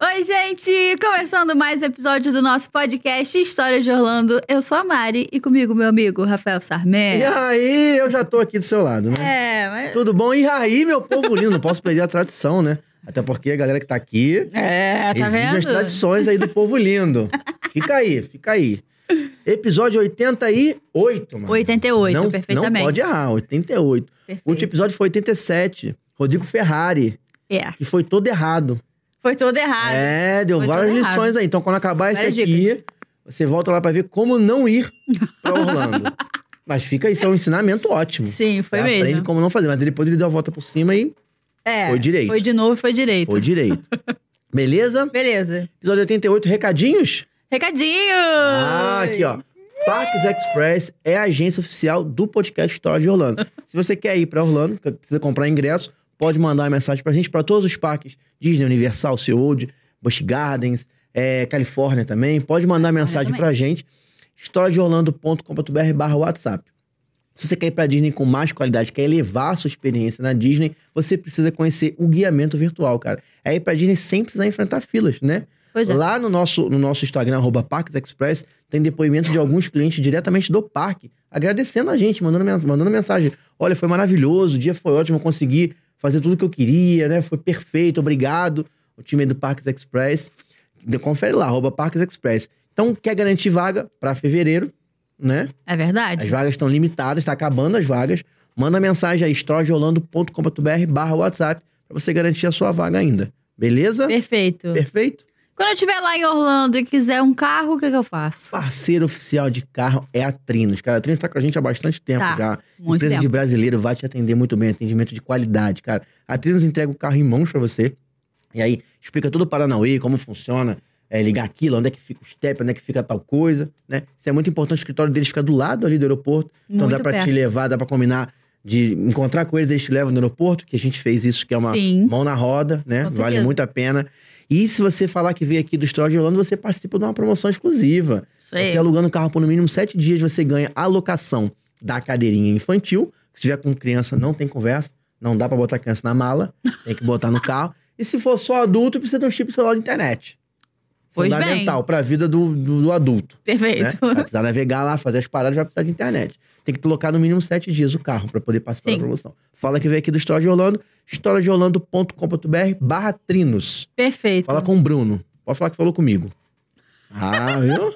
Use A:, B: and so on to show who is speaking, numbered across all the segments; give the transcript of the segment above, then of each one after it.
A: Oi, gente! Começando mais um episódio do nosso podcast História de Orlando. Eu sou a Mari e comigo meu amigo Rafael Sarmento.
B: E aí, eu já tô aqui do seu lado, né?
A: É, mas.
B: Tudo bom? E aí, meu povo lindo? Não posso perder a tradição, né? Até porque a galera que tá aqui
A: É, tá
B: exige as
A: vendo?
B: tradições aí do povo lindo. Fica aí, fica aí. Episódio 88, mano.
A: 88,
B: não,
A: perfeitamente.
B: Não pode errar, 88.
A: Perfeito.
B: O último episódio foi 87. Rodrigo Ferrari,
A: É.
B: que foi todo errado.
A: Foi todo errado.
B: é, deu
A: Ah, foi todo
B: várias
A: errado.
B: lições aí. Então, quando acabar esse
A: Várias
B: aqui, você volta lá pra ver como não ir pra Orlando. Mas fica isso, é um ensinamento ótimo.
A: Sim, foi
B: Você
A: mesmo.
B: Aprende Tá? como não fazer, mas depois ele deu a volta por cima e
A: É,
B: Foi direito.
A: Foi de novo, foi direito.
B: foi direito. Beleza?
A: Beleza.
B: Episódio 88, recadinhos?
A: Recadinho!
B: Ah, aqui ó. Parques Express é a agência oficial do podcast História de Orlando. Se você quer ir pra Orlando, que precisa comprar ingresso, pode mandar uma mensagem pra gente, pra todos os parques Disney, Universal, SeaWorld, Busch Gardens, é, Califórnia também. Pode mandar mensagem
A: também.
B: pra gente, historiadeorlando.com.br barra WhatsApp. Se você quer ir pra Disney com mais qualidade, quer elevar a sua experiência na Disney, você precisa conhecer o guiamento virtual, cara. É ir pra Disney sem precisar enfrentar filas, né?
A: Pois é.
B: Lá no nosso, no nosso Instagram, arroba Parques Express, tem depoimento de alguns clientes diretamente do parque, agradecendo a gente, mandando, mens- mandando mensagem. Olha, foi maravilhoso, o dia foi ótimo, eu consegui fazer tudo que eu queria, né? Foi perfeito, obrigado. O time aí do Parques Express. Confere lá, arroba Parques Express. Então, quer garantir vaga para fevereiro, né?
A: É
B: As
A: verdade?
B: vagas estão limitadas, está acabando as vagas. Manda mensagem aí, estrojolando.com.br barra WhatsApp, para você garantir a sua vaga ainda. Beleza?
A: Perfeito.
B: Perfeito?
A: Quando eu estiver lá em Orlando e quiser um carro, o que, que eu faço?
B: parceiro oficial de carro é a Trinos. Cara, a Trinos tá com a gente há bastante tempo
A: Tá,
B: já.
A: Muito
B: Empresa de
A: tempo.
B: brasileiro vai te atender muito bem, atendimento de qualidade, cara. A Trinos entrega o carro em mãos pra você. E aí, explica todo o Paranauê, como funciona, é, ligar aquilo, onde é que fica o step, onde é que fica tal coisa, né? Isso é muito importante, o escritório deles fica do lado ali do aeroporto. Então
A: Muito
B: dá pra
A: perto.
B: te levar, dá pra combinar de encontrar com eles, eles te levam no aeroporto, que a gente fez isso, que é uma
A: Sim.
B: mão na roda, né?
A: Com
B: Vale
A: certeza.
B: muito a pena. E se você falar que veio aqui do Estrela de Orlando, você participa de uma promoção exclusiva.
A: Isso aí.
B: Você alugando o carro por no mínimo sete dias, você ganha a locação da cadeirinha infantil. Se tiver com criança, não tem conversa. Não dá pra botar a criança na mala. Tem que botar no carro. E se for só adulto, precisa de um chip celular de internet.
A: Pois bem.
B: Fundamental pra vida do, do, do adulto. Né?
A: Perfeito.
B: Vai precisar navegar lá, fazer as paradas, vai precisar de internet. Tem que colocar no mínimo sete dias o carro pra poder participar
A: Sim.
B: da promoção. Fala que veio aqui do História de Orlando, historiadeorlando.com.br barra trinos.
A: Perfeito.
B: Fala com o Bruno. Pode falar que falou comigo. Ah, viu?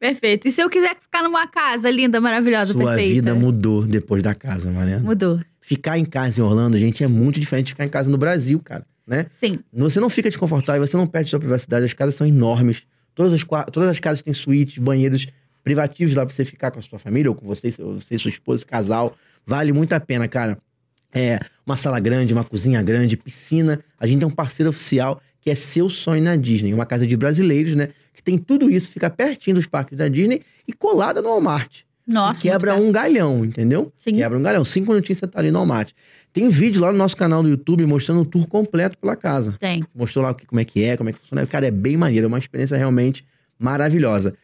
A: Perfeito. E se eu quiser ficar numa casa linda, maravilhosa,
B: Sua
A: perfeita?
B: vida mudou depois da casa, Mariana.
A: mudou.
B: Ficar em casa em Orlando, gente, é muito diferente de ficar em casa no Brasil, cara, né?
A: Sim.
B: Você não fica desconfortável, você não perde sua privacidade, as casas são enormes. Todas as, qua- todas as casas têm suítes, banheiros privativos lá pra você ficar com a sua família, ou com você, e seu- você e sua esposa, casal. Vale muito a pena, cara. É, uma sala grande, uma cozinha grande, piscina. A gente é um parceiro oficial que é seu sonho na Disney. Uma casa de brasileiros, né? Que tem tudo isso, fica pertinho dos parques da Disney e colada no Walmart.
A: Nossa.
B: Quebra
A: muito
B: um galhão, entendeu?
A: Sim.
B: Quebra um galhão. Cinco minutinhos você tá ali no Almate. Tem vídeo lá no nosso canal do YouTube mostrando o tour completo pela casa.
A: bem. Tem.
B: Mostrou lá o que- como é que é, como é que funciona. Cara, é bem maneiro. É uma experiência realmente maravilhosa.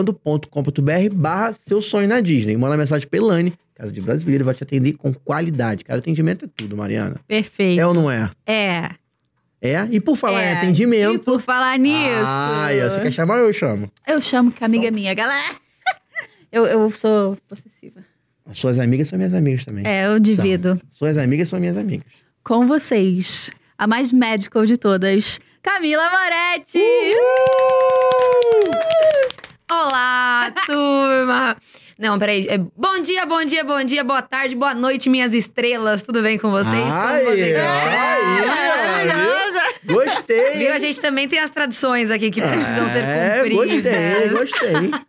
B: historiadeorlando.com.br barra seu sonho na Disney. Manda mensagem pra Elane, casa de brasileiro, vai te atender com qualidade. Cara, atendimento é tudo, Mariana.
A: Perfeito.
B: É ou não é?
A: É.
B: É? E por falar
A: É.
B: em
A: E
B: atendimento...
A: por falar nisso.
B: Ah, você quer chamar ou eu chamo?
A: Eu chamo que amiga é minha, galera. Eu, eu sou possessiva.
B: As Suas amigas são minhas amigas também.
A: É, eu divido
B: Suas amigas são minhas amigas.
A: com vocês a mais medical de todas, Camila Moretti!
C: Olá, turma! Não, peraí. É, bom dia, bom dia, bom dia, boa tarde, boa noite, minhas estrelas. Tudo bem com vocês? Como
B: Ai, é.
C: vocês estão?
B: ai, ai, Gostei.
C: Viu? A gente também tem as tradições aqui que precisam
B: É,
C: ser cumpridas.
B: Gostei, gostei.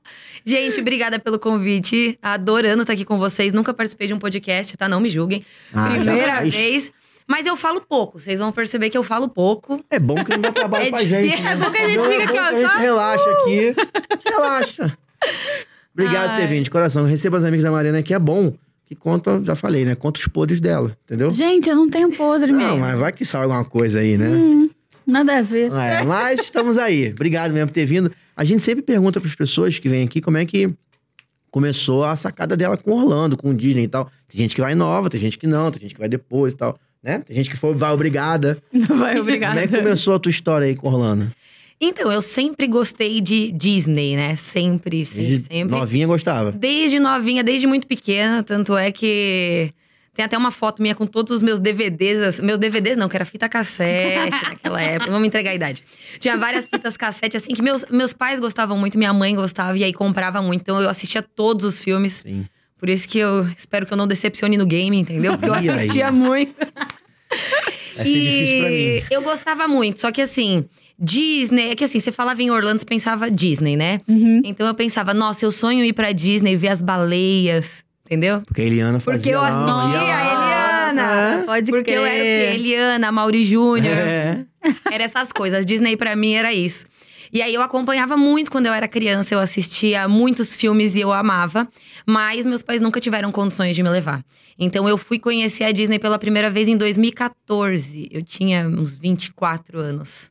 C: Gente, obrigada pelo convite. Adorando estar aqui com vocês. Nunca participei de um podcast, tá? Não me julguem.
B: Ah,
C: Primeira
B: jamais.
C: vez. Mas eu falo pouco. Vocês vão perceber que eu falo pouco.
B: É bom que não dá trabalho
C: É
B: pra
C: difícil.
B: gente. Né?
C: É bom
A: que a gente fica aqui,
B: bom
A: ó,
B: que A gente
A: só-
C: uh!
B: relaxa aqui. Relaxa. Obrigado por ter
C: Ai.
B: vindo, de coração. Receba as amigas da Marina, que é bom. Que conta, já falei, né? Conta os podres dela, entendeu?
A: Gente, eu não tenho podre
B: Não,
A: mesmo.
B: mas vai que sai alguma coisa aí, né?
A: Nada a ver.
B: Ah, é, mas estamos aí. Obrigado mesmo por ter vindo. A gente sempre pergunta para as pessoas que vêm aqui como é que começou a sacada dela com Orlando, com o Disney e tal. Tem gente que vai nova, tem gente que não, tem gente que vai depois e tal. Né? Tem gente que foi, vai obrigada.
A: Não vai, obrigada.
B: Como é que começou a tua história aí com Orlando?
C: Então, eu sempre gostei de Disney, né? Sempre, sempre,
B: Desde
C: sempre.
B: Novinha gostava.
C: Desde novinha, desde muito pequena, tanto é que tem até uma foto minha com todos os meus DVDs, as- meus DVDs não, que era fita cassete naquela época, vamos entregar a idade. Tinha várias fitas cassete assim que meus, meus pais gostavam muito, minha mãe gostava e aí comprava muito, então eu assistia todos os filmes.
B: Sim.
C: Por isso que eu espero que eu não decepcione no game, entendeu? Porque eu
B: Ih, aí.
C: assistia muito.
B: Vai ser difícil pra mim.
C: Eu gostava muito, só que assim, Disney. É que assim, você falava em Orlando, você pensava Disney, né?
A: Uhum.
C: Então eu pensava, nossa, eu sonho ir pra Disney ver as baleias, entendeu?
B: Porque a Eliana fazia
C: Porque eu
B: lá,
C: assistia
B: ia lá.
C: a Eliana.
A: Pode
C: Porque
A: crer.
C: eu era o quê? Eliana, Mauri Júnior.
B: É.
C: Era essas coisas. Disney pra mim era isso. E aí eu acompanhava muito quando eu era criança, eu assistia muitos filmes e eu amava, mas meus pais nunca tiveram condições de me levar. Então eu fui conhecer a Disney pela primeira vez em 2014. Eu tinha uns 24 anos.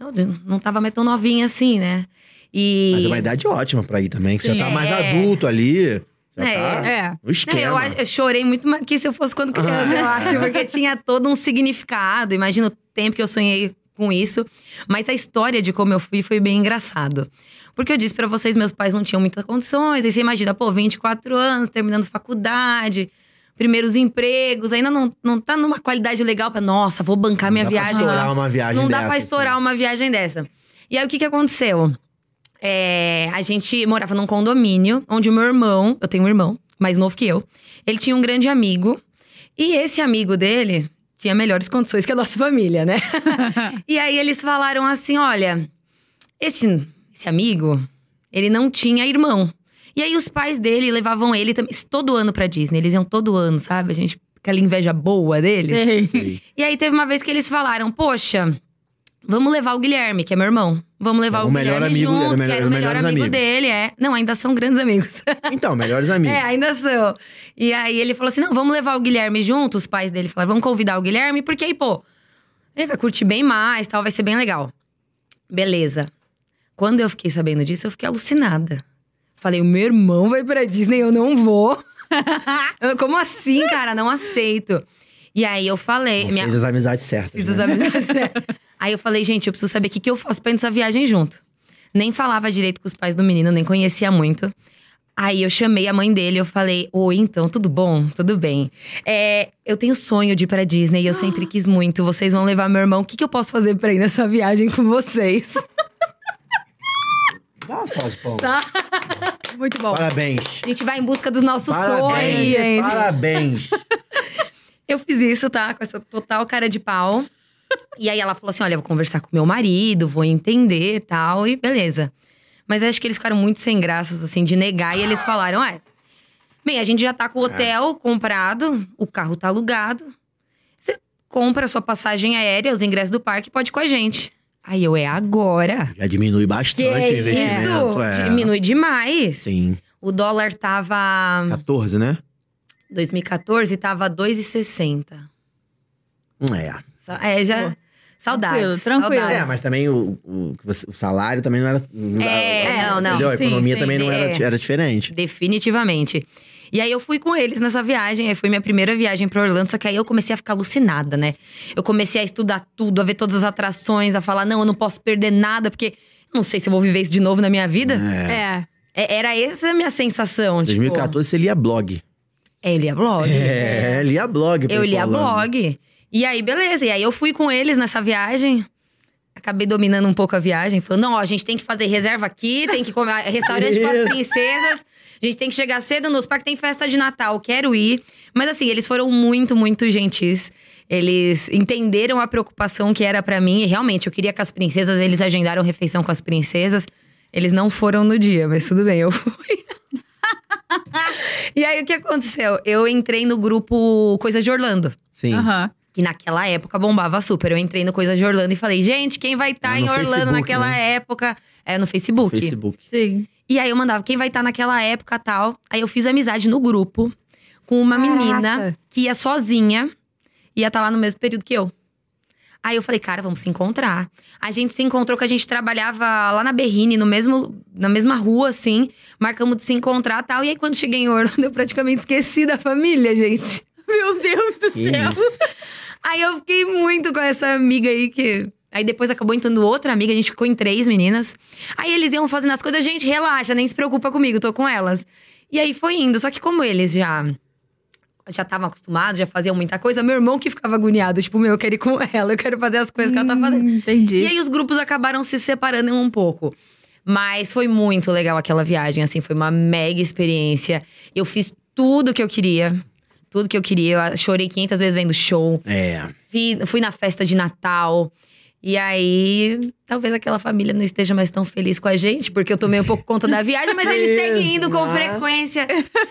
C: Eu não tava mais tão novinha assim, né? E
B: Mas é uma idade ótima pra ir também, que você
A: Sim.
B: já tá mais
C: É.
B: adulto ali. Já
C: É.
B: tá
A: É.
B: no
C: Não,
B: esquema. Ah.
C: eu, a- eu chorei muito mais que se eu fosse quando criança, eu acho, porque tinha todo um significado. Imagina o tempo que eu sonhei com isso. Mas a história de como eu fui foi bem engraçado. Porque eu disse pra vocês, meus pais não tinham muitas condições. Aí você imagina, pô, 24 anos, terminando faculdade, primeiros empregos, ainda não, não tá numa qualidade legal pra, nossa, vou bancar minha
B: não dá
C: viagem.
B: Pra estourar uma viagem
C: Não dá
B: dessa,
C: pra
B: assim.
C: estourar uma viagem dessa. E aí, o que que aconteceu? É, a gente morava num condomínio, onde o meu irmão… Eu tenho um irmão, mais novo que eu. Ele tinha um grande amigo. E esse amigo dele tinha melhores condições que a nossa família, né? e aí, eles falaram assim, olha… Esse, esse amigo, ele não tinha irmão. E aí, os pais dele levavam ele tam- todo ano pra Disney. Eles iam todo ano, sabe? A gente… Aquela inveja boa deles.
A: Sei.
B: Sim.
C: E aí teve uma vez que eles falaram: Poxa, vamos levar o Guilherme, que é meu irmão. Vamos levar
B: Era
C: o,
B: o melhor
C: Guilherme
B: amigo-
C: junto,
B: era o melhor-
C: que era
B: era
C: o
B: os
C: melhor
B: melhores
C: amigo
B: amigos.
C: dele, é. Não, ainda são grandes amigos.
B: Então, melhores amigos.
C: É, ainda são. E aí ele falou assim: não, vamos levar o Guilherme junto. Os pais dele falaram: vamos convidar o Guilherme, porque aí, pô, ele vai curtir bem mais, tal, vai ser bem legal. Beleza. Quando eu fiquei sabendo disso, eu fiquei alucinada. Falei: o meu irmão vai pra Disney, eu não vou. Eu, Como assim, cara? Não aceito. E aí eu falei.
B: Não
C: minha-
B: Fez as amizades certas.
C: Fiz
B: né?
C: as amizades. Tá Aí eu falei, gente, eu preciso saber o que, que eu faço pra ir nessa viagem junto. Nem falava direito com os pais do menino, nem conhecia muito. Aí eu chamei a mãe dele, eu falei, oi, então, tudo bom? Tudo bem. É, eu tenho sonho de ir pra Disney, eu sempre quis muito. Vocês vão levar meu irmão, o que, que eu posso fazer pra ir nessa viagem com vocês?
B: Dá uma salva de palmas.
A: Muito bom.
B: Parabéns.
C: A gente vai em busca dos nossos sonhos.
B: Parabéns. Parabéns.
C: Eu fiz isso, tá? Com essa total cara de pau. E aí ela falou assim: olha, eu vou conversar com meu marido, vou entender e tal, e beleza. Mas acho que eles ficaram muito sem graças, assim, de negar. E eles falaram: é, bem, a gente já tá com
B: É.
C: o hotel comprado, o carro tá alugado. Você compra a sua passagem aérea, os ingressos do parque, pode ir com a gente. Aí eu, é agora.
B: Já diminui bastante o investimento.
C: isso?
B: é.
C: Diminui demais.
B: Sim.
C: O dólar tava.
B: 14, né?
C: 2014 tava 2,60.
B: Hum, É.
C: Sa- É, já. Saudades.
A: Tranquilo, tranquilo.
C: saudades.
B: É, mas também o, o, que você- o salário também não era. não
C: É,
B: dava-
C: não, não.
B: entendeu? A
A: Sim,
B: economia
A: sim,
B: também não
C: é.
B: era, era diferente.
C: Definitivamente. E aí eu fui com eles nessa viagem, aí foi minha primeira viagem pra Orlando, só que aí eu comecei a ficar alucinada, né? Eu comecei a estudar tudo, a ver todas as atrações, a falar, não, eu não posso perder nada, porque não sei se eu vou viver isso de novo na minha vida.
B: É.
A: É.
C: É, era essa a minha sensação,
B: Em
C: tipo…
B: 2014 você lia blog.
C: É, eu lia blog.
B: É, lia blog. pra
C: Eu
B: ir pra
C: lia
B: Holanda.
C: blog. E aí, beleza. E aí eu fui com eles nessa viagem. Acabei dominando um pouco a viagem, falando: não, ó, a gente tem que fazer reserva aqui, tem que comer restaurante com as
B: Isso.
C: princesas, a gente tem que chegar cedo nos parques, tem festa de Natal, quero ir. Mas assim, eles foram muito, muito gentis. Eles entenderam a preocupação que era pra mim, e realmente eu queria com as princesas, eles agendaram refeição com as princesas. Eles não foram no dia, mas tudo bem, eu fui. e aí o que aconteceu? Eu entrei no grupo Coisas de Orlando
B: Sim.
A: Aham.
C: que naquela época bombava super. Eu entrei no Coisa de Orlando e falei, gente, quem vai estar
B: Era
C: em
B: no
C: Orlando
B: Facebook,
C: naquela época? É, no Facebook.
B: Facebook.
A: Sim.
C: E aí eu mandava, quem vai estar naquela época tal. Aí eu fiz amizade no grupo com uma
D: Caraca.
C: menina que ia sozinha, ia estar lá no mesmo período que eu. Aí eu falei, cara, vamos se encontrar. A gente se encontrou que a gente trabalhava lá na Berrine, no mesmo, na mesma rua, assim. Marcamos de se encontrar tal. E aí, quando cheguei em Orlando, eu praticamente esqueci da família, gente.
A: Meu Deus do
B: Que
A: céu.
B: isso.
C: Aí eu fiquei muito com essa amiga aí que. Aí depois acabou entrando outra amiga, a gente ficou em três meninas. Aí eles iam fazendo as coisas, gente, relaxa, nem se preocupa comigo, tô com elas. E aí foi indo, só que como eles já já estavam acostumados, já faziam muita coisa, meu irmão que ficava agoniado, tipo, meu, eu quero ir com ela, eu quero fazer as coisas que ela tá fazendo.
A: Hum, Entendi.
C: E aí os grupos acabaram se separando um pouco. Mas foi muito legal aquela viagem, assim, foi uma mega experiência. Eu fiz tudo que eu queria. Tudo que eu queria. Eu chorei 500 vezes vendo show.
B: É.
C: Fui, fui na festa de Natal. E aí, talvez aquela família não esteja mais tão feliz com a gente, porque eu tomei um pouco conta da viagem, mas eles seguem indo com
B: Mas-
C: frequência.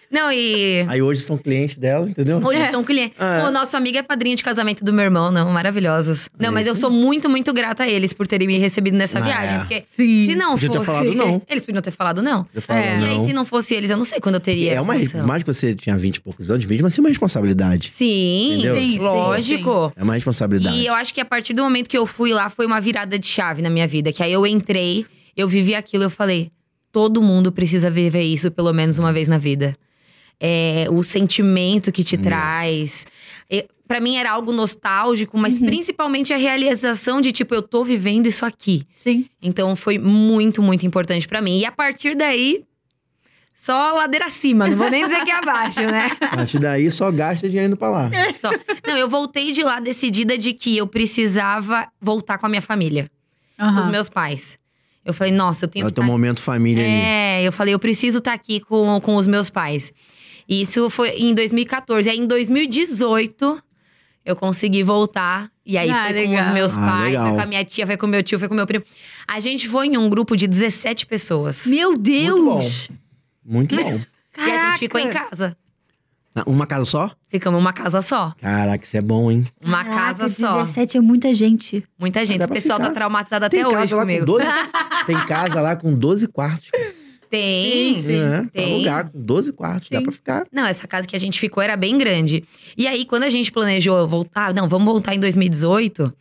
C: Não, e.
B: Aí hoje são clientes dela, entendeu?
C: Hoje são clientes.
B: É.
C: O nosso amigo é padrinho de casamento do meu irmão, não, maravilhosos. Não,
B: É
C: mas eu
B: isso
C: sou muito, muito grata a eles por terem me recebido nessa
B: Ah,
C: viagem.
B: é.
C: Porque
A: Sim.
C: se não
B: Podia ter
C: fosse.
B: falado não.
C: Eles podiam ter falado não.
B: Eu falo,
A: É.
C: E aí,
B: não.
C: se não fosse eles, eu não sei quando eu teria.
B: é uma
C: condição.
B: mais que você tinha 20 e poucos anos, mesmo assim é uma responsabilidade.
C: Sim,
B: Entendeu?
A: Sim, sim,
C: lógico.
B: É uma responsabilidade.
C: E eu acho que a partir do momento que eu fui lá, foi uma virada de chave na minha vida. Que aí eu entrei, eu vivi aquilo, eu falei: todo mundo precisa viver isso pelo menos uma vez na vida. É, o sentimento que te traz. E, Pra mim era algo nostálgico, mas principalmente a realização de tipo, eu tô vivendo isso aqui.
A: Sim.
C: Então foi muito, muito importante pra mim. E a partir daí, só ladeira acima, não vou nem dizer que é abaixo, né?
B: A partir daí só gasta dinheiro indo pra lá.
C: Só. Não, eu voltei de lá decidida de que eu precisava voltar com a minha família, com os
A: Aham.
C: meus pais. Eu falei, nossa, eu tenho
B: Ela
C: que tá
B: tem um momento família ali.
C: é, eu falei, eu preciso estar aqui com, com os meus pais. E Isso foi em 2014. Aí em 2018, eu consegui voltar. E aí
A: Ah,
C: foi com
A: legal.
C: os meus
B: Ah,
C: pais, foi
B: legal.
C: com a minha tia, foi com meu tio, foi com meu primo. A gente foi em um grupo de 17 pessoas.
A: Meu Deus!
B: Muito bom.
C: E a gente ficou em
D: Caraca.
C: casa.
B: Na- Uma casa só?
C: Ficamos uma casa só.
B: Caraca, isso é bom, hein?
C: Uma
A: Caraca,
C: casa só.
A: 17 é muita gente.
C: Muita gente.
B: Dá
C: O
B: pra
C: pessoal tá
B: ficar.
C: traumatizado
B: Tem
C: até hoje
B: casa lá
C: comigo.
B: com 12. Tem casa lá com 12 quartos.
C: Tem.
A: Sim.
B: né? Pra
C: tem.
B: alugar com 12 quartos. Dá
A: Sim.
B: pra ficar.
C: Não, essa casa que a gente ficou era bem grande. E aí, quando a gente planejou voltar, não, vamos voltar em 2018.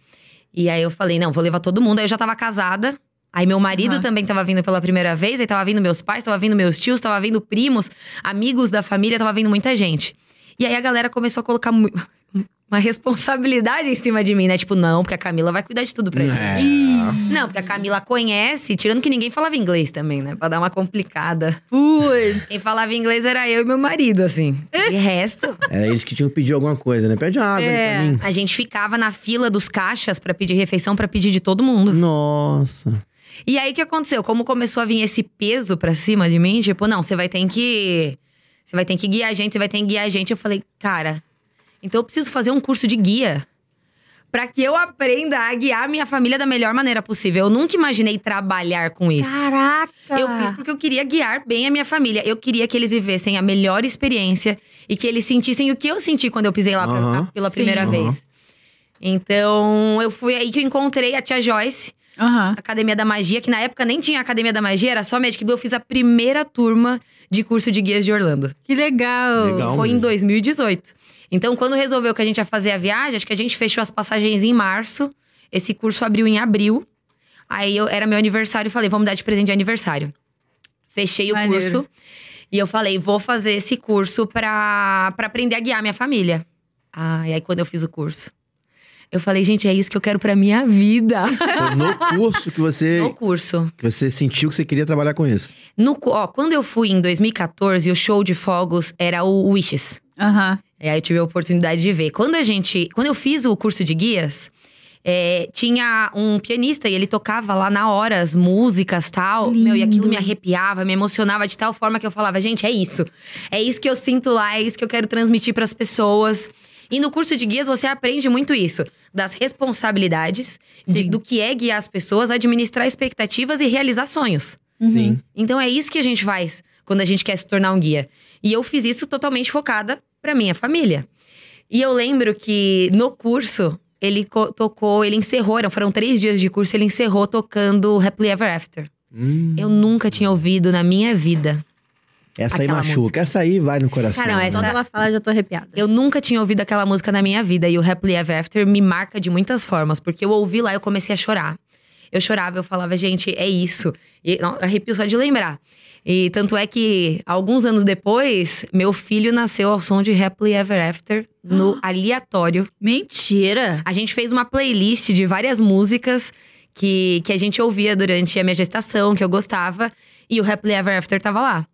C: E aí eu falei, não, vou levar todo mundo. Aí eu já tava casada. Aí meu marido
A: Aham.
C: também tava vindo pela primeira vez. Aí tava vindo meus pais, tava vindo meus tios, tava vindo primos, amigos da família, tava vindo muita gente. E aí a galera começou a colocar mu- uma responsabilidade em cima de mim, né? Tipo, não, porque a Camila vai cuidar de tudo pra gente.
B: É.
C: Não, porque a Camila conhece, tirando que ninguém falava inglês também, né? Pra dar uma complicada.
A: Putz.
C: Quem falava inglês era eu e meu marido, assim. De resto,
B: é. Era eles que tinham que pedir alguma coisa, né? Pede água
A: É.
B: ali pra
C: a gente ficava na fila dos caixas pra pedir refeição, pra pedir de todo mundo.
B: mim. Nossa.
C: E aí o que aconteceu? Como começou a vir esse peso pra cima de mim, tipo, não, você vai ter que. Você vai ter que guiar a gente, você vai ter que guiar a gente. Eu falei, cara, então eu preciso fazer um curso de guia. Pra que eu aprenda a guiar a minha família da melhor maneira possível. Eu nunca imaginei trabalhar com isso.
D: Caraca!
A: Tá.
C: Eu fiz porque eu queria guiar bem a minha família. Eu queria que eles vivessem a melhor experiência e que eles sentissem o que eu senti quando eu pisei lá pra-
B: Aham.
C: pela
A: Sim.
C: primeira
B: Aham.
C: vez. Então, eu fui aí que eu encontrei a tia Joyce,
A: Aham.
C: Academia da Magia, que na época nem tinha Academia da Magia, era só Magic Blue. Eu fiz a primeira turma de curso de guias de Orlando.
A: Que legal.
B: Legal.
C: Foi em
B: mesmo.
C: 2018. Então, quando resolveu que a gente ia fazer a viagem, acho que a gente fechou as passagens em março. Esse curso abriu em abril. Aí eu, era meu aniversário, eu falei, vamos dar de presente de aniversário. Fechei o
A: Maneiro.
C: curso. E eu falei, vou fazer esse curso pra, pra aprender a guiar minha família. Ah, e aí quando eu fiz o curso. Eu falei, gente, é isso que eu quero pra minha vida.
B: Foi no curso que você,
C: No curso.
B: que você sentiu que você queria trabalhar com isso.
C: No, cu- ó, quando eu fui em 2014, o show de fogos era o Wishes.
A: Aham.
C: E É, aí eu tive a oportunidade de ver. Quando a gente. Quando eu fiz o curso de guias, é, tinha um pianista e ele tocava lá na hora as músicas tal. Meu, e aquilo me arrepiava, me emocionava de tal forma que eu falava, gente, é isso. É isso que eu sinto lá, é isso que eu quero transmitir pras pessoas. E no curso de guias você aprende muito isso, das responsabilidades, de-
A: Sim.
C: do que é guiar as pessoas, administrar expectativas e realizar sonhos.
A: Uhum.
B: Sim.
C: Então é isso que a gente faz quando a gente quer se tornar um guia. E eu fiz isso totalmente focada pra minha família. E eu lembro que no curso ele co- tocou, ele encerrou, eram- foram três dias de curso, ele encerrou tocando Happily Ever After.
B: Hum,
C: Eu nunca tinha ouvido na minha vida.
B: essa aí
C: aquela
B: machuca,
C: música.
B: essa aí vai no coração.
C: Cara, não,
B: né?
C: essa-
A: Só dela falar, já tô arrepiada.
C: Eu nunca tinha ouvido aquela música na minha vida e o Happily Ever After me marca de muitas formas, porque eu ouvi lá e eu comecei a chorar. Eu chorava, eu falava, gente, é isso. E não, arrepio só de lembrar. E tanto é que, alguns anos depois, meu filho nasceu ao som de Happily Ever After no aleatório.
A: Mentira!
C: A gente fez uma playlist de várias músicas que, que a gente ouvia durante a minha gestação, que eu gostava, e o Happily Ever After tava lá.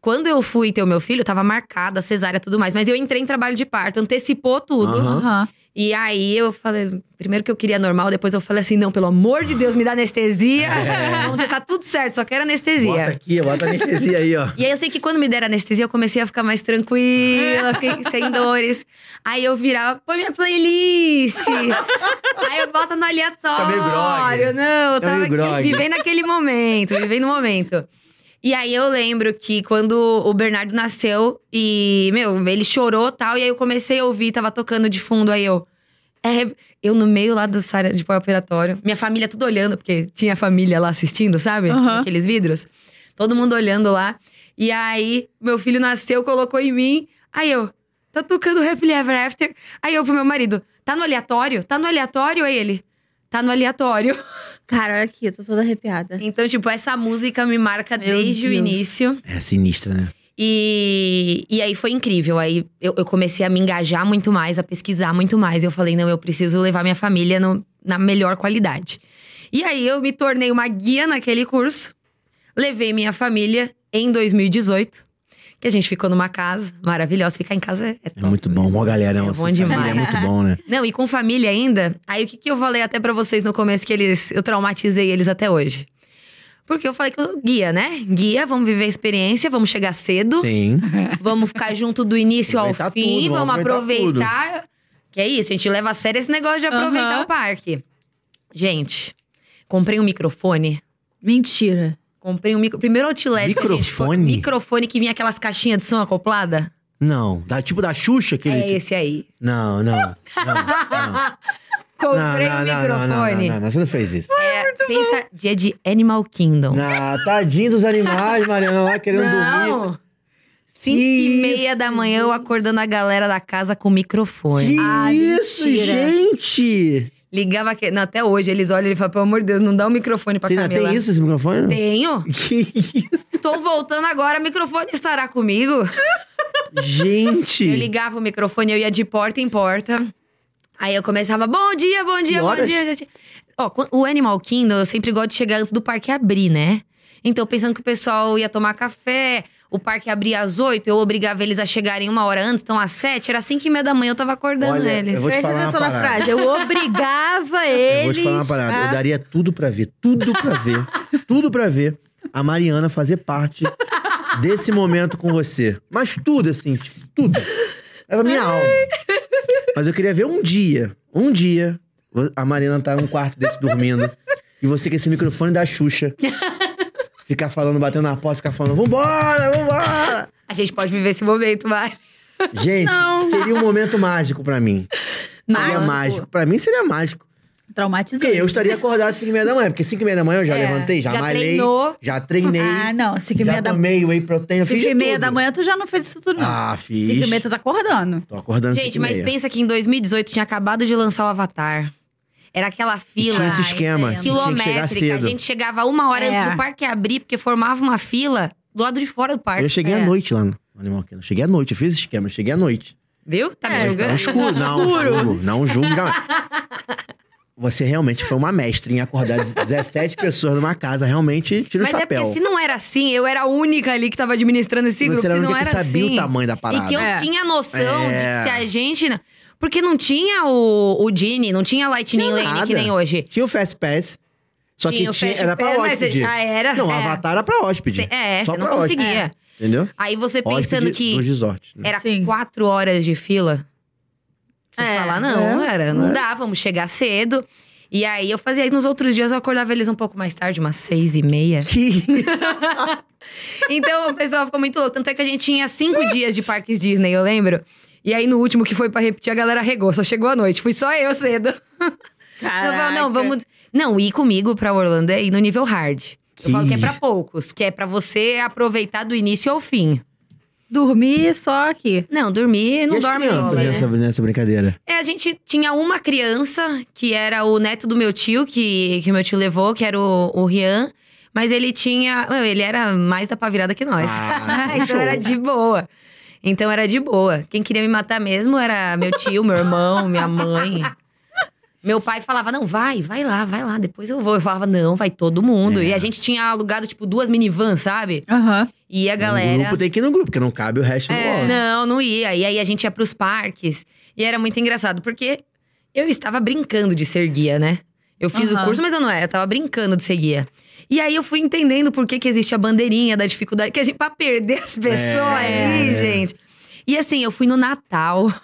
C: Quando eu fui ter o meu filho, tava marcada, a cesárea e tudo mais, mas eu entrei em trabalho de parto, antecipou tudo.
B: Aham.
A: Aham.
C: E aí eu falei, primeiro que eu queria normal, depois eu falei assim: não, pelo amor de Deus, me dá anestesia. Vamos tentar tudo certo, só quero anestesia.
B: É. Bota aqui, bota a anestesia aí, ó.
C: E aí eu sei que quando me deram anestesia, eu comecei a ficar mais tranquila, fiquei sem dores. Aí eu virava, põe minha playlist. aí eu boto no aleatório.
B: Tá meio grogue.
C: Não, eu
B: Tá meio
C: tava
B: grogue.
C: aqui, vivendo aquele momento, vivendo o momento. E aí eu lembro que quando o Bernardo nasceu e, meu, ele chorou e tal, e aí eu comecei a ouvir, tava tocando de fundo, aí eu. É, eu no meio lá da área de pós-operatório, minha família tudo olhando, porque tinha família lá assistindo, sabe?
A: Aham.
C: Aqueles vidros. Todo mundo olhando lá. E aí, meu filho nasceu, colocou em mim. Aí eu, tá tocando Happily Ever After. Aí eu pro meu marido, tá no aleatório? Tá no aleatório? Aí ele, tá no aleatório.
A: Cara, olha aqui, eu tô toda arrepiada.
C: Então, tipo, essa música me marca
A: Meu
C: desde o
A: Deus.
C: início.
B: É sinistra, né?
C: E, e aí foi incrível. Aí eu, eu comecei a me engajar muito mais, a pesquisar muito mais. Eu falei, não, eu preciso levar minha família no- na melhor qualidade. E aí eu me tornei uma guia naquele curso. Levei minha família em 2018. Que a gente ficou numa casa maravilhosa. Ficar em casa é, é
B: É
C: top.
B: muito bom. Mó galerão.
C: É
B: assim,
C: bom
B: família
C: demais.
B: É muito bom, né?
C: Não, e com família ainda, aí o que, que eu falei até pra vocês no começo que eles eu traumatizei eles até hoje? Porque eu falei que eu guia, né? Guia, vamos viver a experiência, vamos chegar cedo,
B: Sim.
C: vamos ficar junto do início ao
B: Aproveitar
C: fim,
B: tudo,
C: vamos
B: vamos aproveitar
C: aproveitar. Que é isso, a gente leva a sério esse negócio de aproveitar
A: Aham.
C: o parque. Gente, comprei um microfone.
A: Mentira.
C: Comprei um micro... primeiro outlet que a gente foi.
B: Microfone?
C: Microfone que vinha aquelas caixinhas de som acoplada.
B: Não. Da, tipo da Xuxa, aquele.
C: É esse aí.
B: Não, não. Não, não. Não,
C: Comprei
B: Ah. não, não,
C: um
B: não,
C: microfone.
B: não, não, não, não, Você não fez isso.
C: É, pensa, dia de Animal Kingdom.
B: Ah, tadinho dos animais, Mariana, lá querendo um dormir.
C: Cinco e
B: Que
C: meia
B: isso,
C: da manhã eu acordando a galera da casa com microfone.
B: Que
A: Ah,
B: isso,
A: mentira.
B: gente!
C: Ligava que. Não, até hoje eles olham e falam, pelo amor de Deus, não dá um microfone pra
B: Você ainda
C: Camila.
B: tem isso, esse microfone?
C: Tenho.
B: Que
C: Estou voltando agora, o microfone estará comigo.
B: Gente!
C: Eu ligava o microfone, eu ia de porta em porta. Aí eu começava, bom dia, bom dia, bom
B: horas?
C: dia. gente." Ó, quan- o Animal Kingdom, eu sempre gosto de chegar antes do parque abrir, né? Então, pensando que o pessoal ia tomar café, o parque abria às oito, eu obrigava eles a chegarem uma hora antes, então às sete, era cinco e meia da manhã, eu tava acordando
B: Olha,
C: eles.
B: eu vou te
A: Presta
B: falar uma
A: atenção na
B: parada.
A: frase. Eu obrigava
B: Eu
A: eles.
B: vou te falar uma parada. Eu daria tudo pra ver, tudo pra ver, tudo pra ver a Mariana fazer parte desse momento com você. Mas tudo, assim, tipo, tudo. Era minha alma. Mas eu queria ver um dia, um dia, a Mariana tá num quarto desse dormindo e você com esse microfone da Xuxa. Ficar falando, batendo na porta, ficar falando, vambora, vambora!
C: A gente pode viver esse momento, vai.
B: Gente, seria um momento mágico pra mim. Seria
C: Mas-
B: mágico. Pra mim seria mágico. Porque
A: Traumatizante.
B: eu estaria acordado às 5 h da manhã, porque 5 h da manhã eu já
C: É,
B: levantei, já,
C: já
B: malhei,
C: treinou.
B: já treinei,
A: Ah, não. 5 e
B: já
A: meia da manhã.
B: tomei whey protein, fiz
A: 5 e
B: de
A: meia
B: tudo.
A: da manhã tu já não fez isso tudo, não.
B: Ah,
A: 5
B: fiz.
A: e meia tu tá acordando.
B: Tô acordando
C: Gente, mas
B: pensa.
C: pensa que em 2018 tinha acabado de lançar o Avatar. Era aquela fila.
B: Tinha
A: Ai,
B: esse esquema,
A: entendo.
B: que tinha que chegar
C: é quilométrica. A
B: cedo.
C: gente chegava uma hora
A: É.
C: antes do parque abrir, porque formava uma fila do lado de fora do parque.
B: Eu cheguei
A: É.
B: à noite lá no Animal Kingdom, cheguei à noite, eu fiz esse esquema, eu cheguei à noite.
C: Viu?
A: É,
C: Tá me
B: Tava
C: julgando?
B: escuro, não,
A: Escuro.
B: escuro, não julga. Você realmente foi uma mestre em acordar 17 pessoas numa casa. Realmente tira o
C: Mas é
B: chapéu.
C: porque se não era assim, eu era a única ali que tava administrando esse grupo.
B: você era a
C: se não
B: única
C: era
B: que sabia
C: assim.
B: o tamanho da
C: E
B: parada.
C: que eu
D: É.
C: tinha noção
B: É.
C: de que se a gente. não- Porque não tinha o, o Genie, não tinha Lightning
B: Tinha
C: Lane que
B: nada.
C: nem hoje.
B: Tinha o Fast Pass. Só
C: Tinha
B: que
C: o
B: tinha,
C: Fast
B: era pra
C: Pass, mas
B: hóspede.
C: já era,
B: Não,
C: é.
B: Avatar era pra hóspede.
C: Cê- é,
B: Só
C: você não
B: pra hóspede.
C: conseguia.
B: Entendeu?
C: Aí você tá
B: Hóspede
C: pensando
B: Dos
C: que
B: resorts, né?
C: era
A: Sim.
C: quatro horas de fila. Você
A: É,
C: falar, não,
B: é,
C: era, não
B: é.
C: dá, vamos chegar cedo. E aí eu fazia isso nos outros dias, eu acordava eles um pouco mais tarde, umas seis e meia.
B: Que...
C: Então o pessoal ficou muito louco. Tanto é que a gente tinha cinco dias de parques Disney, eu lembro. E aí, no último que foi pra repetir, a galera regou, só chegou à noite. Fui só eu cedo. Não,
A: Caraca.
C: vamos- não, vamos. Não, ir comigo pra Orlando é ir no nível hard. Eu
B: Que
C: falo que é
B: isso.
C: pra poucos, que é pra você aproveitar do início ao fim.
A: Dormir só aqui.
C: Não, dormir não
B: e as
C: dorme
B: crianças
C: rola, né?
B: nessa, nessa brincadeira?
C: É, a gente tinha uma criança, que era o neto do meu tio, que, que meu tio levou, que era o, o Rian. Mas ele tinha. meu, ele era mais da pavirada que nós.
B: Ah, então
C: então
B: show.
C: era de boa. Então era de boa. Quem queria me matar mesmo era meu tio, meu irmão, minha mãe. Meu pai falava, não, vai, vai lá, vai lá, depois eu vou. Eu falava, não, vai todo mundo.
B: É.
C: E a gente tinha alugado, tipo, duas minivans, sabe?
A: Aham.
C: E a
B: O
C: galera.
B: Um
C: É.
B: grupo tem que ir no grupo, porque não cabe o resto do hóspede.
C: Não, não ia. E aí a gente ia pros parques. E era muito engraçado, porque eu estava brincando de ser guia, né? Eu fiz
A: Aham.
C: o curso, mas eu não era. Eu tava brincando de ser guia. E aí eu fui entendendo por que, que existe a bandeirinha da dificuldade. Que a gente, pra perder as pessoas ali,
B: É.
C: gente. E assim, eu fui no Natal.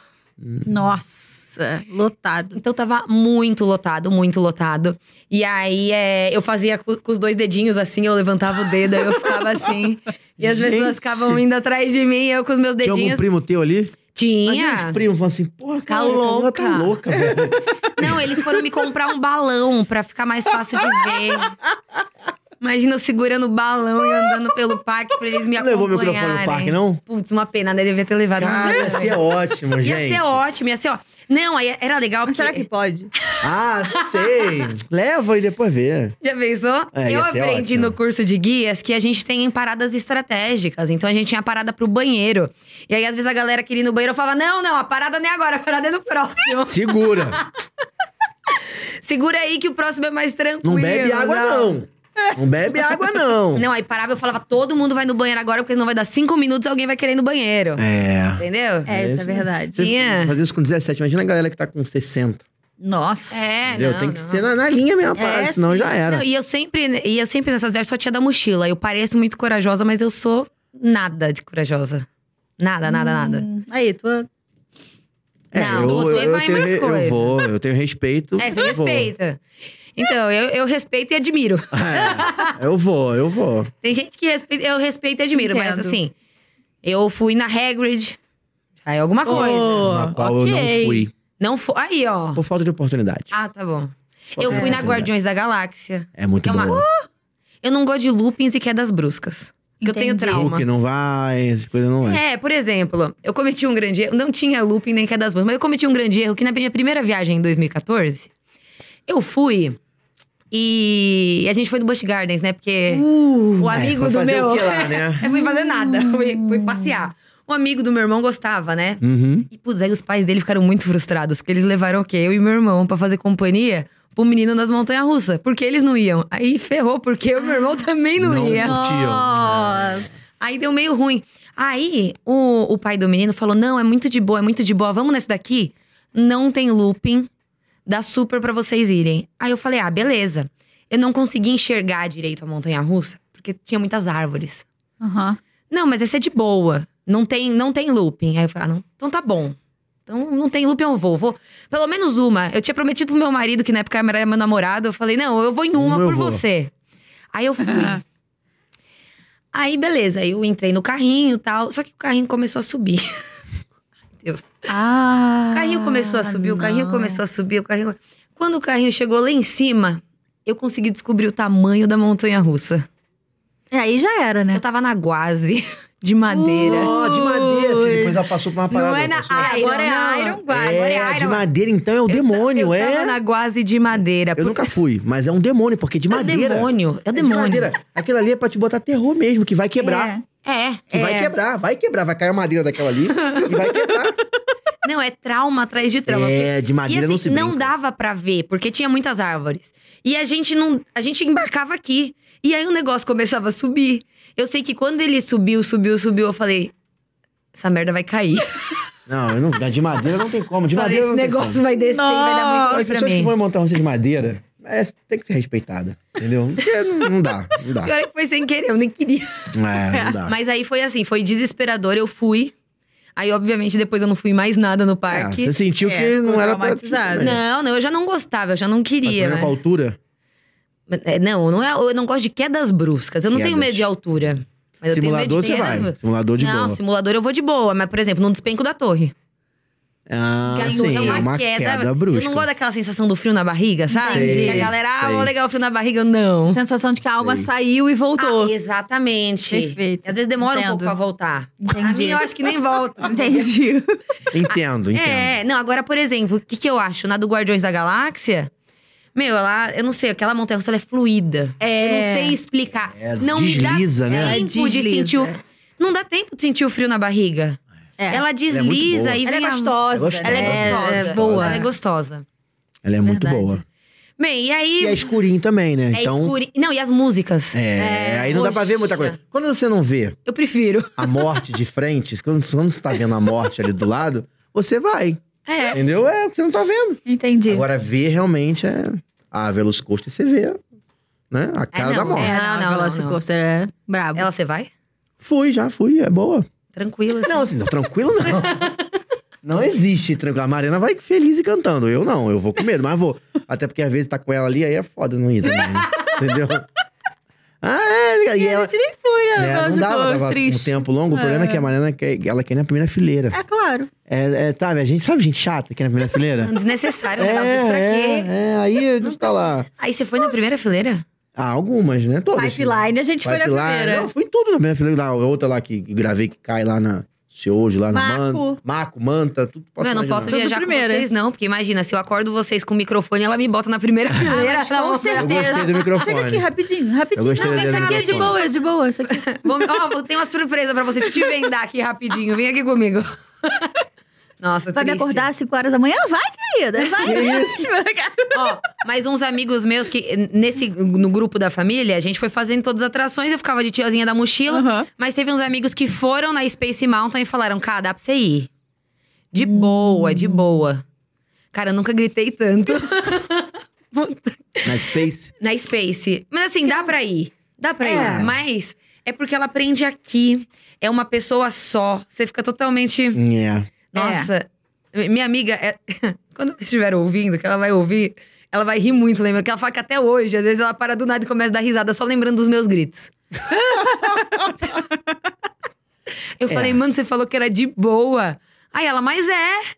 A: Nossa, lotado.
C: Então tava muito lotado, muito lotado. E aí é, eu fazia co- com, os dois dedinhos assim, eu levantava o dedo, aí eu ficava assim. E as
B: Gente.
C: pessoas ficavam indo atrás de mim, eu com os meus
B: Tinha algum
C: dedinhos.
B: primo teu ali? Imagina
C: Tinha.
B: os primos falando assim, porra,
C: Tá
B: cara, a Camila tá
C: louca.
B: louca, velho.
C: Não, eles foram me comprar um balão pra ficar mais fácil de ver. Imagina eu segurando o balão e andando pelo parque pra eles me
B: Não levou o
C: acompanharem.
B: microfone no parque, não?
C: Putz, uma pena, né? Devia ter levado. mas
B: Cara,
C: não
B: ia ser
C: levei.
B: ótimo, gente.
C: Ia ser ótimo, ia ser ótimo. Não, aí era legal
A: Mas
C: porque...
A: será que pode?
B: Ah, não sei. Leva e depois vê.
C: Já pensou?
B: É, ia
C: eu
B: ser
C: aprendi
B: ótimo.
C: no curso de guias que a gente tem paradas estratégicas. Então a gente tinha parada pro banheiro. E aí, às vezes, a galera queria ir no banheiro eu falava: não, não, a parada não é agora, a parada é no próximo.
B: Segura.
C: Segura aí que o próximo é mais tranquilo.
B: Não bebe água, não. Não bebe água, não.
C: Não, aí parava, eu falava, todo mundo vai no banheiro agora, porque senão vai dar cinco minutos e alguém vai querer ir no banheiro.
B: É.
C: Entendeu?
A: É, isso é
B: Esse-
A: verdade.
B: Você
C: Tinha.
B: Fazer isso com 17. Imagina a galera que tá com 60.
A: Nossa.
C: É,
B: entendeu?
C: não,
B: Tem que
C: não. assim.
B: ser na, na linha mesmo,
A: É,
B: parada, senão
A: sim.
B: já era.
C: Não, e eu sempre, e eu sempre nessas viagens só tinha da mochila. Eu pareço muito corajosa, mas eu sou nada de corajosa. Nada, nada, nada.
A: Hum, Aí, tua.
C: não, você vai em
B: tenho,
C: mais
B: re-
C: coisa.
B: É, Eu vou, eu tenho respeito.
C: É, você
B: eu
C: respeita. Então, eu, eu respeito e admiro.
B: Vou. É, eu vou, eu vou.
C: Tem gente que respeita, eu respeito e admiro, mas
A: Entendo.
C: assim, eu fui na Hagrid. Já é alguma coisa.
A: Oh,
B: na qual eu
A: ok.
B: não fui.
C: Não foi. Aí, ó.
B: Por falta de oportunidade.
C: Ah, tá bom.
B: Falta de
C: Eu fui na
B: oportunidade.
C: Guardiões da Galáxia.
B: É muito
C: É uma-
B: bom. né?
C: Eu não gosto de loopings e quedas bruscas. Porque eu tenho
A: Entendi.
C: trauma.
B: Hulk não vai, essas coisas não vai.
C: É, por exemplo, eu cometi um grande erro. Não tinha looping nem quedas bruscas, mas eu cometi um grande erro que na minha primeira viagem em 2014, eu fui e a gente foi no Busch Gardens, né? Porque
A: Uh, Hum.
C: o amigo
B: É, foi
C: do
B: fazer
C: meu.
B: o que lá, né?
C: eu fui fazer nada, fui, fui passear. Um amigo do meu irmão gostava, né?
B: Uhum.
C: E, putz, aí os pais dele ficaram muito frustrados, porque eles levaram o quê? Eu e meu irmão pra fazer companhia pro menino nas montanhas russas. Porque eles não iam. Aí ferrou, porque eu e meu irmão também não,
B: Não.
C: ia.
A: nossa.
C: Aí deu meio ruim. Aí o, o pai do menino falou: Não, é muito de boa, é muito de boa, vamos nesse daqui? Não tem looping, dá super pra vocês irem. Aí eu falei: Ah, beleza. Eu não consegui enxergar direito a montanha russa, porque tinha muitas árvores.
A: Aham.
C: Não, mas essa é de boa. Não tem, não tem looping. Aí eu falei, ah, não. Então tá bom. Então não tem looping, eu vou. Vou pelo menos uma. Eu tinha prometido pro meu marido, que na época era meu namorado, eu falei, não, eu vou em uma
B: Uma eu
C: por
B: vou.
C: você. Aí eu fui.
A: Ah.
C: Aí, beleza, eu entrei no carrinho e tal. Só que o carrinho começou a subir. Ai, Deus.
A: Ah.
C: O carrinho começou a subir, o carrinho
A: não.
C: começou a subir, o carrinho. Quando o carrinho chegou lá em cima, eu consegui descobrir o tamanho da montanha russa.
A: É, Aí já era, né?
C: Eu tava na guase de madeira.
B: Ó, é de madeira. que Depois ela passou por uma parada.
C: Não é na
B: passou-
C: Iron,
A: Agora é
C: não.
A: Iron Guard,
B: É,
C: Agora é
B: de
C: Iron.
B: madeira, então, é o demônio,
C: eu
B: é.
C: tava na guase de madeira.
B: Eu nunca fui, mas é um demônio, porque de
C: É o
B: madeira.
C: demônio. É o
B: de
C: demônio.
B: madeira. Aquilo ali é pra te botar terror mesmo, que vai quebrar.
A: É.
C: É.
B: Que
C: é.
B: vai quebrar, vai quebrar, vai cair a madeira daquela ali e vai quebrar.
C: Não, é trauma atrás de trauma. porque-
B: É, de
C: E
B: madeira não se
C: assim, não,
B: brinca.
C: dava pra ver, porque tinha muitas árvores. E a gente não. A gente embarcava aqui. E aí o negócio começava a subir. Eu sei que quando ele subiu, subiu, subiu, eu falei. Essa merda vai cair.
B: Não, eu não, de madeira não tem como. De
C: falei,
B: madeira
C: esse
B: não tem
C: negócio
B: como.
C: vai descer, vai dar muito
A: Nossa,
C: ruim
B: As
C: pra
B: pessoas
C: mim.
B: que vão montar você de madeira, é, tem que ser respeitada, entendeu? Porque não, não dá, não dá.
C: Pior é que foi sem querer, eu nem queria.
B: É, não dá.
C: Mas aí foi assim, foi desesperador, eu fui. Aí, obviamente, depois eu não fui mais nada no
B: É,
C: parque.
B: você sentiu
A: É,
B: que
A: ficou
B: não era pra...
A: traumatizado.
C: Não, não, eu já não gostava, eu já não queria.
B: Mas
C: né?
B: com a altura,
C: É, Não, não é, eu não gosto de quedas bruscas. Eu não tenho
B: Quedas.
C: medo de altura. Mas
B: simulador
C: eu tenho
B: você
C: medo de quedas
B: vai.
C: bruscas.
B: Simulador de
C: não,
B: boa.
C: simulador eu vou de boa, mas, por exemplo, não despenco da torre.
B: Ah,
C: Porque a
B: sim,
C: torre
B: é uma queda, brusca.
C: Eu não gosto daquela sensação do frio na barriga, sabe?
A: Entendi.
C: Que a galera, ah,
B: Sei.
C: vou legal o frio na barriga. Eu Não.
A: É. Sensação de que a alma
B: Sei.
A: saiu e voltou.
C: Ah, exatamente.
A: Perfeito.
C: Às vezes demora um
A: Entendo.
C: pouco pra voltar. A
A: Entendi.
C: minha eu acho que nem volta.
A: Entendi.
B: Entendo, entendo.
C: É, não, agora, por exemplo, o que, que eu acho? Na do Guardiões da Galáxia, meu, ela, eu não sei, aquela montanha russa ela é fluida. Eu não sei explicar.
B: É,
C: não
B: desliza,
C: me dá
B: né?
C: tempo de
A: Desliza.
C: sentir. o- Não dá tempo de sentir o frio na barriga.
A: É.
C: Ela
B: é muito
C: desliza
B: boa.
C: e
A: Ela é
C: vem a-
A: gostosa.
C: Ela é gostosa.
A: É, boa.
C: Ela é gostosa.
B: Ela é muito
A: Verdade.
B: boa.
C: Bem, e aí.
B: E é escurinho também, né?
C: é
B: então,
C: escuro. Não, e as músicas?
B: É, aí não dá pra ver muita
C: poxa.
B: coisa. Quando você não vê
C: Eu prefiro.
B: a morte de frente, quando você não tá vendo a morte ali do lado, você vai.
C: É.
B: Entendeu? É o que você não tá vendo.
A: Entendi.
B: Agora, ver realmente é. A Velocicoaster você vê, né? A cara
C: não,
B: da
C: é.
B: morte.
A: não, não, não, Velocicoaster é brabo.
C: Ela, você vai?
B: Fui, já fui, é boa.
C: Tranquila. assim.
B: Não, assim, não, tranquilo não. Não existe tranquilo. A Mariana vai feliz e cantando. Eu não, eu vou com medo, mas vou. Até porque às vezes tá com ela ali, aí é foda não ir também. né? Entendeu? Ah, é. E ela,
A: nem foi, né?
B: né, não
A: Ela
B: dava,
A: ficou
B: dava um
A: triste.
B: tempo longo. O problema é que a Mariana quer, ela quer ir na primeira fileira.
A: É claro.
B: É, é, sabe, a gente sabe gente chata que é na primeira fileira?
C: Desnecessário,
B: é,
C: né? Às vezes pra
B: é,
C: quê?
B: é, aí a gente tá lá.
C: Aí você foi na primeira fileira?
B: Ah, algumas, né? Todas.
A: Pipeline, a gente foi na
B: Pipeline,
A: primeira.
B: Não, fui em tudo na primeira fileira. Lá, outra lá que gravei que cai lá na. Se hoje, lá na
A: Marco.
B: Manta. Marco, Manta, tudo
C: eu não
B: imaginar.
C: posso
A: Tudo
C: viajar
A: primeira.
C: com vocês, não. Porque imagina, se eu acordo vocês com o microfone, ela me bota na primeira fileira.
A: Ah, mas com
C: Não,
B: Eu gostei do microfone.
A: Chega aqui rapidinho, rapidinho.
B: Eu gostei
A: não,
B: do
A: essa aqui é de
B: microfone.
A: boa, é de boa. Essa aqui.
C: Vou, ó, tem uma surpresa pra você. Deixa eu te vendar aqui rapidinho. Vem aqui comigo. Nossa,
A: Vai me
C: triste.
A: acordar às 5 horas da manhã? Vai, querida. Vai.
C: Ó, mas uns amigos meus que nesse no grupo da família, a gente foi fazendo todas as atrações, eu ficava de tiazinha da mochila,
A: Aham.
C: mas teve uns amigos que foram na Space Mountain e falaram: "Cara, dá pra você ir". De boa, de boa. Cara, eu nunca gritei tanto
B: Na Space.
C: na Space. Mas assim, dá pra ir. Dá pra
B: É.
C: ir, mas é porque ela aprende aqui. É uma pessoa só. Você fica totalmente
B: É.
C: Nossa, minha amiga, é- quando ela estiver ouvindo, que ela vai ouvir, ela vai rir muito, lembra? Que ela fala que até hoje, às vezes ela para do nada e começa a dar risada só lembrando dos meus gritos. eu
B: É.
C: falei, mano, você falou que era de boa. Aí ela, mas é.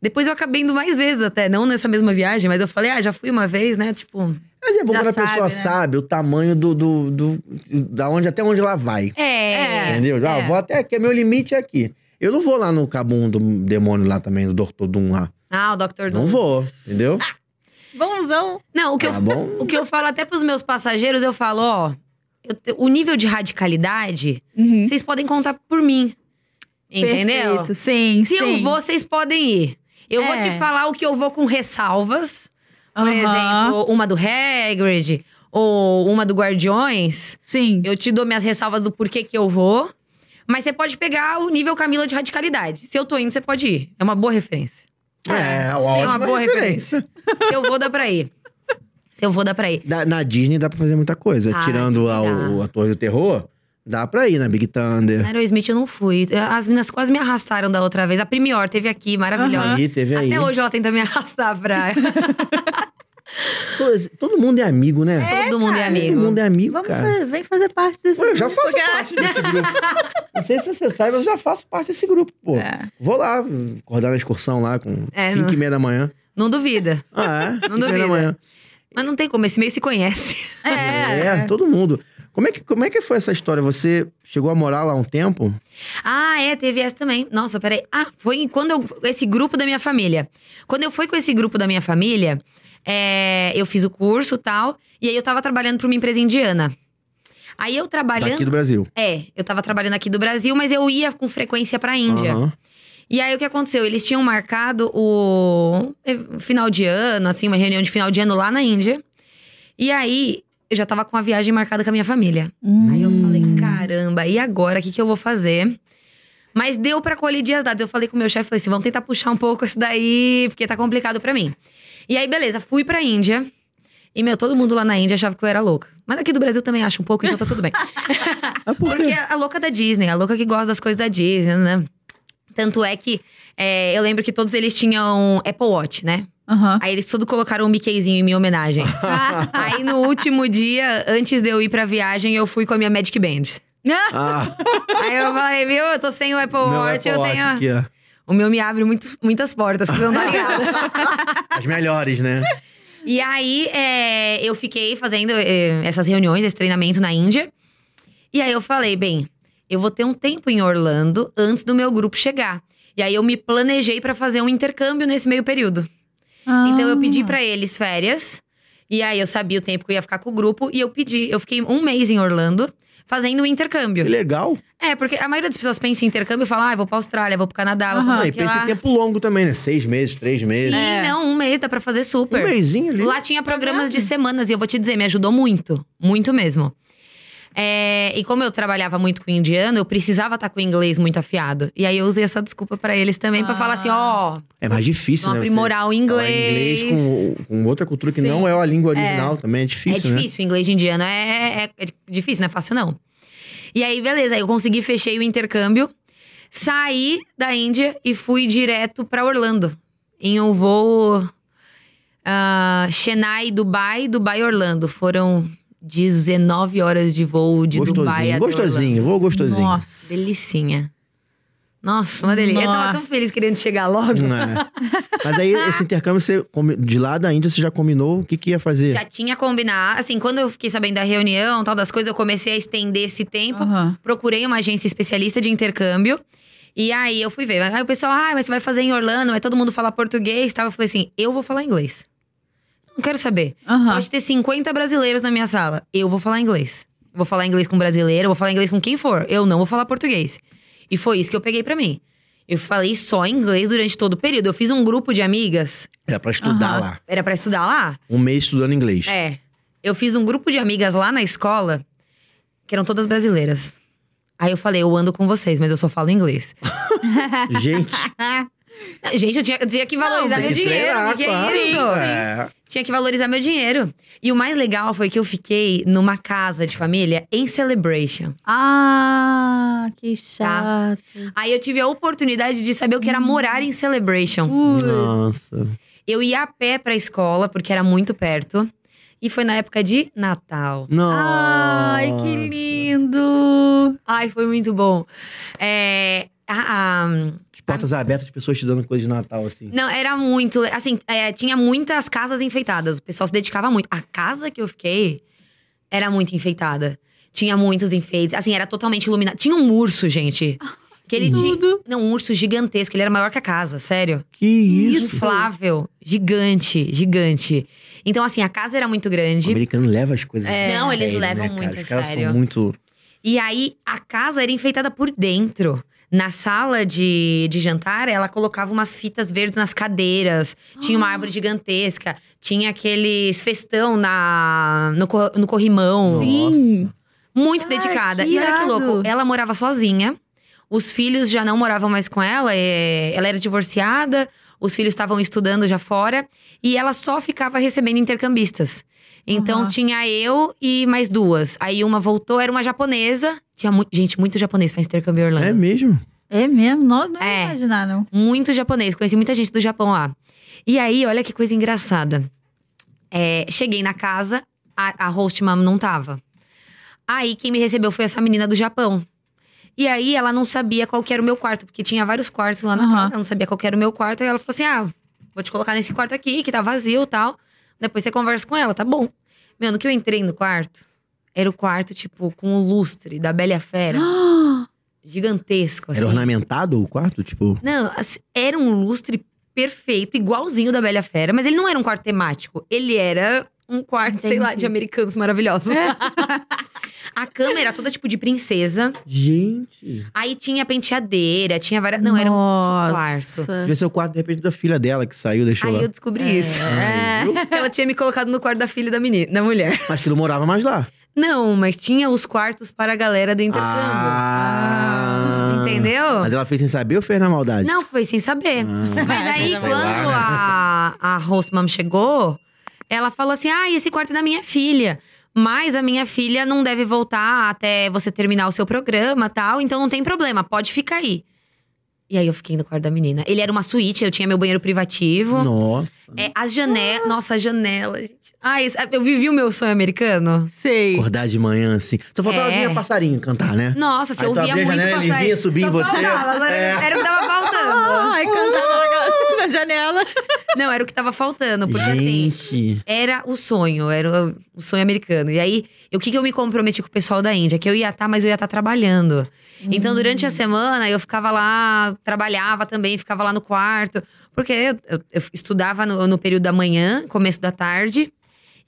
C: Depois eu acabei indo mais vezes até, não nessa mesma viagem, mas eu falei, ah, já fui uma vez, né? Tipo.
B: Mas é bom
A: Já
B: quando a pessoa
A: sabe, né?
B: sabe o tamanho do, do, do- da onde, até onde ela vai.
C: É.
B: entendeu? Ah,
C: é.
B: vou até aqui, meu limite é aqui. Eu não vou lá no Cabum do demônio lá também, do Dortodum lá.
C: Ah, o Dr.
B: Não
C: Doom.
B: vou, entendeu?
A: Bonzão.
C: Não, o Ah, que eu
B: Tá bom?
C: O que eu falo até pros meus passageiros, eu falo, ó, eu te- o nível de radicalidade,
A: Uhum.
C: vocês podem contar por mim. Entendeu?
A: Perfeito. Sim,
C: Se eu
A: sim.
C: vou, vocês podem ir. Eu vou
A: É.
C: te falar o que eu vou com ressalvas. Por
A: Aham.
C: exemplo, uma do Hagrid ou uma do Guardiões.
A: Sim.
C: Eu te dou minhas ressalvas do porquê que eu vou. Mas você pode pegar o nível Camila de radicalidade. Se eu tô indo, você pode ir. É uma boa referência.
B: É,
C: Ah, Sim,
B: ótima
C: uma boa
B: referência.
C: Se eu vou, dá pra ir. Se eu vou, dá pra ir.
B: Da- na Disney dá pra fazer muita coisa.
C: Ah,
B: Tirando
C: Disney
B: a,
C: dá.
B: o, a Torre do Terror, dá pra ir na Big Thunder.
C: Na Aerosmith eu não fui. As meninas quase me arrastaram da outra vez. A Primior teve aqui, maravilhosa.
B: Aí, teve aí.
C: Até hoje ela tenta me arrastar pra.
B: Todo, todo mundo é amigo, né?
C: Todo mundo é
B: Todo
C: amigo.
B: mundo é amigo,
A: Vamos
B: cara.
A: fazer- vem fazer parte desse.
B: Pô, eu já
A: grupo,
B: faço
A: cara.
B: parte desse grupo. Não sei se você sabe, mas eu já faço parte desse grupo, pô.
A: É.
B: Vou lá, hum, acordar na excursão lá com
C: É,
B: 5
C: não.
B: e meia da manhã.
C: Não duvida.
B: Ah, é? 5 e meia
C: duvida.
B: da manhã.
C: Mas não tem como, esse meio se conhece.
B: É,
A: É.
B: todo mundo. Como é, que, como é que foi essa história? Você chegou a morar lá um tempo?
C: Ah, é, teve essa também. Nossa, peraí. Ah, foi quando eu. Esse grupo da minha família. Quando eu fui com esse grupo da minha família, é, eu fiz o curso e tal. E aí eu tava trabalhando pra uma empresa indiana. Aí eu trabalhando.
B: Daqui do Brasil.
C: É, eu tava trabalhando aqui do Brasil, mas eu ia com frequência pra Índia.
B: Aham.
C: E aí o que aconteceu? Eles tinham marcado o eh, final de ano, assim, uma reunião de final de ano lá na Índia. E aí eu já tava com a viagem marcada com a minha família. Aí eu falei, caramba, e agora? O que, que eu vou fazer? Mas deu pra colidir as datas. Eu falei com o meu chefe, falei assim, vamos tentar puxar um pouco isso daí, porque tá complicado pra mim. E aí, beleza, fui pra Índia. E, meu, todo mundo lá na Índia achava que eu era louca. Mas aqui do Brasil também acha um pouco, então tá tudo bem.
B: Ah, por
C: Porque
B: quê?
C: é a louca da Disney, a louca que gosta das coisas da Disney, né? Tanto é que é, eu lembro que todos eles tinham Apple Watch, né?
A: Aham.
C: Aí eles todos colocaram um Mickeyzinho em minha homenagem. Aí no último dia, antes de eu ir pra viagem, eu fui com a minha Magic Band.
B: Ah,
C: Aí eu falei, viu, eu tô sem o Apple
B: meu
C: Watch,
B: Apple
C: eu
B: Watch
C: tenho.
B: aqui, é. ó.
C: O meu me abre muito- muitas portas, vocês não tá ligado.
B: As melhores, né?
C: E aí, é, eu fiquei fazendo é, essas reuniões, esse treinamento na Índia. E aí eu falei, bem, eu vou ter um tempo em Orlando antes do meu grupo chegar. E aí eu me planejei pra fazer um intercâmbio nesse meio período. Então eu
A: Ah.
C: pedi pra eles férias. E aí eu sabia o tempo que eu ia ficar com o grupo e eu pedi, eu fiquei um mês em Orlando fazendo um
B: Que
C: intercâmbio.
B: legal.
C: É, porque a maioria das pessoas pensa em intercâmbio e fala: "Ah, eu vou pra Austrália, vou pro Canadá, vou pra
B: Não,
C: não sei
B: Ah, e
C: o que
B: pensa
C: lá".
B: em tempo longo também, né? Seis meses, três meses.
C: Sim, não, um mês dá pra fazer super.
B: Um mêsinho ali.
C: Lá tinha programas de semanas e eu vou te dizer, me ajudou muito, muito mesmo. É, e como eu trabalhava muito com indiano, eu precisava estar com o inglês muito afiado. E aí eu usei essa desculpa pra eles também, pra
A: Ah.
C: falar assim, ó,
B: É mais difícil,
C: vamos
B: né? você
C: aprimorar o
B: falar
C: inglês.
B: inglês com, com outra cultura que
C: Sim.
B: não é a língua original também. É difícil,
C: é
B: né?
C: difícil, o inglês de indiano é, é- é difícil, não é fácil não. E aí, beleza, aí eu consegui, fechei o intercâmbio, saí da Índia e fui direto pra Orlando. Em um voo ah, Chennai, Dubai, Dubai, Orlando. Foram 19 horas de voo de Dubai
B: gostosinho,
C: até Orlando.
B: gostosinho, vou gostosinho.
A: Nossa.
C: Delicinha. Nossa, uma delícia. Eu tava tão
A: Nossa.
C: feliz querendo chegar logo.
B: É. Mas aí, esse intercâmbio, você, come- de lá da Índia, você já combinou o que, que ia fazer?
C: Já tinha combinado, assim, quando eu fiquei sabendo da reunião, tal das coisas, eu comecei a estender esse tempo.
A: Aham.
C: procurei uma agência especialista de intercâmbio. E aí eu fui ver. Aí o pessoal, ah, mas você vai fazer em Orlando, mas todo mundo fala português e tal. Eu falei assim: eu vou falar inglês. Não quero saber.
A: Aham.
C: Pode ter 50 brasileiros na minha sala. Eu vou falar inglês. Vou falar inglês com um brasileiro, vou falar inglês com quem for. Eu não vou falar português. E foi isso que eu peguei pra mim. Eu falei só inglês durante todo o período. Eu fiz um grupo de amigas,
B: Era pra estudar
A: Aham.
B: lá.
C: era pra estudar lá.
B: Um mês estudando inglês.
C: É. Eu fiz um grupo de amigas lá na escola, que eram todas brasileiras. Aí eu falei, eu ando com vocês, mas eu só falo inglês.
B: Gente,
C: Não, Gente, eu tinha, eu tinha que valorizar
A: Não,
C: É. meu
B: tem que
C: dinheiro.
B: treinar,
C: que
B: claro.
C: é isso?
B: É.
C: Tinha que valorizar meu dinheiro. E o mais legal foi que eu fiquei numa casa de família em Celebration.
A: Ah, que
C: Tá.
A: chato.
C: Aí eu tive a oportunidade de saber o que era morar em Celebration.
B: Nossa.
C: Eu ia a pé pra escola, porque era muito perto. E foi na época de Natal.
B: Nossa.
A: Ai, que lindo.
C: Ai, foi muito bom. É. a- a-
B: As portas abertas, as pessoas te dando coisa de Natal, assim.
C: Não, era muito. le- Assim, é, tinha muitas casas enfeitadas. O pessoal se dedicava muito. A casa que eu fiquei era muito enfeitada. Tinha muitos enfeites. Assim, era totalmente iluminada. Tinha um urso, gente. Que ele tinha.
A: Tudo.
C: Não, um urso gigantesco. Ele era maior que a casa, sério.
B: Que isso?
C: Inflável. Gigante, gigante. Então, assim, a casa era muito grande.
B: O americano leva as coisas.
A: É.
C: Não,
B: a
C: eles
B: sério,
C: levam
B: né,
C: muito
B: cara?
C: a
B: Os caras
C: sério.
B: são muito.
C: E aí, a casa era enfeitada por dentro. Na sala de, de jantar, ela colocava umas fitas verdes nas cadeiras. Tinha uma árvore gigantesca. Tinha aqueles festão na, no, cor- no corrimão.
A: Sim.
B: Nossa.
C: Muito
A: Cara,
C: dedicada.
A: Ah, que
C: E olha que
A: irado.
C: louco, ela morava sozinha. Os filhos já não moravam mais com ela. é, Ela era divorciada. Os filhos estavam estudando já fora. E ela só ficava recebendo intercambistas. Então
A: Aham.
C: tinha eu e mais duas. Aí uma voltou, era uma japonesa. Tinha mu- gente, muito japonês pra intercâmbio em Orlando.
B: É mesmo?
A: É mesmo? Não, não
C: É.
A: ia imaginar, não.
C: Muito japonês, conheci muita gente do Japão lá. E aí, olha que coisa engraçada. É, cheguei na casa, a, a host mom não tava. Aí quem me recebeu foi essa menina do Japão. E aí ela não sabia qual que era o meu quarto, porque tinha vários quartos lá na
A: Aham.
C: casa, ela não sabia qual que era o meu quarto. Aí ela falou assim: ah, vou te colocar nesse quarto aqui, que tá vazio e tal. Depois você conversa com ela, tá bom. Meu, no que eu entrei no quarto, era o quarto, tipo, com o lustre da Bela e a Fera. um Gigantesco, assim.
B: Era ornamentado o quarto? Tipo.
C: Não, assim, era um lustre perfeito, igualzinho da Bela Fera, mas ele não era um quarto temático. Ele era um quarto, sei lá,
A: Entendi. É.
C: de americanos maravilhosos. A cama era toda tipo de princesa.
B: Gente.
C: Aí tinha penteadeira, tinha várias. Não, era um
A: Nossa.
C: quarto.
B: Devia ser o quarto, de repente, da filha dela que saiu, deixou
C: Aí
B: lá.
C: eu descobri isso.
A: É.
C: Que ela tinha me colocado no quarto da filha da menina, da mulher.
B: Mas que não morava mais lá.
C: Não, mas tinha os quartos para a galera do intercâmbio.
B: Ah.
C: Entendeu?
B: Mas é ela fez sem saber ou fez na maldade?
C: Não, foi sem saber.
B: Ah.
C: Mas aí,
B: Sei lá.
C: quando
B: né?
C: a, a host mom chegou, ela falou assim: ah, esse quarto é da minha filha. Mas a minha filha não deve voltar até você terminar o seu programa tal. Então não tem problema, pode ficar aí. E aí eu fiquei no quarto da menina. Ele era uma suíte, eu tinha meu banheiro privativo.
B: Nossa.
C: É, a janela.
B: Ah.
C: Nossa, a janela, gente. Ai, esse- eu vivi o meu sonho americano.
A: Sei.
B: Acordar de manhã assim. Só faltava
C: É.
B: vir a passarinho cantar, né?
C: Nossa, se
B: Aí
C: eu
B: tu
C: via
B: abria a
C: muito
B: janela, ele
C: passar.
B: vinha subir em
C: Só
B: você.
C: faltava, era,
B: É.
C: era o que tava faltando.
A: Ai, cantava na janela.
C: Não, era o que tava faltando. Porque assim.
B: Gente.
C: Era o sonho, era o- o sonho americano. E aí, o que, que eu me comprometi com o pessoal da Índia? Que eu ia estar, mas eu ia estar trabalhando. Então, durante
B: Hum.
C: a semana, eu ficava lá, trabalhava também, ficava lá no quarto. Porque eu, eu- eu estudava no, no período da manhã, começo da tarde.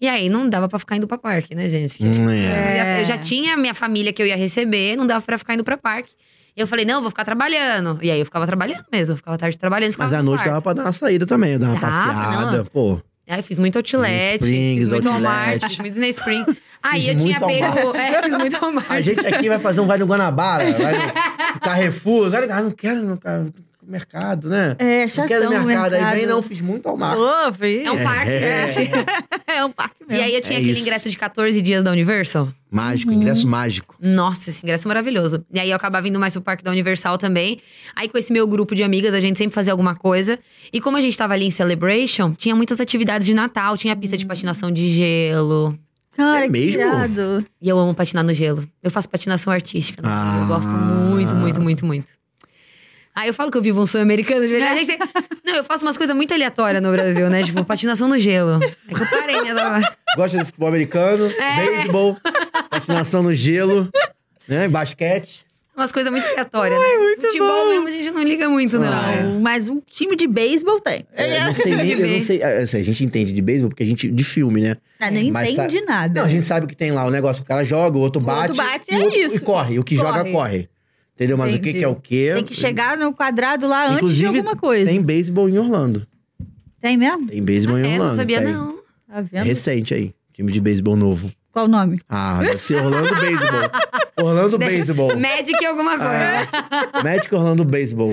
C: E aí, não dava pra ficar indo pra parque, né, gente?
B: É.
C: Eu já- Eu já
A: É.
C: tinha a minha família que eu ia receber, não dava pra ficar indo pra parque. E eu falei, não, vou ficar trabalhando. E aí, eu ficava trabalhando mesmo, eu ficava à tarde trabalhando. Ficava
B: Mas à
C: no
B: noite
C: quarto.
B: dava pra dar uma saída também, dar uma
C: Dava,
B: passeada.
C: não.
B: Pô.
C: Aí fiz muito outlet,
B: Springs,
C: fiz muito
B: outlet.
C: Walmart, fiz muito Disney Spring. Aí eu
B: Fiz
C: tinha
B: muito
C: pego.
B: Walmart.
C: É, fiz muito
B: A
C: Walmart.
B: gente aqui vai fazer um vai no Guanabara, vai no Carrefour. Vai no... Ah, não quero no cara, mercado, né?
A: É,
B: não quero no
A: o
B: mercado. Aí vem,
A: mercado.
B: não, fiz muito ao mar.
A: Ô, vi.
C: É um parque,
B: É.
C: gente.
A: É um parque
C: E
A: mesmo.
C: aí eu tinha
B: É
C: aquele
B: isso.
C: ingresso de 14 dias da Universal.
B: Mágico, ingresso mágico.
C: Nossa, esse ingresso é maravilhoso. E aí eu acabava indo mais pro Parque da Universal também. Aí com esse meu grupo de amigas, a gente sempre fazia alguma coisa. E como a gente tava ali em Celebration, tinha muitas atividades de Natal. Tinha pista de patinação de gelo.
A: Cara,
B: É
A: que
B: mesmo?
A: irado.
C: E eu amo patinar no gelo. Eu faço patinação artística. no gelo.
B: Ah.
C: Eu gosto muito, muito, muito, muito. Aí eu falo que eu vivo um sonho americano. De verdade, a gente tem... Não, eu faço umas coisas muito aleatórias no Brasil, né? Tipo, patinação no gelo. É que eu parei, né? da-
B: Gosta de futebol americano, beisebol, patinação no gelo, né? Basquete.
C: Umas coisas muito aleatórias, né? Futebol mesmo, a gente não liga muito, não.
B: Ah, é.
A: Mas um time de beisebol tem.
B: É, eu não sei nem, eu não sei. é, assim, a gente entende de beisebol porque a gente. de filme, né?
A: Ah, nem
B: Mas
A: entende
B: sabe-
A: nada.
B: Não, a gente sabe que tem lá o negócio. O cara joga, o outro
A: O
B: bate.
A: outro bate,
B: e o
A: é
B: outro-
A: isso.
B: E corre. O que joga,
A: Corre.
B: corre. Entendeu? Mas o que,
A: Entendi.
B: que é o quê?
A: Tem que chegar no quadrado lá antes
B: Inclusive,
A: de alguma coisa. Tem,
B: Tem beisebol em Orlando.
A: mesmo?
B: Tem beisebol em
C: É,
B: Orlando.
C: não sabia,
B: tem.
C: não.
A: Tá
B: É
A: vendo?
B: recente aí. Time de beisebol novo.
A: Qual o nome?
B: Ah, deve ser Orlando Beisebol. Orlando
C: Deve-
B: Beisebol.
C: Magic é alguma coisa.
B: É. Magic Orlando Baseball.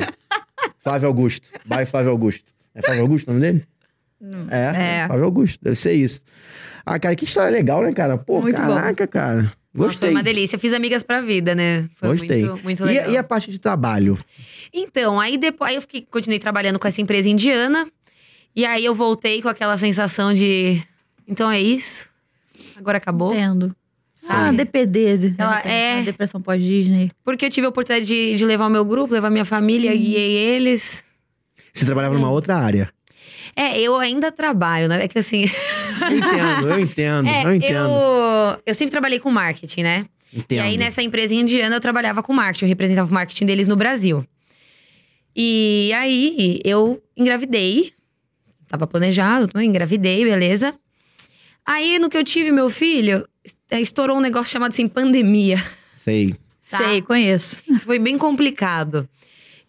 B: Flávio Augusto. By Flávio Augusto. É Flávio Augusto o nome dele? É,
A: É.
B: Flávio Augusto. Deve ser isso. Ah, cara, que história legal, né, cara? Pô,
A: Muito bom.
B: caraca, cara.
C: Nossa, foi
B: Gostei.
C: uma delícia. Fiz amigas pra vida, né? Foi
B: Gostei.
C: muito, muito
B: E, a-
C: legal.
B: e a parte de trabalho?
C: Então, aí depois aí eu fiquei, continuei trabalhando com essa empresa indiana. E aí eu voltei com aquela sensação de. Então é isso? Agora acabou?
A: Entendo. Ah,
C: Sim.
A: DPD. de
C: Ela
A: repente,
C: é-
A: né? Depressão pós-Disney.
C: Porque eu tive a oportunidade de, de levar o meu grupo, levar minha família, guiei eles.
B: Você trabalhava numa outra área.
C: É, eu ainda trabalho, né? É que assim.
B: Eu entendo, eu entendo,
C: é,
B: eu entendo.
C: eu, eu sempre trabalhei com marketing, né?
B: entendo.
C: E aí, nessa empresa indiana, eu trabalhava com marketing, eu representava o marketing deles no Brasil. E aí, eu engravidei. Tava planejado, né? engravidei, beleza. Aí, no que eu tive meu filho, eh, estourou um negócio chamado assim, pandemia.
B: Sei.
C: Tá.
A: Sei, conheço.
C: Foi bem complicado.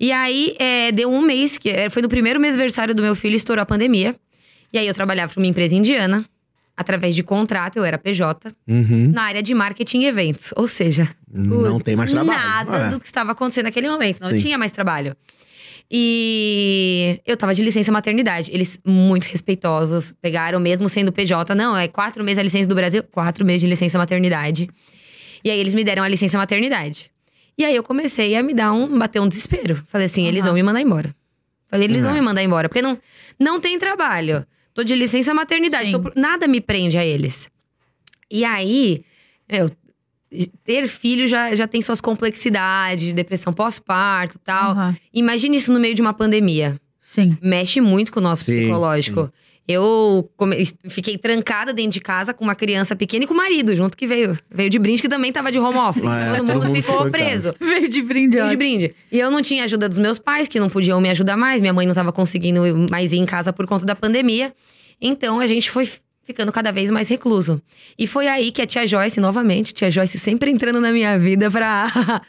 C: E aí, eh, deu um mês, que eh, foi no primeiro mês aniversário do meu filho, estourou a pandemia. E aí, eu trabalhava para uma empresa indiana, através de contrato, eu era PJ,
B: Uhum.
C: na área de marketing e eventos. Ou seja,
B: Não tem mais trabalho.
C: nada
B: Ah,
C: do que estava acontecendo naquele momento. Não
B: Sim.
C: tinha mais trabalho. E eu tava de licença maternidade. Eles, muito respeitosos, pegaram, mesmo sendo PJ, não, é quatro meses a licença do Brasil, quatro meses de licença maternidade. E aí eles me deram a licença maternidade. E aí eu comecei a me dar um, bater um desespero. Falei assim, eles
A: Aham.
C: vão me mandar embora. Falei, eles vão
B: É.
C: me mandar embora, porque não, não tem trabalho. Tô de licença maternidade,
A: Sim.
C: tô por- nada me prende a eles. E aí, eu, ter filho já, já tem suas complexidades, depressão pós-parto e tal.
A: Aham.
C: Imagine isso no meio de uma pandemia.
A: Sim.
C: Mexe muito com o nosso
B: Sim,
C: psicológico. Eu come- fiquei trancada dentro de casa com uma criança pequena e com o marido junto, que veio, veio de brinde, que também tava de home office.
B: Ah,
C: Então
B: é,
C: todo mundo ficou
B: foi, cara.
C: preso.
A: Veio de brinde.
C: Veio de brinde. E eu não tinha ajuda dos meus pais, que não podiam me ajudar mais. Minha mãe não tava conseguindo mais ir em casa por conta da pandemia. Então a gente foi ficando cada vez mais recluso. E foi aí que a tia Joyce, novamente, tia Joyce sempre entrando na minha vida pra,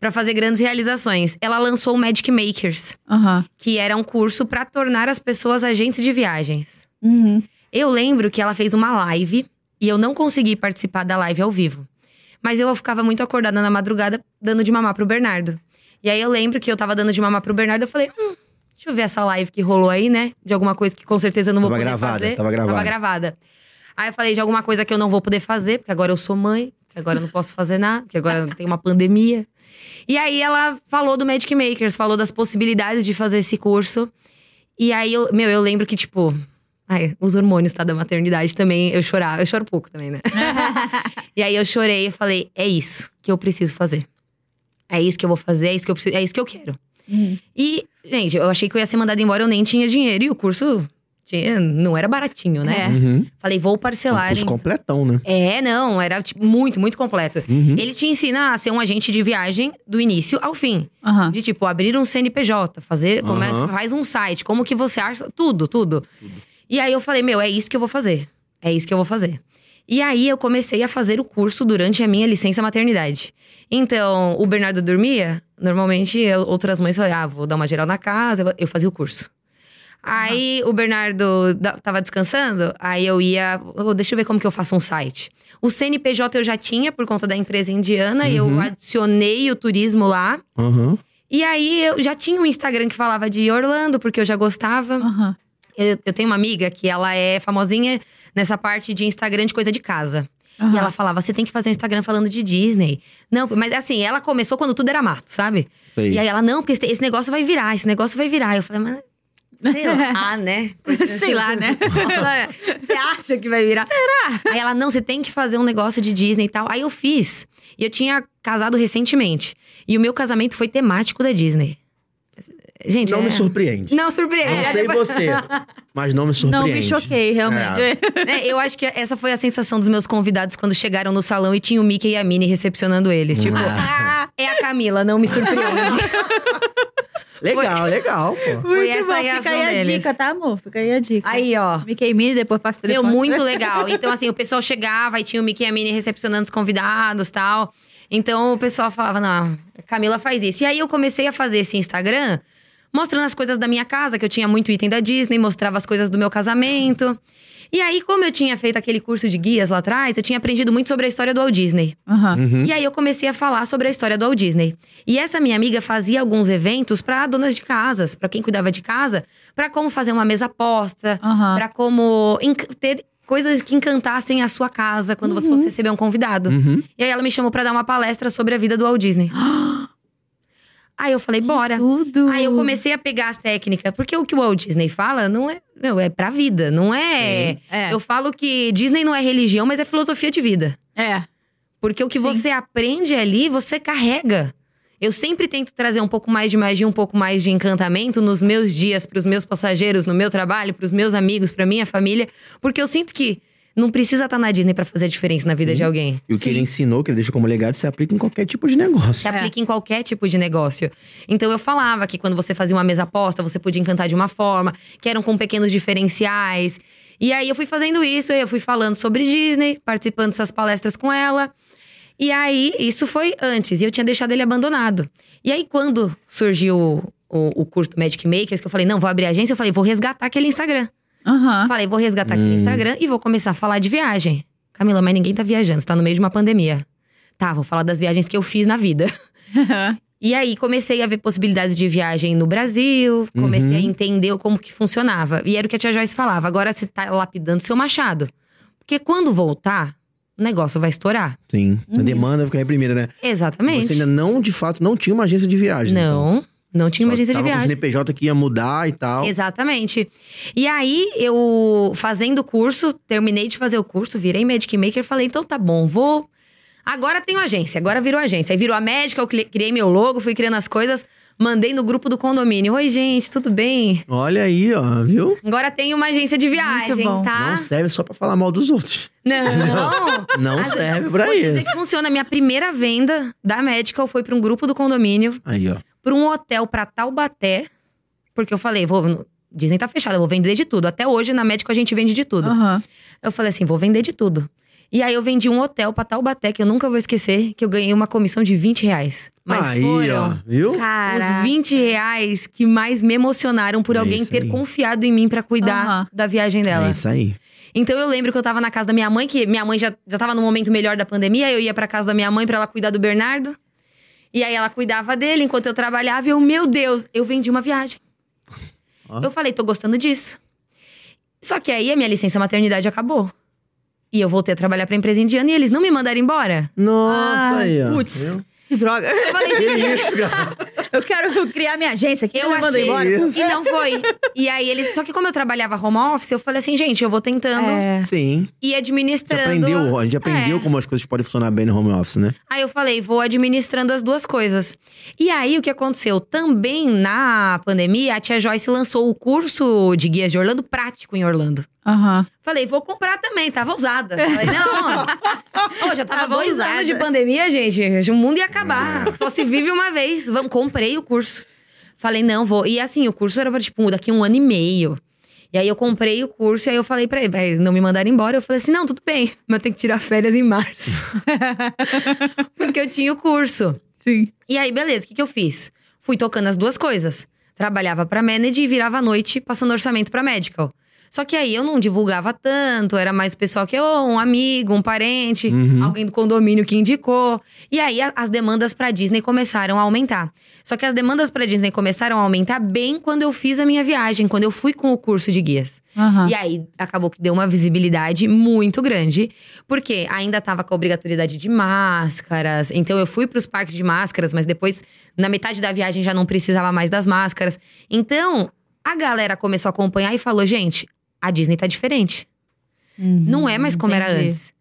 C: pra fazer grandes realizações. Ela lançou o Magic Makers,
A: Aham.
C: que era um curso pra tornar as pessoas agentes de viagens.
A: Uhum.
C: Eu lembro que ela fez uma live e eu não consegui participar da live ao vivo. Mas eu ficava muito acordada na madrugada dando de mamar pro Bernardo. E aí eu lembro que eu tava dando de mamar pro Bernardo, eu falei, hum, deixa eu ver essa live que rolou aí, né? De alguma coisa que com certeza eu não vou
B: Tava
C: poder
B: gravada,
C: fazer.
B: tava gravada.
C: Tava gravada. Aí eu falei de alguma coisa que eu não vou poder fazer, porque agora eu sou mãe, que agora eu não posso fazer nada, que agora tem uma pandemia. E aí ela falou do Magic Makers, falou das possibilidades de fazer esse curso. E aí, eu, meu, eu lembro que, tipo, ai, os hormônios, tá? Da maternidade também, eu chorava. Eu choro pouco também, né? e aí eu chorei e falei, é isso que eu preciso fazer. É isso que eu vou fazer, é isso que eu preciso, é isso que eu quero.
A: Uhum.
C: E, gente, eu achei que eu ia ser mandada embora, eu nem tinha dinheiro. E o curso tinha- não era baratinho,
A: É.
C: né?
B: Uhum.
C: Falei, vou
B: Um
C: parcelar.
B: curso
C: em-
B: completão, né?
C: É, não, era tipo, muito, muito completo.
B: Uhum.
C: Ele te ensina a ser um agente de viagem do início ao fim.
A: Aham.
C: De tipo, abrir um CNPJ, fazer,
B: Aham.
C: começa, faz um site, como que você acha, tudo, tudo, E aí eu falei, meu, é isso que eu vou fazer. É isso que eu vou fazer. E aí eu comecei a fazer o curso durante a minha licença maternidade. Então, o Bernardo dormia, normalmente eu- outras mães falavam, ah, vou dar uma geral na casa, eu- eu fazia o curso. Aí o Bernardo da- tava descansando, aí eu ia. "Ô, deixa eu ver como que eu faço um site. O CNPJ eu já tinha por conta da empresa indiana, e eu
B: Uhum.
C: adicionei o turismo lá.
B: Aham.
C: E aí eu já tinha um Instagram que falava de Orlando, porque eu já gostava.
A: Aham.
C: Eu, eu tenho uma amiga que ela é famosinha nessa parte de Instagram de coisa de casa. E
A: Aham.
C: ela falava: você tem que fazer um Instagram falando de Disney. Não, mas assim, ela começou quando tudo era mato, sabe?
B: Sei.
C: E aí ela, não, porque esse, esse negócio vai virar, esse negócio vai virar. Eu falei, mas. Sei lá, né? "É,
A: Sei lá, né?
C: Você acha que vai virar? Será? Aí ela, não, você tem que fazer um negócio de Disney e tal. Aí eu fiz. E eu tinha casado recentemente. E o meu casamento foi temático da Disney. Gente,
B: Não
C: é-
B: me surpreende.
C: Não é, surpreende.
B: Não sei você, mas não me
A: Não
B: surpreende.
A: me choquei, realmente.
C: Né, Eu acho que essa foi a sensação dos meus convidados quando chegaram no salão e tinha o Mickey e a Minnie recepcionando eles. Tipo,
B: Ah.
C: é a Camila, não me surpreende.
B: Legal, legal, pô.
C: Foi essa a
A: Fica
C: reação
A: aí a
C: deles.
A: dica, tá, amor? Fica aí a dica.
C: Aí, ó.
A: Mickey Mini, depois passa o
C: Meu,
A: telefone.
C: muito legal. Então, assim, o pessoal chegava e tinha o Mickey e a Minnie recepcionando os convidados tal. Então, o pessoal falava, não, a Camila faz isso. E aí, eu comecei a fazer esse Instagram, mostrando as coisas da minha casa, que eu tinha muito item da Disney, mostrava as coisas do meu casamento. E aí, como eu tinha feito aquele curso de guias lá atrás, eu tinha aprendido muito sobre a história do Walt Disney.
A: Aham.
B: Hum. Uhum.
C: E aí eu comecei a falar sobre a história do Walt Disney. E essa minha amiga fazia alguns eventos para donas de casas, para quem cuidava de casa, para como fazer uma mesa posta,
A: Aham.
C: para como enc- ter coisas que encantassem a sua casa quando você fosse receber um convidado.
B: Uhum.
C: E aí ela me chamou para dar uma palestra sobre a vida do Walt Disney. aí eu falei, bora.
A: Tudo.
C: Aí eu comecei a pegar as técnicas, porque o que o Walt Disney fala não é, meu, é pra vida, não é.
A: É.
C: Eu falo que Disney não é religião, mas é filosofia de vida.
A: É.
C: Porque o que
A: Sim.
C: você aprende ali, você carrega. Eu sempre tento trazer um pouco mais de magia, um pouco mais de encantamento nos meus dias, pros meus passageiros, no meu trabalho, pros meus amigos, pra minha família, porque eu sinto que não precisa estar na Disney pra fazer a diferença na vida de alguém.
B: E o que ele ensinou, que ele deixou como legado, se aplica em qualquer tipo de negócio.
C: Se aplica em qualquer tipo de negócio. Então eu falava que quando você fazia uma mesa aposta, você podia encantar de uma forma, que eram com pequenos diferenciais. E aí eu fui fazendo isso, eu fui falando sobre Disney, participando dessas palestras com ela. E aí, isso foi antes, e eu tinha deixado ele abandonado. E aí, quando surgiu o, o curso do Magic Makers, que eu falei, não, vou abrir a agência, eu falei, vou resgatar aquele Instagram.
A: Aham.
C: Falei, vou resgatar aqui no Instagram e vou começar a falar de viagem. Camila, mas ninguém tá viajando, você tá no meio de uma pandemia. Tá, vou falar das viagens que eu fiz na vida. E aí comecei a ver possibilidades de viagem no Brasil, comecei
B: Uhum.
C: a entender como que funcionava. E era o que a tia Joyce falava, agora você tá lapidando seu machado. Porque quando voltar, o negócio vai estourar.
B: Sim. A demanda fica reprimida, né?
C: Uhum. Exatamente.
B: Você ainda não, de fato, não tinha uma agência de viagem. então.
C: não, não tinha uma
B: Só
C: agência de
B: tava com o
C: viagem.
B: CNPJ que ia mudar e tal.
C: Exatamente. E aí, eu fazendo o curso, terminei de fazer o curso, virei Magic Maker, falei, então tá bom, vou. Agora tenho agência, agora virou agência. Aí virou a médica, eu cri- criei meu logo, fui criando as coisas, mandei no grupo do condomínio. Oi, gente, tudo bem?
B: Olha aí, ó, viu?
C: Agora tenho uma agência de viagem,
A: Muito bom.
C: tá?
B: Não serve só pra falar mal dos outros.
C: Não.
B: Não
A: Ah,
C: Mas-
A: tá
B: serve pra
C: Vou te dizer
B: isso.
C: que funciona. Minha primeira venda da Medical foi pra um grupo do condomínio,
B: Aí, ó.
C: pra um hotel pra Taubaté, porque eu falei, vou. Disney tá fechado, eu vou vender de tudo. Até hoje, na Médico, a gente vende de tudo.
A: Aham.
C: Eu falei assim: vou vender de tudo. E aí eu vendi um hotel pra Taubaté, que eu nunca vou esquecer, que eu ganhei uma comissão de 20 reais. Mas
B: aí,
C: foram
B: ó, viu?
C: os
A: Cara.
C: 20 reais que mais me emocionaram por
B: É
C: alguém
B: isso
C: ter
B: aí.
C: confiado em mim pra cuidar
A: Aham.
C: da viagem dela.
B: É isso aí.
C: Então eu lembro que eu tava na casa da minha mãe, que minha mãe já, já tava no momento melhor da pandemia, eu ia pra casa da minha mãe pra ela cuidar do Bernardo. E aí ela cuidava dele enquanto eu trabalhava, e eu, meu Deus, eu vendi uma viagem.
B: Ó.
C: Eu falei, tô gostando disso. Só que aí a minha licença maternidade acabou. E eu voltei a trabalhar pra empresa indiana e eles não me mandaram embora.
B: Nossa,
A: Ah,
B: aí, ó.
A: putz.
B: viu?
A: Que droga.
C: Eu falei,
B: Que isso, cara?
A: Eu quero criar minha agência aqui.
C: Eu achei.
A: embora.
B: Isso.
C: E não foi. E aí eles. Só que como eu trabalhava home office, eu falei assim, gente, eu vou tentando
A: É.
B: Sim.
C: e
B: A gente
C: administrando.
B: aprendeu, a gente aprendeu
C: É.
B: como as coisas podem funcionar bem no home office, né?
C: Aí eu falei, vou administrando as duas coisas. E aí o que aconteceu? Também na pandemia, a tia Joyce lançou o curso de guias de Orlando prático em Orlando.
A: Aham.
C: Falei, vou comprar também, tava usada. Falei, não. Ô, já tava,
A: Tava
C: dois
A: ousada.
C: anos de pandemia, gente. O mundo ia acabar. Só se vive uma vez. Vamos, comprei o curso. Falei, não, vou. E assim, o curso era pra, tipo, daqui um ano e meio. E aí eu comprei o curso e aí eu falei pra ele, pra ele não me mandaram embora. Eu falei assim, não, tudo bem, mas eu tenho que tirar férias em março. Porque eu tinha o curso.
A: Sim.
C: E aí, beleza, o que, que eu fiz? Fui tocando as duas coisas. Trabalhava pra Manage e virava à noite passando orçamento pra Medical. Só que aí eu não divulgava tanto, era mais o pessoal que, oh, um amigo, um parente,
B: Uhum.
C: alguém do condomínio que indicou. E aí a- as demandas pra Disney começaram a aumentar. Só que as demandas pra Disney começaram a aumentar bem quando eu fiz a minha viagem, quando eu fui com o curso de guias.
A: Aham.
C: E aí acabou que deu uma visibilidade muito grande, porque ainda tava com a obrigatoriedade de máscaras. Então eu fui pros parques de máscaras, mas depois na metade da viagem já não precisava mais das máscaras. Então a galera começou a acompanhar e falou: gente, a Disney tá diferente. Não é mais como era
A: Hum, entendi.
C: antes.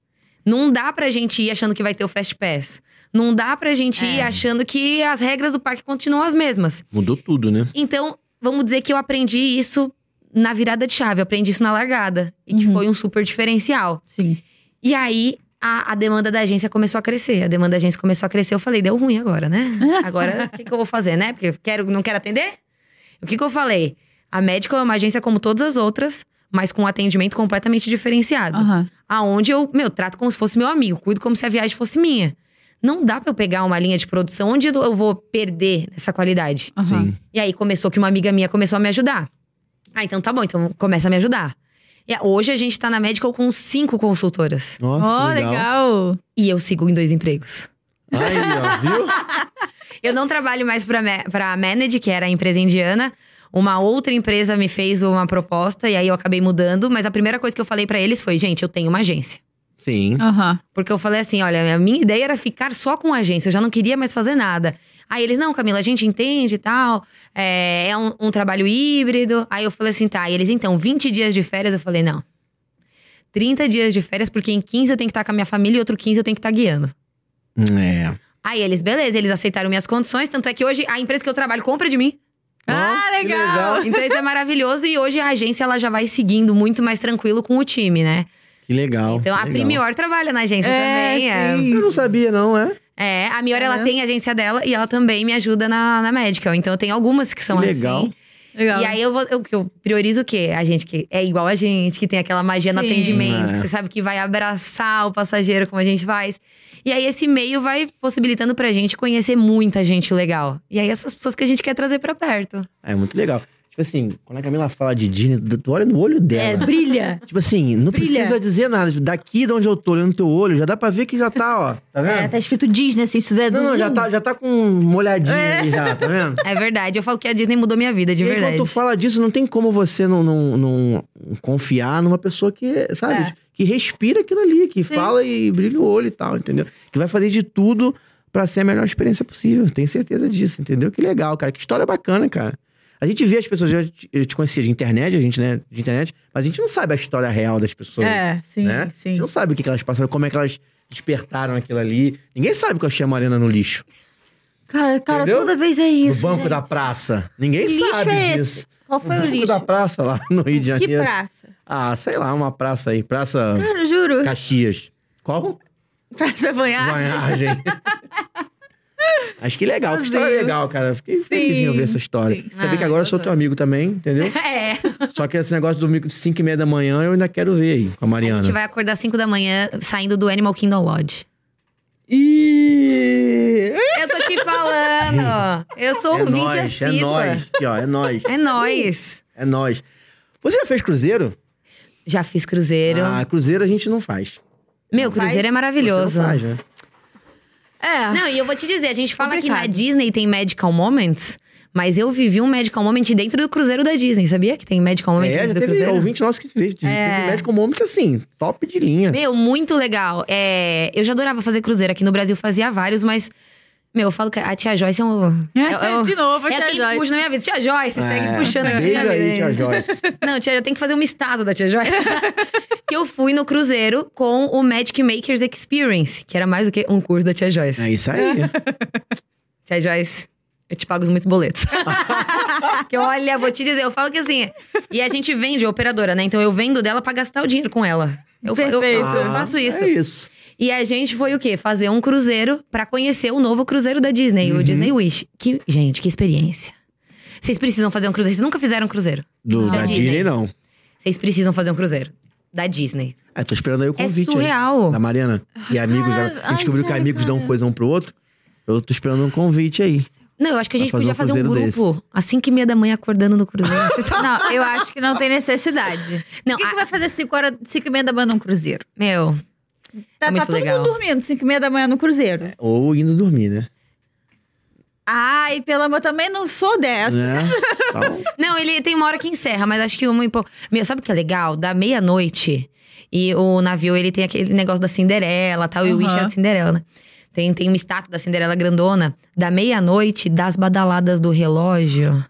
C: Não dá pra gente ir achando que vai ter o Fast Pass. Não dá pra gente ir achando que as regras do parque continuam as mesmas.
B: Mudou tudo, né?
C: Então, vamos dizer que eu aprendi isso na virada de chave, eu aprendi isso na largada. E que
A: Uhum.
C: foi um super diferencial.
A: Sim.
C: E aí, a, a demanda da agência começou a crescer. A demanda da agência começou a crescer. Eu falei, deu ruim agora, né? Agora, o que, que eu vou fazer, né? Porque eu quero, não quero atender? O que, que eu falei? A Médico é uma agência como todas as outras, mas com um atendimento completamente diferenciado
A: Aham.
C: aonde eu, meu, trato como se fosse meu amigo, cuido como se a viagem fosse minha. Não dá pra eu pegar uma linha de produção onde eu vou perder essa qualidade.
A: Aham.
B: Sim. E
C: E aí começou que uma amiga minha começou a me ajudar. Ah, então tá bom, então começa a me ajudar. E hoje a gente tá na Medical com cinco consultoras.
B: Nossa,
A: Ó,
B: que legal.
A: legal.
C: E eu sigo em dois empregos.
B: Aí, ó, viu?
C: Eu não trabalho mais pra, Ma- pra Manage, que era a empresa indiana. Uma outra empresa me fez uma proposta e aí eu acabei mudando. Mas a primeira coisa que eu falei pra eles foi, gente, eu tenho uma agência.
B: Sim.
A: Aham.
C: Porque eu falei assim: olha, a minha ideia era ficar só com a agência, eu já não queria mais fazer nada. Aí eles, não, Camila, a gente entende e tal, é, é um, um trabalho híbrido. Aí eu falei assim, tá. E eles, então, 20 dias de férias, eu falei, não. 30 dias de férias, porque em 15 eu tenho que estar com a minha família e outro 15 eu tenho que estar guiando.
B: É.
C: Aí eles, beleza, eles aceitaram minhas condições, tanto é que hoje a empresa que eu trabalho compra de mim.
A: Ah,
B: Nossa, que
A: legal.
C: Então isso é maravilhoso e hoje a agência ela já vai seguindo muito mais tranquilo com o time, né?
B: Que legal.
C: Então
B: que
C: a
B: legal.
C: Primior trabalha na agência também, é.
A: sim.
B: Eu não sabia, não, é?
C: É, a Mior, ela
A: É.
C: tem a agência dela e ela também me ajuda na, na Medical. Então, eu tenho algumas que são
B: Que legal.
C: assim.
A: Legal.
C: E aí, eu, vou, eu, eu priorizo o quê? A gente que é igual a gente, que tem aquela magia no
A: Sim.
C: atendimento.
B: É.
C: Que você sabe que vai abraçar o passageiro, como a gente faz. E aí, esse meio vai possibilitando pra gente conhecer muita gente legal. E aí, essas pessoas que a gente quer trazer pra perto.
B: É muito legal. Tipo assim, quando a Camila fala de Disney, tu tu olha no olho
A: É,
B: dela.
A: brilha.
B: Tipo assim, não
A: Brilha.
B: precisa dizer nada. Tipo, Daqui de onde eu tô olhando no teu olho, já dá pra ver que já tá, ó. Tá
A: É,
B: vendo?
A: tá escrito Disney, assim, se tu der
B: Não, não, já tá, já tá com uma olhadinha ali já, tá vendo?
C: É verdade. Eu falo que a Disney mudou minha vida, de
B: e aí,
C: verdade.
B: quando tu fala disso, não tem como você não, não, não confiar numa pessoa que, sabe,
A: É.
B: que respira aquilo ali, que
A: Sim.
B: fala e brilha o olho e tal, entendeu? Que vai fazer de tudo pra ser a melhor experiência possível. Tenho certeza disso, entendeu? Que legal, cara. Que história bacana, cara. A gente vê as pessoas, eu te, eu te conhecia de internet, a gente, né? De internet, mas a gente não sabe a história real das pessoas.
A: É, sim,
B: né? A
A: sim.
B: gente não sabe o que, que elas passaram, como é que elas despertaram aquilo ali. Ninguém sabe que eu achei a Marina no lixo.
A: Cara, cara,
B: Entendeu?
A: toda vez é isso.
B: no banco
A: gente.
B: da praça. Ninguém
A: Que lixo
B: sabe
A: é
B: disso.
A: esse? Qual foi
B: No
A: o
B: banco
A: lixo?
B: da praça lá no Rio de
A: que
B: Janeiro.
A: praça?
B: Ah, sei lá, uma praça aí. Praça
A: Cara, eu juro.
B: Caxias. Qual?
A: Praça Vanhard.
B: Vanhagem. Acho que legal, que história
A: Sozinho.
B: legal, cara. Fiquei
A: Sim,
B: felizinho ver essa história.
A: sim.
B: Saber que
C: Ah,
B: agora eu sou
C: eu
B: teu amigo também, entendeu?
C: É.
B: Só que esse negócio do micro de 5 e meia da manhã eu ainda quero ver aí com a
C: A
B: Mariana.
C: gente vai acordar às 5 da manhã saindo do Animal Kingdom Lodge.
B: Ih!
C: Eu tô te falando. Eu sou um
B: É nóis,
C: ouvinte
B: é
C: assídua.
B: nóis. Aqui, ó, é nóis.
C: É nóis.
B: É nóis. Você já fez cruzeiro?
C: Já fiz cruzeiro.
B: Ah, cruzeiro a gente não faz.
C: Meu, cruzeiro é maravilhoso.
B: Você não faz, né?
A: É.
C: Não, e eu vou te dizer, a gente fala que na
A: Complicado.
C: Disney tem Magical Moments, mas eu vivi um Magical Moment dentro do cruzeiro da Disney, sabia? Que tem Magical Moments
B: É,
C: dentro
B: já
C: do
B: teve
C: cruzeiro.
B: ouvinte nosso que teve, teve
C: É.
B: médico momento assim, top de linha.
C: Meu, muito legal. É, eu já adorava fazer cruzeiro. Aqui no Brasil fazia vários, mas. Meu, eu falo que a tia Joyce é um. É, é, um-
A: De novo,
C: é
A: tia
C: quem
A: Joyce.
C: puxa na minha vida. Tia Joyce, segue
B: É,
C: puxando aqui
B: beijo
C: na minha
B: aí,
C: vida.
B: tia Joyce.
C: Não, tia, eu tenho que fazer uma estátua da tia Joyce. que eu fui no cruzeiro com o Magic Makers Experience, que era mais do que um curso da tia Joyce.
B: É isso aí.
C: Tia Joyce, eu te pago os muitos boletos. que olha, vou te dizer, eu falo que assim. E a gente vende, é operadora, né? Então eu vendo dela pra gastar o dinheiro com ela. Eu, fa- eu-
A: Perfeito.
C: eu faço isso.
B: É isso.
C: E a gente foi o quê? Fazer um cruzeiro pra conhecer o novo cruzeiro da Disney, o Disney Wish. Que, gente, que experiência. Vocês precisam fazer um cruzeiro. Vocês nunca fizeram um cruzeiro.
B: Do,
C: Da
B: da
C: Disney.
B: Disney, não.
C: Vocês precisam fazer um cruzeiro. Da Disney.
B: É, tô esperando aí o convite.
C: é
B: aí,
C: surreal. Ah,
B: da Mariana. E amigos.
A: Cara,
B: ela- a
A: ai,
B: gente descobriu que
A: sério,
B: amigos dão
A: cara.
B: coisa um pro outro. Eu tô esperando um convite aí.
C: Não, eu acho que
B: Pra
C: a gente
B: fazer
C: podia
B: um
C: fazer um grupo
B: cruzeiro
C: às 5 e meia da manhã acordando no cruzeiro.
A: Não, eu acho que não tem necessidade.
C: Não,
A: Quem
C: a-
A: que vai fazer 5 horas, 5 e meia da manhã num cruzeiro?
C: meu,
A: Tá,
C: muito
A: tá todo
C: legal.
A: mundo dormindo 5 e meia da manhã no cruzeiro.
B: Ou indo dormir, né?
A: Ai, pelo amor, também não sou
C: É assim.
A: dessa.
B: Né? Tá bom.
C: Não, ele tem uma hora que encerra, mas acho que uma. e pou- Meu, sabe o que é legal? Da meia-noite. E o navio, ele tem aquele negócio da Cinderela tal. E o
A: Aham.
C: Wish é da Cinderela, né? Tem, tem uma estátua da Cinderela grandona. Da meia-noite, das badaladas do relógio.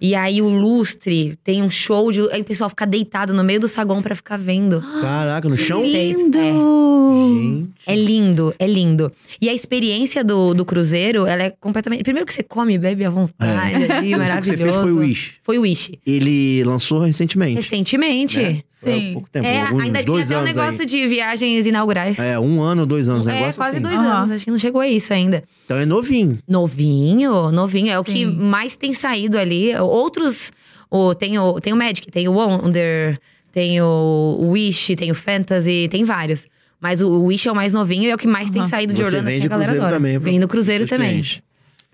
C: E aí o lustre tem um show de. Aí o pessoal fica deitado no meio do saguão pra ficar vendo.
B: Caraca, no chão?
A: Lindo!
B: Gente.
C: É lindo, é lindo. E a experiência do, do cruzeiro, ela é completamente. Primeiro que você come e bebe à vontade, ali,
B: Esse
C: maravilhoso.
B: É. que você fez foi o Wish.
C: Foi o Wish.
B: Ele lançou recentemente.
C: Recentemente.
B: né? Foi
A: Sim.
B: Há pouco tempo.
C: É,
B: alguns,
C: ainda
B: uns
C: tinha
B: dois
C: até um
B: anos aí.
C: negócio de viagens inaugurais.
B: É, um ano, dois anos. um
C: É,
B: negócio
C: quase
B: assim.
C: dois
A: Aham.
C: anos, acho que não chegou a isso ainda.
B: Então é novinho.
C: Novinho, novinho, é o que
A: Sim.
C: mais tem saído ali. Outros, o, tem, o, tem o Magic, tem o Wonder, tem o Wish, tem o Fantasy, tem vários. Mas o Wish é o mais novinho e é o que mais tem
A: Aham.
C: saído de
B: Você
C: Orlando, assim,
B: vende
C: a galera
B: cruzeiro
C: adora.
B: também. pro-
C: Vem do Cruzeiro
B: pros seus
C: também.
B: clientes.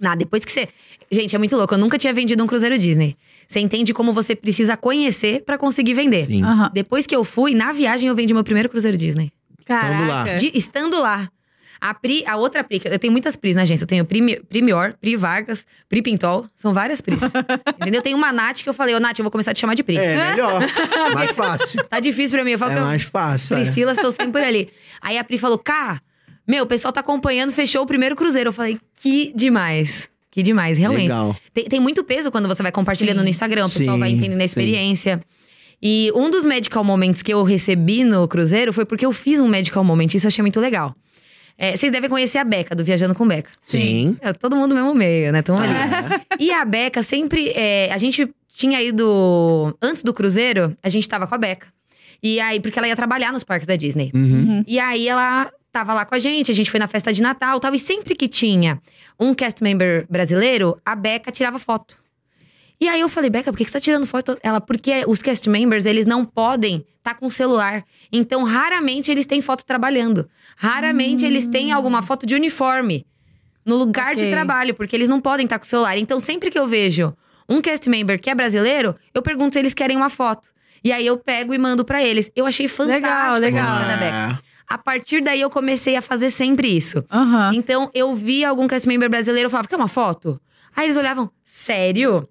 C: Ah, depois que você. Gente, é muito louco. Eu nunca tinha vendido um Cruzeiro Disney. Você entende como você precisa conhecer pra conseguir vender.
B: Sim.
A: Aham.
C: Depois que eu fui, na viagem eu vendi meu primeiro Cruzeiro Disney.
B: Tamo lá.
A: Caraca.
C: De- estando lá. A Pri, a outra Pri, que eu tenho muitas Pris na agência. Eu tenho Pri, Mi- Pri Mior, Pri Vargas, Pri Pintol. São várias Pris. entendeu? Tem uma Nath que eu falei, ô Nath, eu vou começar a te chamar de Pri.
B: É melhor. mais fácil.
C: Tá difícil pra mim. Eu falo
B: É
C: que eu-
B: mais fácil. é.
C: Priscila estão sempre por ali. Aí a Pri falou, cá, meu, o pessoal tá acompanhando, fechou o primeiro cruzeiro. Eu falei, que demais. Que demais, realmente.
B: Legal.
C: Tem, tem muito peso quando você vai compartilhando
A: Sim.
C: no Instagram, o pessoal
B: Sim,
C: vai entendendo a
B: sim.
C: experiência. E um dos medical moments que eu recebi no cruzeiro foi porque eu fiz um medical moment, isso eu achei muito legal. É, vocês devem conhecer a Beca, do Viajando com Beca.
B: Sim.
C: É, todo mundo no mesmo meio, né? Tamo ali.
B: Ah,
C: E a Beca sempre. é, a gente tinha ido. Antes do cruzeiro, a gente tava com a Beca. E aí, porque ela ia trabalhar nos parques da Disney.
B: uhum.
C: E aí ela tava lá com a gente, a gente foi na festa de Natal e tal. E sempre que tinha um cast member brasileiro, a Beca tirava foto. E aí eu falei, Beca, por que que você tá tirando foto? Ela, porque os cast members, eles não podem estar com o celular. Então, raramente eles têm foto trabalhando.
A: Hum.
C: Raramente eles têm alguma foto de uniforme no lugar de
A: Ok.
C: trabalho, porque eles não podem estar com o celular. Então, sempre que eu vejo um cast member que é brasileiro, eu pergunto se eles querem uma foto. E aí eu pego e mando pra eles. Eu achei fantástico essa
A: legal.
B: Ah,
C: dica da Beca. A partir daí eu comecei a fazer sempre isso.
A: Aham.
C: Então eu via algum cast member brasileiro eu falava: quer uma foto? Aí eles olhavam, sério?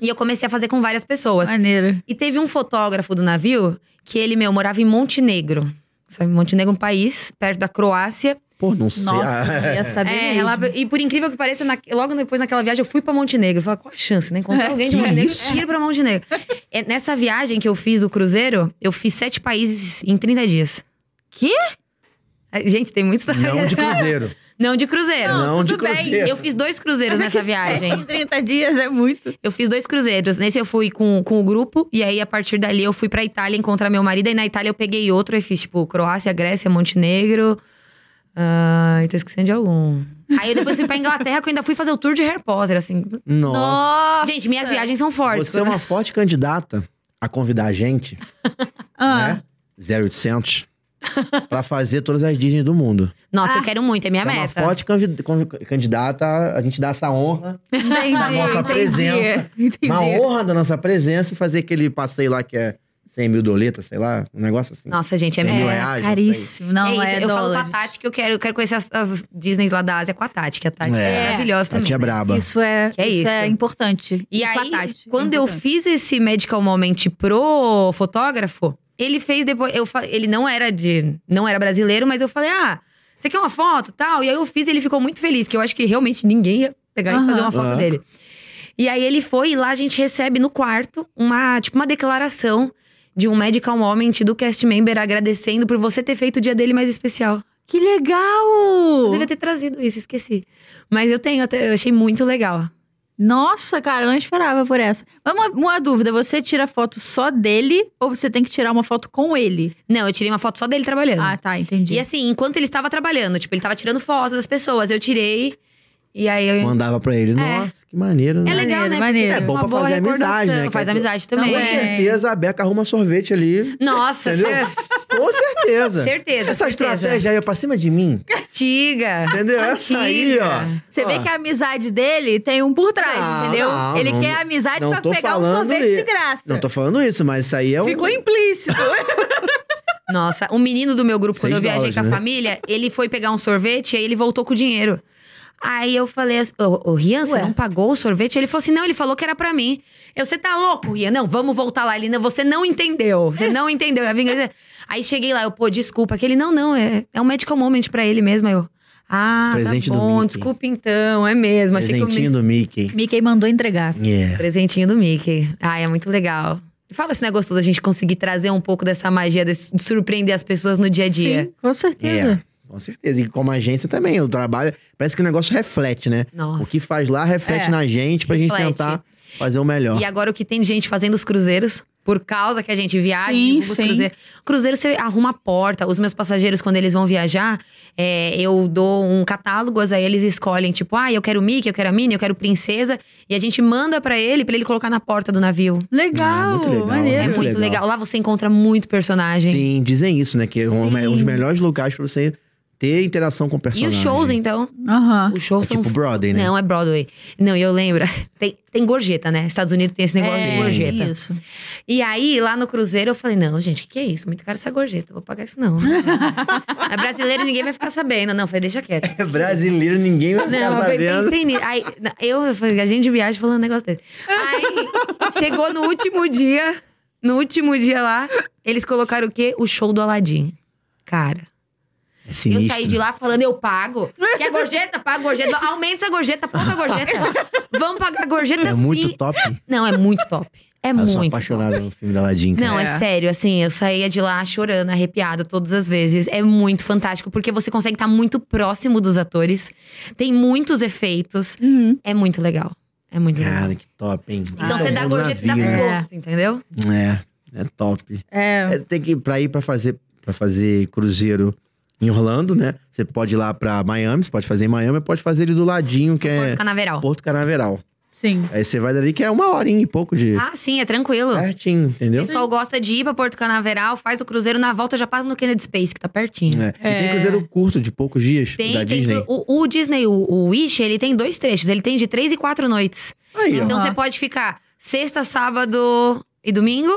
C: E eu comecei a fazer com várias pessoas.
A: Maneiro.
C: E teve um fotógrafo do navio que ele, meu, morava em Montenegro. Sabe, Montenegro é um país perto da Croácia.
B: Pô, não sei.
A: Nossa,
B: Ah,
A: não ia saber
C: É,
A: mesmo.
C: ela- e por incrível que pareça, na- logo depois naquela viagem eu fui pra Montenegro. Eu Falei, qual a chance, né? Encontrar alguém de
B: que
C: Montenegro,
B: isso?
C: ir pra Montenegro. É, nessa viagem que eu fiz o cruzeiro, eu fiz sete países em 30 dias.
A: Quê?
C: É, Gente, tem muita história.
B: Não de cruzeiro.
C: Não de cruzeiro.
B: Não,
A: tudo
B: de
A: bem.
B: cruzeiro.
C: Eu fiz dois cruzeiros
A: Mas é
C: nessa
A: que
C: viagem.
A: sete em 30 dias é muito.
C: Eu fiz dois cruzeiros. Nesse eu fui com, com o grupo, e aí a partir dali eu fui pra Itália encontrar meu marido. E na Itália eu peguei outro, e fiz tipo Croácia, Grécia, Montenegro. Ah, eu tô esquecendo de algum. Aí eu depois fui pra Inglaterra, que eu ainda fui fazer o tour de Harry Potter, assim.
B: Nossa.
A: Nossa!
C: Gente, minhas viagens são fortes.
B: Você é uma forte candidata a convidar a gente,
A: Ah.
B: né? 0800. pra fazer todas as Disney do mundo.
C: Nossa, eu
A: Ah.
C: quero muito, é minha
B: Você é uma
C: meta.
B: forte convi- convi- candidata, a gente dá essa honra,
A: Entendi,
B: da nossa
A: entendi.
B: presença.
A: Entendi.
B: uma honra da nossa presença e fazer aquele passeio lá que é 100 mil doletas, sei lá, um negócio assim.
C: Nossa, gente, é
B: Tem
C: minha
B: mil
C: meta.
B: reais, não sei.
A: Caríssimo. Não,
C: é isso,
A: é
C: eu falo
A: dólares.
C: pra Tati que eu quero, eu quero conhecer as, as Disneys lá da Ásia com a Tati, que a Tati é,
B: É.
C: maravilhosa
B: Tati
C: também.
B: é
C: né?
B: braba.
A: Isso é,
C: Que é
A: isso é
C: isso.
A: importante.
C: E
A: pra
C: aí,
A: Tati, é
C: quando eu
A: importante.
C: fiz esse Medical Moment pro fotógrafo, ele fez depois. Eu, fa- ele não era de. não era brasileiro, mas eu falei, ah, você quer uma foto tal? E aí eu fiz ele ficou muito feliz, que eu acho que realmente ninguém ia pegar e fazer
A: Aham.
C: uma foto
B: Aham.
C: dele. E aí ele foi e lá a gente recebe no quarto uma, tipo, uma declaração de um Medical Moment do cast member agradecendo por você ter feito o dia dele mais especial.
A: Que
C: Eu
A: legal!
C: devia ter trazido isso, esqueci. Mas eu tenho, até- eu achei muito legal.
A: Nossa, cara, eu não esperava por essa. Mas uma, uma dúvida: você tira foto só dele ou você tem que tirar uma foto com ele?
C: Não, eu tirei uma foto só dele trabalhando.
A: Ah, tá, entendi.
C: E assim, enquanto ele estava trabalhando, tipo, ele estava tirando foto das pessoas, eu tirei. E aí eu.
B: Mandava pra ele. Nossa, que maneiro, né?
C: É legal,
A: Maneiro,
C: né?
A: maneiro.
C: Porque
A: É
B: bom
C: uma
B: pra
C: boa
B: fazer amizade,
C: recordação.
B: né? Que
C: Faz
B: é-
C: amizade
B: Com
C: também.
A: Também. É.
B: certeza a Beca arruma sorvete ali.
C: Nossa,
B: Entendeu?
C: cer-
B: Com certeza.
C: certeza.
B: Essa
C: certeza.
B: estratégia aí é pra cima de mim.
C: Antiga.
B: Entendeu? Essa aí, ó.
C: Antiga.
A: Você vê que a amizade dele tem um por trás,
B: Ah. Não,
A: entendeu?
B: Ah, não,
A: ele
B: não-
A: quer a amizade
B: não
A: pra
B: tô
A: pegar um
B: falando
A: sorvete
B: isso.
A: de graça.
B: Não tô falando isso, mas isso aí é um.
A: Ficou implícito.
C: Nossa, um menino do meu grupo, quando
B: Seis
C: eu viajei
B: dólares,
C: com a
B: né?
C: família, ele foi pegar um sorvete e aí ele voltou com o dinheiro. Aí eu falei, assim, ô, ô Rian, você
A: Ué.
C: não pagou o sorvete? Ele falou assim, não, ele falou que era pra mim. Eu, você tá louco, Rian? Não, vamos voltar lá. Ele, não, você não entendeu, você não entendeu. A vingança... Aí cheguei lá, eu, pô, desculpa. Aquele, não, não, é, é um medical moment pra ele mesmo. Aí eu, ah,
B: Presente
C: tá
B: do
C: bom,
B: Mickey.
C: desculpa então, é mesmo. Achei que eu
B: Presentinho
C: me...
B: do Mickey.
A: Mickey mandou entregar.
B: Yeah.
C: Presentinho do Mickey. Ai, é muito legal. Fala se não é gostoso a gente conseguir trazer um pouco dessa magia, desse- de surpreender as pessoas no dia a dia.
A: Sim, com certeza.
B: Yeah. Com certeza. E como agência também, o trabalho. Parece que o negócio reflete, né?
C: Nossa.
B: O que faz lá reflete
C: É.
B: na gente pra gente
C: Reflete.
B: tentar fazer o melhor.
C: E agora o que tem de gente fazendo os cruzeiros? Por causa que a gente viaja,
A: Sim,
C: divulga os
A: sim.
C: cruzeiros. Cruzeiro você arruma a porta. Os meus passageiros, quando eles vão viajar, é, eu dou um catálogo, aí eles escolhem, tipo, ah, eu quero Mickey, eu quero a Minnie, eu quero princesa. E a gente manda pra ele, pra ele colocar na porta do navio.
B: Ah,
A: Legal,
B: muito legal,
C: É
B: Muito
C: muito legal.
B: legal.
C: Lá você encontra muito personagem.
B: Sim, dizem isso, né? Que é um,
A: Sim.
B: um dos melhores lugares pra você ter interação com o
C: E
B: personagem.
C: os shows, então?
A: Aham.
C: Os shows
B: É
C: são.
B: tipo Broadway, né?
C: Não, é Broadway. Não, e eu lembro. Tem, tem gorjeta, né? Estados Unidos tem esse negócio
B: É.
C: de gorjeta.
A: É, isso.
C: E aí, lá no Cruzeiro, eu falei: não, gente, o que, que é isso? Muito caro essa gorjeta, vou pagar isso não. é brasileiro, ninguém vai ficar sabendo. Não, falei: deixa quieto.
B: É brasileiro, ninguém tá vai ficar
C: Não, eu
B: sabendo.
C: pensei nisso. Aí, na- eu falei, a gente viaja falando um negócio desse. Aí, chegou no último dia, no último dia lá, eles colocaram o quê? O show do Aladim. Cara,
B: É sinistro.
C: eu saí de lá falando, eu pago. Quer gorjeta? Paga gorjeta. Aumenta essa gorjeta, pouca gorjeta. Vamos pagar gorjeta
B: É
C: sim.
B: muito top.
C: Não, é muito top. É
B: eu sou
C: muito.
B: apaixonado pelo filme da Aladdin, cara.
C: Não, é.
A: É.
C: sério, assim, eu saía de lá chorando, arrepiada todas as vezes. É muito fantástico, porque você consegue estar muito próximo dos atores, tem muitos efeitos,
A: Uhum.
C: é muito legal. É muito legal.
B: Cara, que top, hein?
C: Então
B: Isso
C: você
B: é um
C: dá
B: bom
C: gorjeta e dá
B: navio,
C: com
B: né?
C: gosto, entendeu?
B: É, é top.
A: É.
B: É, tem que ir pra ir pra fazer, pra fazer cruzeiro em Orlando, né? Você pode ir lá pra Miami, você pode fazer em Miami, ou pode fazer ele do ladinho, que é
C: Porto Canaveral.
B: Porto Canaveral.
A: Sim.
B: Aí você vai dali, que é uma horinha e pouco de...
C: Ah, sim, é tranquilo.
B: Certinho,
C: O
B: entendeu?
C: pessoal gosta de ir pra Porto Canaveral, faz o cruzeiro, na volta já passa no Kennedy Space, que tá pertinho.
B: É. E tem cruzeiro curto, de poucos dias,
C: Tem,
B: da
C: tem
B: Disney.
C: cru- o, o Disney, o, o Wish, ele tem dois trechos. Ele tem de três e quatro noites.
B: Aí, ó.
C: Então
A: Aham.
C: você pode ficar sexta, sábado e domingo.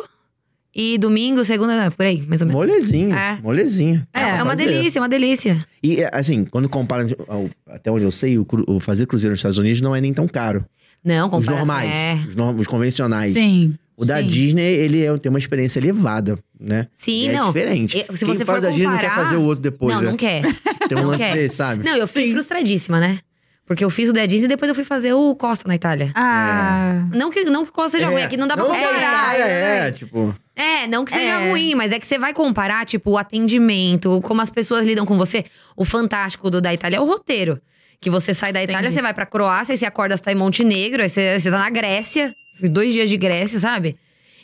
C: E domingo, segunda, por aí, mais ou menos.
B: Molezinho,
C: É.
B: molezinho. Dá
C: É,
B: pra
C: é uma
B: fazer.
C: delícia, é uma delícia.
B: E, é, assim, quando compara, ao- até onde eu sei, o, cru- o fazer cruzeiro nos Estados Unidos não é nem tão caro.
C: Não,
B: Os
C: compara.
B: normais,
C: É.
B: os, norm- os convencionais.
A: Sim.
B: O da
A: sim.
B: Disney, ele é- tem uma experiência elevada, né?
C: Sim,
B: é
C: não.
B: diferente.
C: E- se
B: Quem
C: você
B: faz
C: for
B: a Disney não quer
C: comparar-
B: fazer o outro depois,
C: não,
B: né?
C: não quer.
B: Tem um
C: não
B: lance
C: quer.
B: desse, sabe?
C: Não, eu fui
A: Sim.
C: frustradíssima, né? Porque eu fiz o da Disney e depois eu fui fazer o Costa na Itália.
A: Ah.
B: É.
C: Não que, não que o Costa seja ruim, aqui não dá pra
B: que a
C: comparar. né?
B: Itália é, tipo...
C: É, não que seja
A: É.
C: ruim, mas é que você vai comparar, tipo, o atendimento, como as pessoas lidam com você. O fantástico do da Itália é o roteiro. Que você sai da Itália,
A: Entendi.
C: você vai pra Croácia, aí você acorda, você tá em Montenegro, aí você, você tá na Grécia. Fiz dois dias de Grécia, sabe?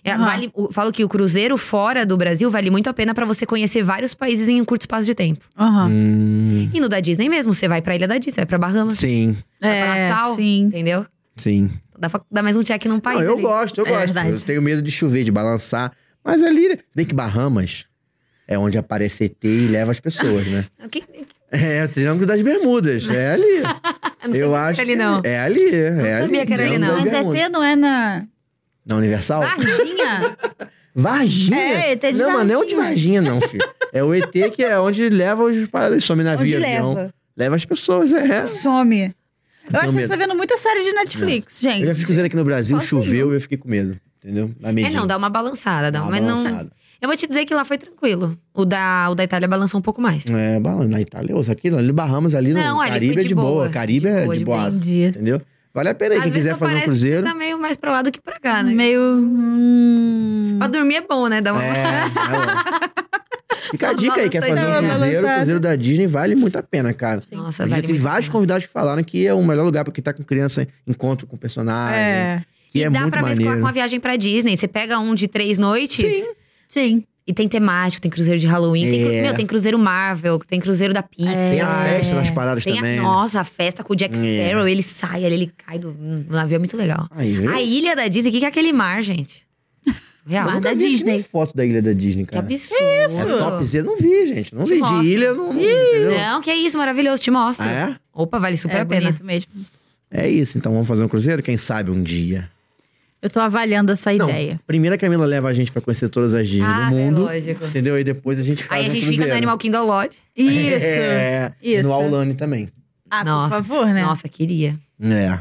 C: É,
A: Aham.
C: vale- o- falo que o cruzeiro fora do Brasil vale muito a pena pra você conhecer vários países em um curto espaço de tempo.
A: Aham.
B: Hum,
C: E no da Disney mesmo, você vai pra Ilha da Disney, vai pra Bahamas,
B: sim,
C: vai pra
A: É,
C: Nassau,
A: sim.
C: entendeu?
B: sim.
C: Dá pra dar mais um check num país
B: Não, eu
C: ali.
B: gosto, eu
A: É
B: gosto.
A: verdade.
B: Eu tenho medo de chover, de balançar. Mas ali, se bem que Bahamas é onde aparece ET e leva as pessoas, né?
C: O que-
B: É, o Triângulo das Bermudas. É ali.
C: não
B: eu
C: sabia
B: acho.
C: que era ali, não.
B: que É ali. Eu
C: não sabia que era ali, não.
A: Mas ET não é na
B: Na Universal?
A: Varginha?
B: Varginha?
A: É, ET de
B: Não, mas não é o de
A: Varginha.
B: Varginha, não, filho. É o ET que é onde leva os paradas. Some na
A: Onde
B: via, avião.
A: leva?
B: Leva as pessoas, é. é.
A: Some. Eu acho que você
B: medo.
A: tá vendo muita série de Netflix, gente.
B: Então É. Eu já fiz cruzeiro aqui no Brasil,
A: Só assim,
B: choveu e eu fiquei com medo. Entendeu? Na
C: É,
B: medida.
C: não, dá uma balançada, dá,
B: Dá uma
C: mas não.
B: balançada.
C: Eu vou te dizer que lá foi tranquilo. O da, o da Itália balançou um pouco mais.
B: É, bala- na Itália, ouça, aqui, ali Bahamas, ali no
C: Não, ali foi
B: Caribe é
C: de
B: de boa.
C: boa,
B: Caribe
C: de
B: é
C: boa,
B: de
C: de
B: boa.
A: Entendi.
B: Entendeu? Vale a pena aí,
C: Às
B: quem
C: vezes
B: quiser
C: só
B: fazer um
C: parece
B: cruzeiro.
C: Que você tá meio mais pra lá do que pra cá, né?
A: Meio. hum,
C: Pra dormir é bom, né? Dá uma...
B: É, é, ó. Fica a dica aí, quer fazer
C: Dá
B: um
C: uma
B: cruzeiro, o
A: balançada.
B: cruzeiro da Disney vale muito a pena, cara.
C: Nossa,
B: Eu já
C: vale
B: tive
C: muito a
B: vários
C: pena.
B: convidados que falaram que é o melhor lugar pra quem tá com criança, encontro com personagem,
A: É.
B: que
C: e
B: é
C: dá
B: muito
C: pra mesclar
B: maneiro.
C: com uma viagem pra Disney. Você pega um de três noites
A: Sim.
C: e tem temático, tem cruzeiro de Halloween, tem, cru-
B: É.
C: meu, tem cruzeiro Marvel, tem cruzeiro da pizza.
B: Tem a festa nas paradas
C: É. Tem a-
B: também. né?
C: nossa, a festa com o Jack
B: É.
C: Sparrow, ele sai ali, ele cai do do navio, é muito legal.
B: Aí, viu?
C: A ilha da Disney, o que que é aquele mar, gente? Surreal.
B: Eu
A: Mar
B: nunca
A: da
B: vi nem
A: Disney.
B: foto da ilha da Disney,
C: Que
B: cara.
C: absurdo.
B: É topzera, não vi, gente. Não vi.
C: mostro.
B: De ilha, não. não entendeu?
C: Não, que é isso, maravilhoso, te mostro.
B: Ah, é?
C: Opa, vale super
A: é
C: a pena.
A: bonito mesmo.
B: É isso, então vamos fazer um cruzeiro? Quem sabe um dia.
A: Eu tô avaliando essa
B: Não,
A: ideia.
B: Primeiro a Camila leva a gente pra conhecer todas as Disney
C: Ah,
B: do
C: é
B: mundo.
C: lógico.
B: entendeu? E depois a gente faz
C: Aí a
B: um
C: gente
B: cruzeiro.
C: fica no Animal Kingdom Lodge.
A: Isso.
B: É,
A: isso.
B: No Aulane também.
A: Ah,
C: Nossa.
A: por favor, né?
C: Nossa, queria.
B: É.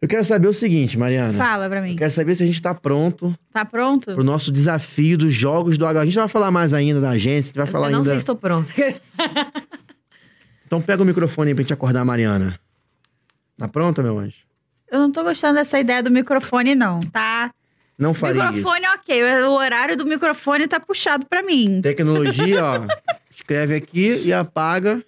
B: Eu quero saber o seguinte, Mariana.
A: Fala pra mim.
B: Eu quero saber se a gente tá pronto
A: Tá pronto?
B: pro nosso desafio dos jogos do H. A gente vai falar mais ainda da agência, a gente vai falar
C: eu não
B: ainda.
C: sei se estou pronta.
B: Então pega o microfone aí pra gente acordar a Mariana. Tá pronta, meu anjo?
A: Eu não tô gostando dessa ideia do microfone, não, tá?
B: Não
A: Esse
B: faria isso.
A: microfone, ok. O horário do microfone tá puxado pra mim.
B: Tecnologia, ó. Escreve aqui e apaga.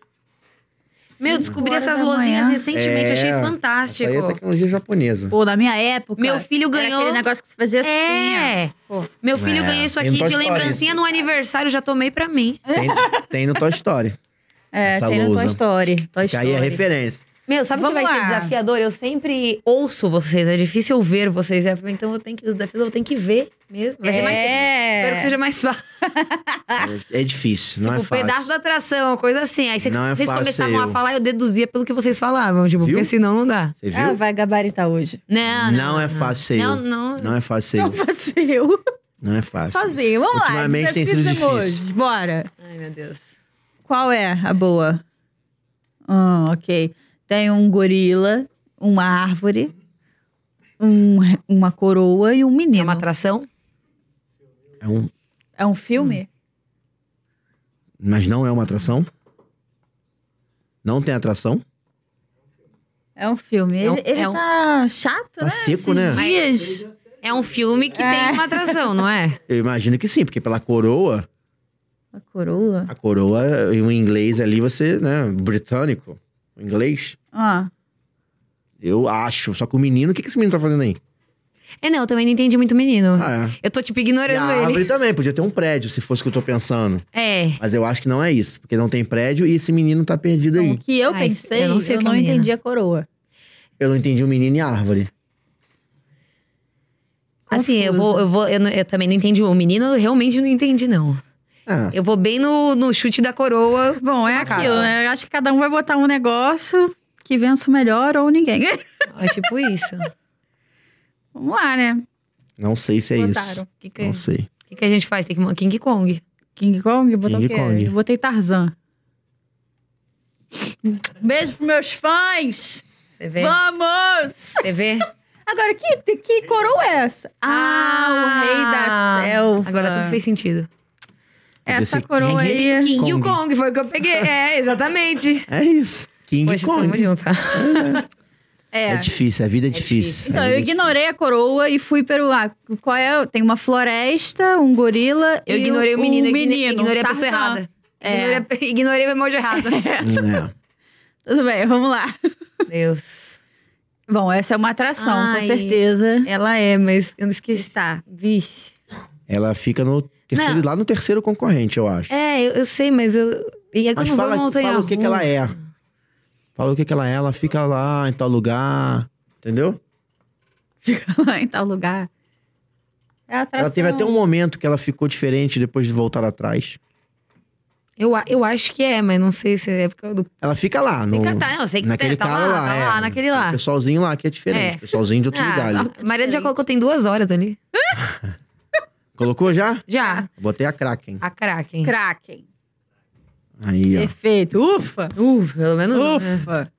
C: Meu, descobri
A: horas
C: essas
A: da
C: lozinhas
A: manhã.
C: recentemente,
B: É,
C: achei Ah,
B: Essa aí é
C: fantástico.
B: tecnologia japonesa.
A: Pô, na minha época.
C: Meu filho
A: era
C: ganhou.
A: aquele negócio que você fazia assim,
C: É.
A: ó. Pô.
C: Meu filho
B: É,
C: ganhou isso
B: tem
C: aqui
B: Toy
C: de
B: Story.
C: lembrancinha no aniversário, já tomei pra mim.
B: Tem, tem no Toy Story.
A: É,
B: Essa
A: tem no Toy
B: lousa.
A: Story. Toy
B: Fica aí a
A: Story.
B: referência.
C: Meu, sabe o que
A: Vamos
C: vai ser
A: lá.
C: desafiador? Eu sempre ouço vocês, é difícil eu ver vocês. é, Então eu tenho que, os desafios eu tenho que ver mesmo. Vai ser mais difícil.
A: é.
C: Espero que seja mais fácil.
B: É, é difícil, não
C: tipo,
B: é fácil.
C: pedaço da atração, coisa assim. Aí cê-
B: Não é
C: vocês
B: fácil,
C: começavam
B: eu.
C: a falar, eu deduzia pelo que vocês falavam, tipo,
B: Viu?
C: porque senão não dá.
B: Você
A: Ah,
B: viu?
A: vai gabaritar hoje.
C: Não, não.
B: Não é fácil,
C: Não,
B: eu.
C: não.
B: Não é fácil.
A: Não faço eu.
B: Não é fácil.
A: Sozinho. Vamos lá.
B: Ultimamente tem
A: desafios
B: sido
A: emojis.
B: difícil.
A: Bora.
C: Ai, meu Deus.
A: Qual é a boa? Ah, ok. Tem um gorila, uma árvore, um- uma coroa e um menino.
C: É uma atração?
B: É um-
A: É um
C: Hum.
A: filme?
B: mas não é uma atração? Não tem atração?
A: É um filme.
C: É um-
A: Ele, ele
C: é um-
A: tá chato,
B: Tá
A: né?
B: seco,
A: esses
B: né?
A: dias.
C: É um filme que tem uma atração, não é?
B: Eu imagino que sim, porque pela coroa,
A: A coroa.
B: a coroa em um inglês ali, você, né, britânico, um inglês,
A: Ah,
B: eu acho. Só que o menino, o que, que esse menino tá fazendo aí?
C: É, não, eu também não entendi muito o menino.
B: Ah, é.
C: Eu tô, tipo,
B: E a
C: ignorando ele.
B: árvore também, podia ter um prédio, se fosse o que eu tô pensando.
C: É.
B: Mas eu acho que não é isso, porque não tem prédio e esse menino tá perdido
A: então, o
B: aí.
A: que eu
C: Ai,
A: pensei, eu
C: eu
A: não,
C: não sei o que é menina.
A: entendi a coroa.
B: Eu não entendi o menino e a árvore.
C: Assim, eu
A: Confuso.
C: vou, eu vou, eu, não- eu também não entendi. O menino, eu realmente não entendi, não.
B: Ah,
C: Eu vou bem no, no chute da coroa.
A: Bom, é aquilo, né? Eu acho que cada um vai botar um negócio que vença o melhor ou ninguém.
C: É tipo isso.
A: Vamos lá, né?
B: não sei se é
A: Botaram.
B: isso.
C: O que, que,
B: Não sei.
C: que que a gente faz? Tem que. mo- King Kong.
A: King Kong? Botou
B: King
A: o quê?
B: Kong.
A: Eu Botei Tarzan. Beijo pros meus fãs!
C: Você vê?
A: Vamos!
C: Você vê?
A: Agora, que, que coroa é essa? Ah, o rei da selva.
C: Agora tudo fez sentido.
A: Essa
B: Esse
A: coroa
B: King-
A: aí.
C: King Kong.
B: Kong.
C: Kong foi o que eu peguei. É, exatamente.
B: É isso. King
C: Poxa,
B: Kong.
C: tamo junto.
A: É.
B: É difícil, a vida é, difícil.
C: difícil.
A: Então,
B: A
A: eu
B: vida é
A: ignorei a coroa e fui pelo. Ah, qual é? Tem uma floresta, um gorila.
C: Eu
A: e
C: ignorei o
A: um-
C: menino, tá
A: um
C: eu igno-
A: menino
C: ignorei a
A: Tarzan.
C: pessoa errada.
A: É.
C: Ignorei, a- ignorei o emoji errado.
B: difícil. É.
A: Tudo bem, vamos lá.
C: Deus.
A: Bom, essa é uma atração,
C: Ai.
A: com certeza.
C: Ela é, mas eu não esqueci. Tá. Vixe.
B: Ela fica no terceiro, lá no terceiro concorrente, eu acho.
C: É, eu, eu sei, mas eu. E é que
B: Mas
C: eu não
B: fala,
C: vou montanha
B: fala o que, que ela é. Fala o que, que ela é, ela fica lá em tal lugar, entendeu?
A: Lá em tal lugar. É a atração.
B: Ela teve até um momento que ela ficou diferente depois de voltar atrás.
C: Eu, a- eu acho que é, mas não sei se é época do.
B: Ela fica lá, no,
C: Fica, tá, eu sei que
B: naquele
C: tá
B: cara
C: lá,
B: lá,
C: tá
B: é.
C: lá, naquele lá.
B: O pessoalzinho lá que é diferente,
C: É.
B: o pessoalzinho de outro lugar. ali.
C: a Maria já colocou tem duas horas ali.
B: Colocou já?
C: Já.
B: Botei a Kraken.
C: A Kraken.
A: Kraken.
B: um Aí, ó.
A: Perfeito. Ufa!
C: Uh, pelo menos. uma.
A: Ufa!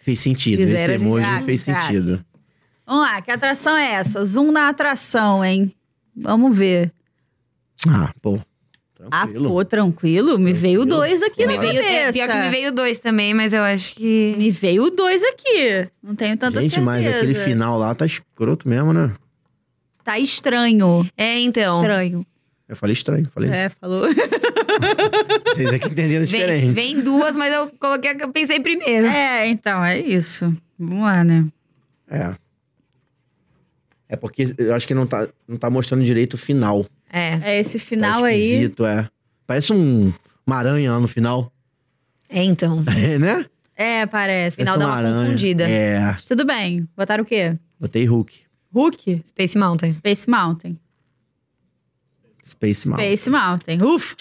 B: Fez sentido,
C: Fizeram
B: esse
C: de
B: emoji
A: Kraken,
B: fez
A: Kraken.
B: sentido.
A: Vamos lá, que atração é essa? Zoom na atração, hein? Vamos ver.
B: Ah, pô.
A: Ah,
B: Tranquilo.
A: pô, tranquilo. Me veio dois aqui
C: Me
A: na
C: veio,
A: cabeça.
C: é, pior que me veio dois também, mas eu acho que.
A: Me veio dois aqui. Não tenho tanta
B: Gente,
A: certeza.
B: mas aquele final lá tá escroto mesmo, né?
A: Tá estranho.
C: É, então.
A: Estranho.
B: Eu falei estranho, falei.
A: É, falou.
B: Vocês aqui entenderam diferente.
C: Vem, vem duas, mas eu coloquei a que eu pensei primeiro.
A: é, então, é isso. Vamos lá, né?
B: É. É porque eu acho que não tá, não tá mostrando direito o final.
C: É.
A: É esse final
B: tá
A: aí.
B: esquisito, é. Parece um, uma aranha lá no final.
C: É, então.
B: É, né?
A: É, parece.
C: Final
B: Parece
C: dá uma confundida.
B: É.
A: Tudo bem. Botaram o quê?
B: Botei Hulk.
A: Hulk?
C: Space Mountain.
A: Space Mountain.
B: Space Mountain.
A: Space Mountain. Ufa!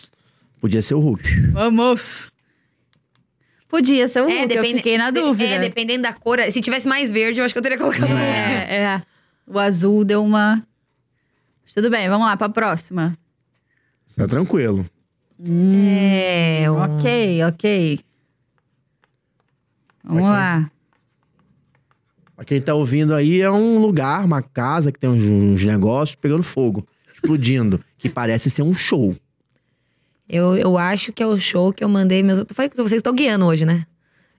B: Podia ser o Hulk.
A: Vamos! É, Podia ser o Hulk, eu fiquei na
C: de-
A: dúvida.
C: É, dependendo da cor. Se tivesse mais verde, eu acho que eu teria colocado. É.
A: É, é. O azul deu uma. Mas Tudo bem, vamos lá pra próxima.
B: Tá tranquilo.
C: É. um-
A: Hum, Ok, ok. Vamos
B: Ok.
A: lá.
B: Pra quem tá ouvindo aí, é um lugar, uma casa que tem uns, uns negócios pegando fogo, explodindo, que parece ser um show.
C: Eu, eu acho que é o show que eu mandei meus. Eu falei que vocês estão guiando hoje, né?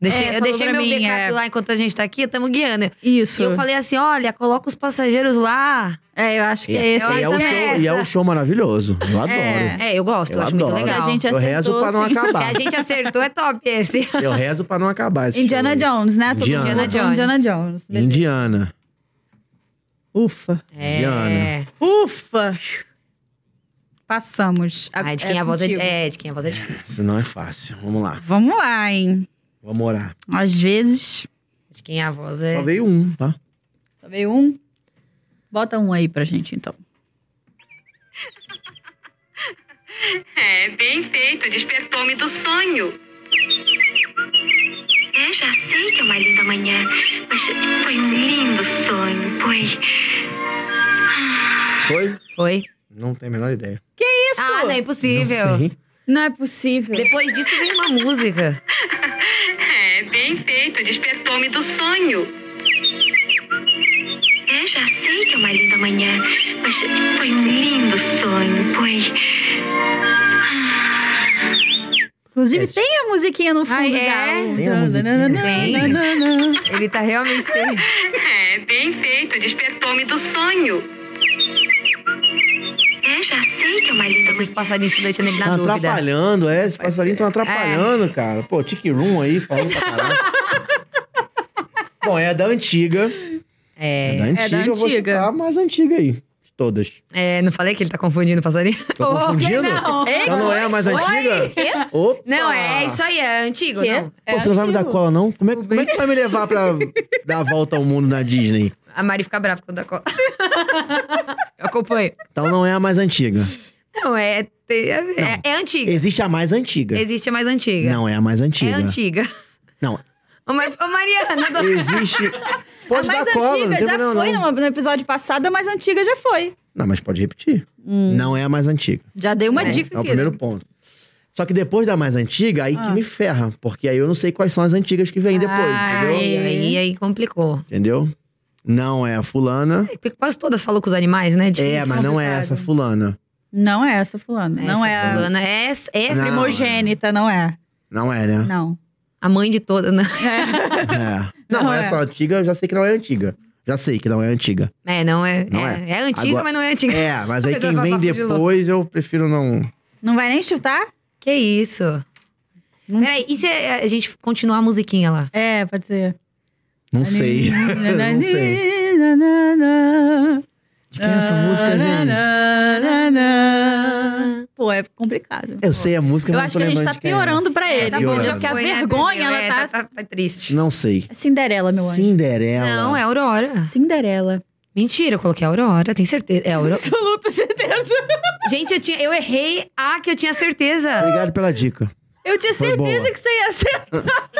C: Deixei,
A: É,
C: eu
A: falou
C: deixei
A: pra
C: meu
A: mim,
C: backup
A: é.
C: lá enquanto a gente tá aqui, estamos guiando.
A: Isso.
C: E eu falei assim: olha, coloca os passageiros lá.
A: É, eu acho que é esse
C: eu
B: e, é
C: acho
B: um
C: que é
B: show, e é um
C: essa.
B: show maravilhoso. Eu adoro.
C: É, eu gosto, eu,
B: Eu
C: acho muito
B: adoro.
C: legal.
A: Se a gente
B: Eu rezo
A: acertou,
B: pra não
A: sim.
C: Se a
B: acabar.
C: gente acertou, é top esse.
B: Eu rezo pra não acabar. esse
A: Indiana
B: show aí.
A: Jones, né? Todo mundo
B: Indiana
A: botou
C: Jones.
A: Indiana Jones. Beleza.
B: Indiana.
A: Ufa.
C: É.
B: Diana.
A: Ufa! Passamos.
C: Ai, de
A: É
C: quem a voz é,
A: contigo.
C: é, de quem a voz é difícil.
B: Isso não é fácil. Vamos lá.
A: Vamos lá, hein?
B: Vamos orar.
A: Às vezes.
C: De quem a voz é.
B: Só veio um, tá?
A: Tá meio um? Bota um aí pra gente, então.
E: É, bem feito, despertou-me do sonho.
F: É, já sei que é uma linda manhã, mas foi um lindo sonho, foi.
B: Foi?
C: Foi?
B: Não tenho a menor ideia.
A: Isso!
C: Ah, não é impossível.
B: Não sei.
A: Não é possível.
C: Depois disso veio uma música.
E: É, bem feito, despertou-me do sonho.
F: É, já sei que é uma linda manhã, mas foi um lindo sonho, foi.
A: Inclusive, tem a musiquinha no fundo
C: Ai, é?
A: já.
B: Tem a musiquinha?
C: Tem.
A: Nananana.
C: Ele tá realmente.
E: É, bem feito, despertou-me do sonho.
F: É, já sei que é uma linda
C: Eu
F: manhã.
C: quis passar nisso, deixando ele na
B: Tá
C: dúvida.
B: atrapalhando, é. Esses
C: Pode
B: passarinhos estão
C: ser. É.
B: atrapalhando, cara. Pô, Tiki Room aí, falando pra caralho. Bom, é da antiga. É, da antiga.
A: É da
B: Eu vou
A: antiga.
B: chutar a mais antiga aí. De todas.
C: É, não falei que ele tá confundindo o passarinho?
B: Tô
C: Ô,
B: confundindo?
C: Não,
B: Ela não é a mais antiga? Opa!
C: não é isso aí, é antigo,
A: Quê?
C: não.
B: Pô, você não vai me dar cola, não? Como é, como é que vai me levar pra dar a volta ao mundo na Disney?
C: A Mari fica brava quando dá cola. Eu acompanho.
B: Então não é a mais antiga.
C: Não, é. É, é- é antiga.
B: Existe a mais antiga.
C: Existe a mais antiga.
B: Não é a mais antiga.
C: É antiga.
B: Não.
C: Ô, Mar... Ô Mariana, eu tô-
B: Existe. Pode
A: a mais
B: dar cola, não
A: antiga
B: tem
A: já
B: problema,
A: foi
B: não.
A: no- no episódio passado, a mais antiga já foi.
B: Não, mas pode repetir. Não é a mais antiga.
A: Já dei Hum. uma
C: É.
A: dica
B: É o
A: aqui.
B: primeiro ponto. Só que depois da mais antiga, aí
A: Ah.
B: que me ferra. Porque aí eu não sei quais são as antigas que vêm depois, entendeu?
C: Aí, aí, aí complicou.
B: Entendeu? Não é a fulana.
C: Porque Quase todas falam com os animais, né?
B: É, mas não é
A: complicado.
B: essa fulana.
A: Não é essa, fulano. não é a
C: fulana. É, essa- é
B: Não.
A: primogênita, não é.
B: Não é, né?
A: Não.
C: a mãe de todas, né?
B: É. Não,
A: Não é.
B: essa antiga eu já sei que não é antiga. Já sei que não é antiga.
C: É, não é.
B: Não
C: é. é antiga,
B: Agora-
C: mas não é antiga.
B: É, mas aí
C: Mas
B: quem
C: ela
B: vem
C: tá fugindo.
B: depois eu prefiro não.
A: Não vai nem chutar?
C: Que isso?
A: Não-
C: Peraí, e se a a gente continuar a musiquinha lá?
A: É, pode ser.
B: Não sei. Não sei. De quem é essa
A: Ah,
B: música, gente?
A: gente? Pô, é complicado.
B: Eu sei a música,
A: Eu
B: mas não
A: acho
B: tô
A: que a gente tá
B: lembrando de quem é.
A: piorando pra ele.
B: tá
A: entendeu?
B: piorando.
A: Porque a
C: Foi, né,
A: vergonha,
C: perdeu,
A: ela
C: é,
A: tá...
C: tá, tá triste.
B: Não sei.
A: É Cinderela, meu anjo.
B: Cinderela.
C: Não, é Aurora.
A: Cinderela.
C: Mentira, eu coloquei Aurora, tem certeza. É Aurora.
A: Absoluta certeza.
C: Gente, eu, tinha, eu errei a que eu tinha certeza.
B: Obrigado pela dica.
A: Eu tinha
B: Foi
A: certeza
B: boa.
A: que você ia ser.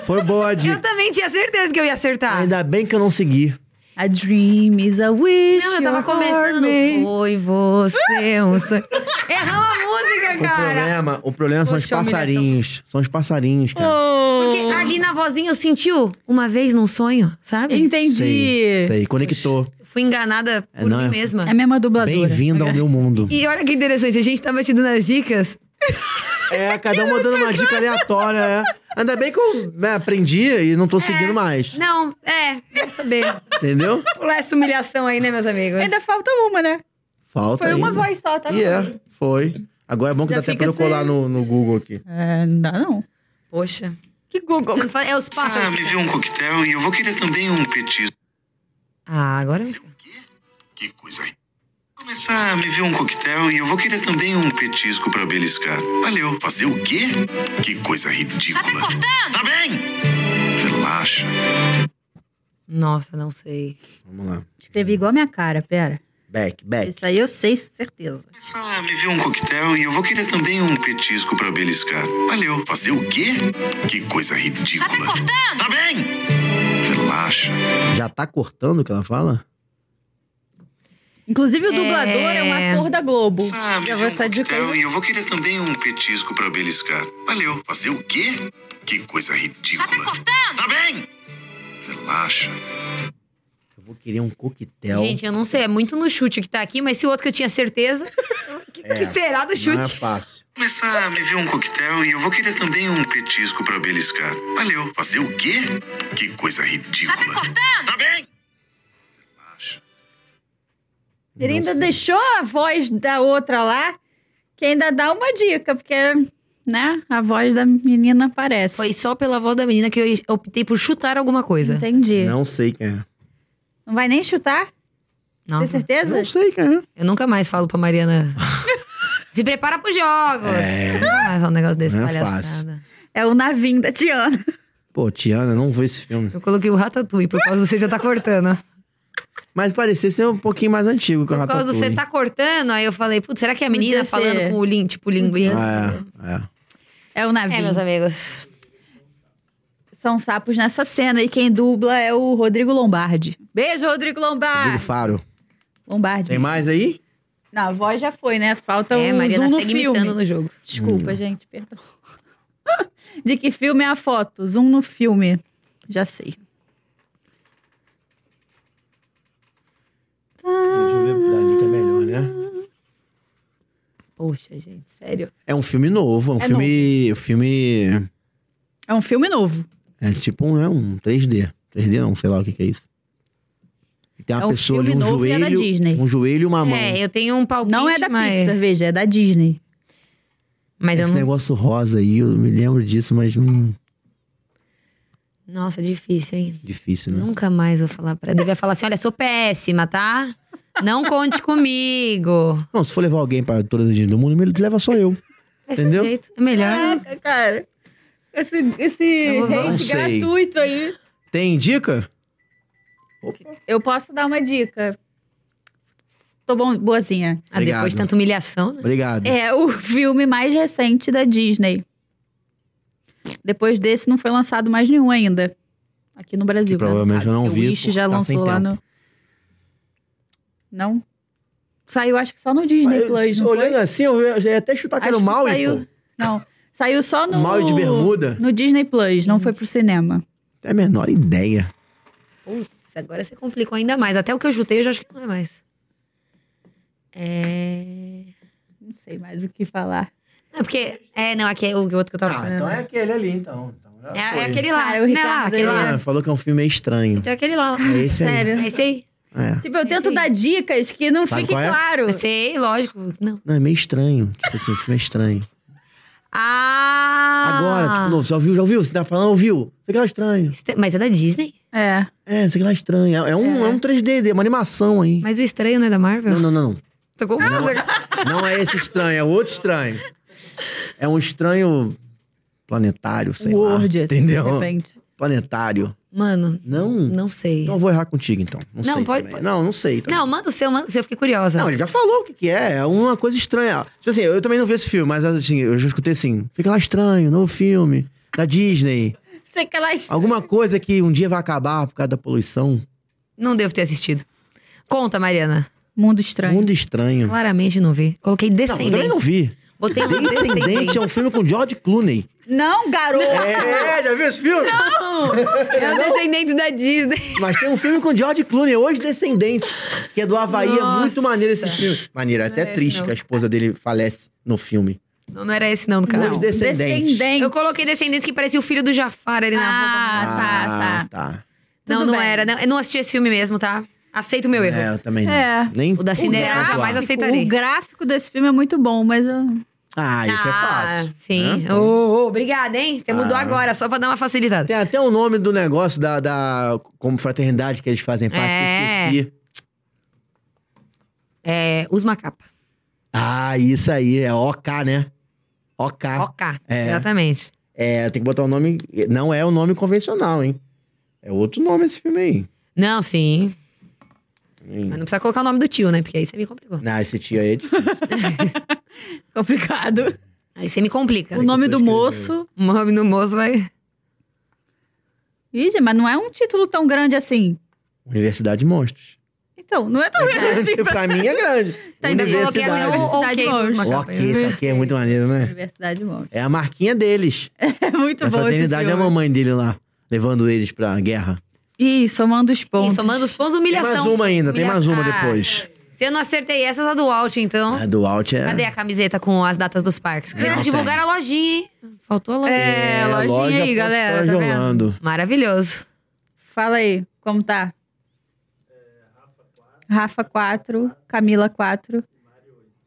B: Foi boa a
C: Eu
B: dica.
C: também tinha certeza que eu ia acertar.
B: Ainda bem que eu não segui.
A: A dream is a wish.
C: Não, eu tava
A: your
C: começando.
A: heart
C: no
A: made.
C: Foi você um sonho. Erramos a música,
B: O
C: cara.
B: problema, é o problema são os
C: Poxa, humilhação.
B: passarinhos. São os passarinhos, cara.
C: Porque ali na vozinha eu sentiu uma vez num sonho, sabe?
A: Entendi.
B: Sei, sei. Conectou.
C: Fui enganada
B: É,
C: por
B: não,
C: mim
B: é-
C: mesma.
A: É a mesma dubladora.
B: Bem-vindo ao meu mundo.
C: E olha que interessante, a gente tava te dando as dicas.
B: É, cada uma dando uma dica aleatória. é. Ainda bem que eu né, aprendi e
A: É.
B: não tô seguindo mais.
C: Não, é, vou saber.
B: Entendeu?
C: Pular essa humilhação aí, né, meus amigos?
A: Ainda falta uma, né?
B: Falta
A: Foi uma
B: ainda.
A: voz só, tá
B: E é, foi. Agora é bom que
A: Já
B: dá até
A: fica
B: pra eu
A: sem-
B: colar no, no Google aqui.
A: É, não dá não.
C: Poxa.
A: Que Google.
C: Eu não falo- É os
G: Ah,
C: pássaros.
G: me viu um coquetel e eu vou querer também um petisco.
C: Ah, agora.
G: Que coisa. Começar, me viu um coquetel e eu vou querer também um petisco pra beliscar. Valeu. Fazer o quê? Que coisa ridícula. Tá me cortando? Tá bem. Relaxa.
C: Nossa, não sei.
B: Vamos lá.
A: Escrevi igual a minha cara, pera.
B: Back, back.
A: Isso aí eu sei, certeza.
G: Começar, me viu um coquetel e eu vou querer também um petisco pra beliscar. Valeu. Fazer o quê? Que coisa ridícula. Tá me cortando? Tá bem. Relaxa.
B: Já tá cortando o que ela fala?
A: Inclusive, o
C: É.
A: dublador é, um ator da Globo.
G: Sabe,
A: Já
G: viu
A: vou
G: um
A: essa dica
G: coquetel
A: aí.
G: E eu vou querer também um petisco pra beliscar. Valeu. Fazer o quê? Que coisa ridícula. Já tá cortando? Tá bem. Relaxa.
B: Eu vou querer um coquetel.
C: Gente, eu não sei, é muito no chute que tá aqui, mas se o outro que eu tinha certeza. O que,
B: É,
C: que será do
B: não é
C: chute?
B: fácil.
G: Começar a me ver um coquetel e eu vou querer também um petisco pra beliscar. Valeu. Fazer o quê? Que coisa ridícula. Já tá cortando? Tá bem. Relaxa.
A: Ele
B: Não
A: ainda
B: sei.
A: deixou a voz da outra lá, que ainda dá uma dica, porque, né, a voz da menina aparece.
C: Foi só pela voz da menina que eu optei por chutar alguma coisa.
A: Entendi. Não.
B: Não sei quem é.
A: vai nem chutar? Tem
C: Nossa,
A: certeza?
B: Não sei quem é.
C: eu nunca mais falo pra Mariana. Se prepara pros jogos.
B: É.
C: Nunca mais falo um negócio desse,
B: Não é
C: palhaçada.
A: É o navinho da Tiana.
B: Pô, Tiana, não vou esse filme.
C: Eu coloquei o Ratatouille por causa do Você Já Tá Cortando.
B: Mas parecia ser um pouquinho mais antigo que o
C: Por causa do
B: Ratatouille.
C: Você Tá Cortando, aí eu falei, putz, será que é a
A: Podia
C: menina falando
A: ser.
C: com o lin, tipo, linguinha?
B: É, é.
A: É o
C: É,
A: navinho.
C: meus amigos.
A: São sapos nessa cena e quem dubla é o Rodrigo Lombardi. Beijo, Rodrigo
B: Rodrigo
A: Lombardi.
B: Faro.
A: Lombardi.
B: Tem mais aí?
A: Não, a voz já foi, né? Falta
C: é,
A: o
C: Mariana
A: zoom no
C: segue
A: filme.
C: imitando no jogo.
A: Desculpa,
B: Hum.
A: gente, perdão. De que filme é a foto? Zoom no filme. Já sei.
B: Deixa eu ver pra dica melhor, né?
C: Poxa, gente, sério.
B: É um filme novo, é um
A: É
B: filme. filme.
A: É um filme novo.
B: É tipo um, é um 3D. 3D não, sei lá o que, que é isso. E tem uma
A: É um
B: pessoa ali, um
A: filme novo e é da
B: joelho.
A: Disney.
B: um joelho e uma mão.
C: É, eu tenho um palpite,
A: Não é da
C: mas...
A: Pixar, veja, é da Disney.
C: Mas eu
B: Esse
C: não...
B: negócio rosa aí, eu me lembro disso, mas hum,
C: Nossa, difícil, hein?
B: difícil, né?
C: Nunca mais vou falar pra... Devia falar assim, olha, sou péssima, tá? Não conte comigo.
B: Não, se for levar alguém pra todas as dias do mundo, me leva só eu.
C: Esse
A: um
B: Entendeu?
C: jeito é melhor.
A: Caraca, cara. Esse, esse
C: Eu vou-
B: Não
A: hate
B: sei.
A: gratuito aí.
B: Tem dica?
A: Eu posso dar uma dica. Tô bom, boazinha.
C: Ah, depois
B: Obrigado.
C: de tanta humilhação, né?
B: Obrigado.
A: É o filme mais recente da Disney. Depois desse, não foi lançado mais nenhum ainda. Aqui no Brasil.
B: Que
A: né,
B: provavelmente
A: no
B: eu não
A: caso, porque
B: vi,
A: O Wish
B: porque
A: já
B: tá sem
A: lançou lá
B: tempo.
A: no. Não? Saiu, acho que só no Disney
B: Mas,
A: Plus. Não
B: olhando
A: foi?
B: assim, eu já ia até chutar que era o
A: Acho que
B: mal,
A: saiu. Não. Saiu só no.
B: Mal de bermuda?
A: No Disney Plus, não foi pro cinema.
B: É a menor ideia.
C: Putz, agora você complicou ainda mais. Até o que eu jutei, eu já acho que não é mais. É...
A: Não sei mais o que falar.
C: Não, porque... É, não, aqui é o outro que eu tava falando.
B: Ah, então aquele ali, então.
C: É, é aquele lá,
A: Cara, o
C: né?
A: Ricardo
C: Lá, aquele
A: dele-
C: lá.
B: Ah, falou que é um filme meio estranho.
C: Então é aquele lá.
B: É esse aí.
A: Sério.
C: É esse aí?
B: É.
A: Tipo, eu tento
C: Esse aí.
A: dar dicas que não
B: Sabe
A: fique
B: qual é?
A: claro.
C: Esse aí, lógico. Não.
B: Não, é meio estranho. Tipo assim, o filme é estranho.
C: Ah!
B: tipo, Agora, tipo, novo, já ouviu, já ouviu? Você tá falando, ouviu? Legal, estranho.
C: Este- Mas é da Disney?
A: É.
B: É, isso aqui lá é estranho. É, é um, é. um 3D, é uma animação aí.
C: Mas o estranho não é da Marvel?
B: Não, não, não.
C: Tô confusa.
B: Não é esse estranho, é outro estranho. É um estranho planetário, sei
A: Word,
B: lá.
A: assim,
B: Entendeu?
A: de repente.
B: Planetário.
C: Mano,
B: Não.
C: não sei.
B: Então eu vou errar contigo, então. Não,
C: Não,
B: sei.
C: pode-
B: também. Não, não sei. também.
C: Não, manda o seu, manda o seu, eu fiquei curiosa.
B: Não, ele já falou o que, que é. É uma coisa estranha. Tipo assim, eu também não vi esse filme, mas assim, eu já escutei assim: fica lá estranho, novo filme, da Disney.
A: Sei que elas...
B: Alguma coisa que um dia vai acabar por causa da poluição.
C: Não devo ter assistido. Conta, Mariana.
A: Mundo estranho.
B: Mundo estranho.
C: Claramente não vi. Coloquei
B: Não, eu também
C: descendente.
B: não vi.
C: Botei um
B: Descendente
C: descendente.
B: é um filme com George Clooney.
A: Não, garoto!
B: É, já viu esse filme? um-
C: É o descendente da Disney.
B: Mas tem um filme com George Clooney, hoje descendente, que é do Havaí. É
C: Nossa.
B: muito maneiro esse filme. Maneiro, é até
C: Parece
B: triste
C: não.
B: que a esposa dele falece no filme.
C: Não, não era esse não, no canal.
B: Não. Descendente.
C: Eu coloquei descendente que parecia o filho do Jafar ali na roupa.
A: Ah, tá,
B: tá.
C: Não,
A: tudo
C: não
A: bem.
C: era. Não, eu não assisti esse filme mesmo, tá? Aceito o meu
B: É,
C: erro.
B: eu também não.
A: É.
B: Nem
C: O da Cinderela eu
B: Vamos
C: jamais
B: lá.
C: aceitarei.
A: O gráfico desse filme é muito bom, mas eu...
B: Ah, isso é fácil.
C: Sim.
B: né?
C: Ô, ô, obrigada, hein? Você mudou
B: Ah.
C: agora, só pra dar uma facilitada.
B: Tem até o nome do negócio da, da como fraternidade que eles fazem parte,
C: É.
B: que eu esqueci.
C: É, usa uma capa.
B: Ah, isso aí, é OK, né? OK.
C: Ok.
B: É.
C: Exatamente.
B: É, tem que botar o nome. Não é o nome convencional, hein? É outro nome esse filme aí.
C: Não, sim.
B: Hum.
C: Mas não precisa colocar o nome do tio, né? Porque aí você me complicou.
B: Não, esse tio aí é difícil.
A: Complicado.
C: Aí você me complica.
A: O nome do
B: escrevendo.
A: moço...
C: O nome do moço vai.
A: Ih, gente, mas não é um título tão grande assim.
B: Universidade de Monstros.
A: Então, não é tão grande assim pra...
B: pra mim é grande.
A: Tá, ainda
C: Coloquei assim,
B: Universidade.
C: ou ok, usa uma capa.
B: Ok, isso aqui é muito maneiro, né?
A: Universidade Monte.
B: É a marquinha deles.
A: É muito
B: a
A: bom esse
B: fraternidade é a
A: filme.
B: mamãe dele lá, levando eles pra guerra.
A: Ih, somando os pontos.
C: Ih, somando os pontos,
B: Tem
C: humilhação.
B: mais uma ainda, tem mais uma
C: Humilhação.
B: depois.
C: Ah, Se eu não acertei essas, a do Alt, então.
A: Ah.
B: A do Alt é.
C: Cadê a camiseta com as datas dos parques? Vocês
B: Não
C: não divulgaram a lojinha, hein? Faltou a lojinha.
A: É, lojinha aí,
B: ponto
A: galera,
B: História
A: tá
B: de
A: vendo?
B: Orlando.
C: Maravilhoso.
A: Fala aí, como tá? Rafa 4, Camila 4,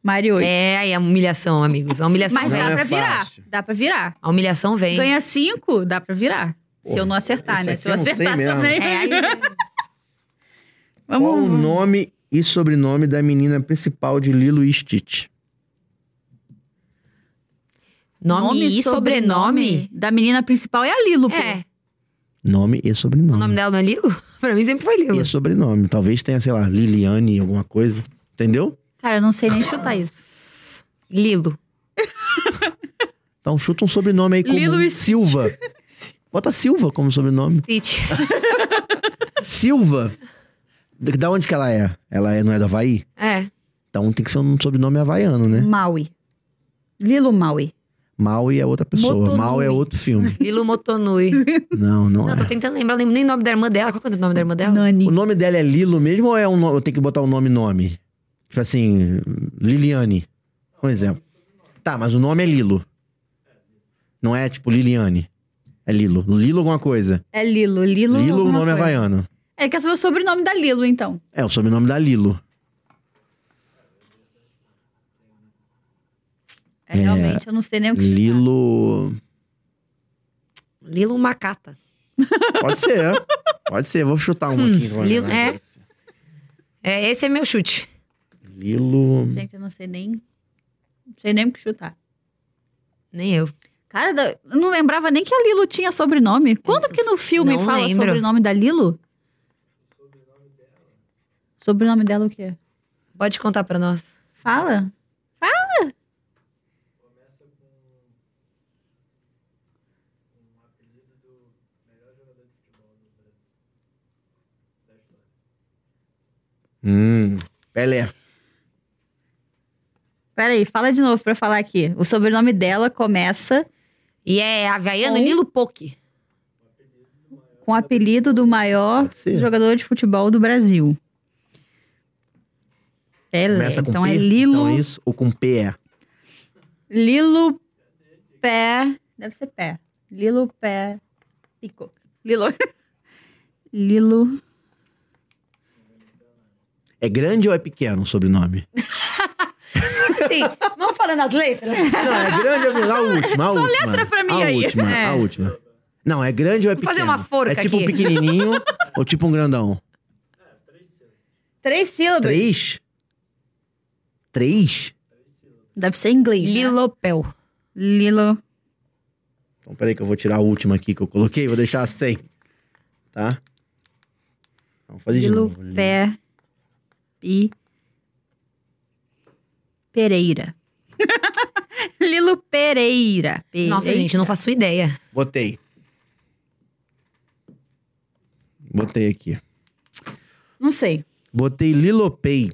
A: Mari 8.
C: É, aí a humilhação, amigos. A humilhação
A: Mas
B: não
C: vem.
A: dá
B: é
A: pra virar.
B: fácil.
A: Dá pra virar.
C: A humilhação vem.
A: Ganha 5, dá pra virar. Se
B: Porra,
A: eu não acertar,
B: esse
A: né?
B: aqui
A: Se eu
B: eu não sei
A: acertar
B: mesmo.
A: também. né?
C: É, aí...
B: Qual o
A: Vamos.
B: nome e sobrenome da menina principal de Lilo e Stitch?
C: Nome, e sobrenome?
A: da menina principal é a Lilo, pô.
C: É.
B: Nome e
C: O
B: sobrenome.
C: nome dela não é Lilo? pra mim sempre
A: é
C: foi Lilo.
B: E sobrenome. Talvez tenha, sei lá, Liliane, alguma coisa. Entendeu?
A: Cara, eu não sei nem chutar isso.
C: Lilo.
B: Então chuta um sobrenome aí como
A: Lilo e Stitch.
B: Silva. Bota Silva como sobrenome.
C: Stitch.
B: Silva. Da da onde que ela é? Ela é, não é do Havaí?
C: É.
B: Então tem que ser um sobrenome havaiano, né?
A: Maui. Lilo Maui.
B: Maui é outra pessoa.
A: Motonui.
B: Mal é outro filme.
C: Lilo Motonui.
B: Não, não,
C: Não,
B: é.
C: tô tentando lembrar, eu lembro nem o nome da irmã dela. Qual que é o nome da irmã dela?
A: Nani.
B: O nome dela é Lilo mesmo ou é um nome? Eu tenho que botar o nome nome? Tipo assim, Liliane. Um exemplo. Tá, mas o nome é Lilo. Não é tipo Liliane. É Lilo. Lilo alguma coisa.
A: É Lilo. Lilo,
B: Lilo, o
A: alguma
B: nome é
A: coisa. É
B: havaiano.
A: Ele quer saber o sobrenome da Lilo, então.
B: É, o sobrenome da Lilo.
A: É, realmente, eu não sei nem o que é?
B: Lilo.
C: Lilo Macata.
B: Pode ser. é. Pode ser. Vou chutar um aqui. vai,
C: Lilo-
B: vai, vai.
C: É, esse é meu chute.
B: Lilo.
A: Gente, eu não sei nem. Não sei nem o que chutar.
C: Nem eu.
A: Cara, da- eu não lembrava nem que a Lilo tinha sobrenome. Quando que no filme
C: não
A: fala
C: lembro.
A: sobrenome da Lilo? Sobrenome dela o quê?
C: Pode contar pra nós.
A: Fala? Fala!
B: Hum. Pelé.
A: Peraí, fala de novo pra eu falar aqui. O sobrenome dela começa
C: E é Havaiano
A: Com-
C: Lilo Poke.
A: com o apelido do maior
B: Pode ser.
A: jogador de futebol do Brasil. Pelé.
B: Começa com
A: Então
B: P.
A: é Lilo.
B: Então é isso? Ou com PE?
A: Lilo Pé. Deve ser pé. Lilo Pé. Pico. Lilo. Lilo.
B: É grande ou é pequeno o sobrenome?
C: Sim, vamos falando as letras.
B: Não, é grande ou é pequeno? A última, a
A: só
B: última.
A: letra pra mim
B: a
A: aí.
B: Última,
C: É.
B: A última. Não, é grande ou é
C: Vou
B: pequeno?
C: fazer uma forca
B: É tipo
C: aqui.
B: um pequenininho, Ou tipo um grandão?
A: Três sílabas.
B: Três? Três?
A: Deve ser em inglês. né?
C: Lilopel.
A: Lilo.
B: Então, peraí que eu vou tirar a última aqui que eu coloquei, vou deixar sem. Tá? Vamos fazer de
A: Lilo.
B: novo. Lilo.
A: Pé. Pi. Pereira. Lilo Pereira.
C: Nossa,
A: Pereira.
C: gente, não faço ideia.
B: Botei. Botei aqui.
A: Não sei.
B: Botei Lilopei.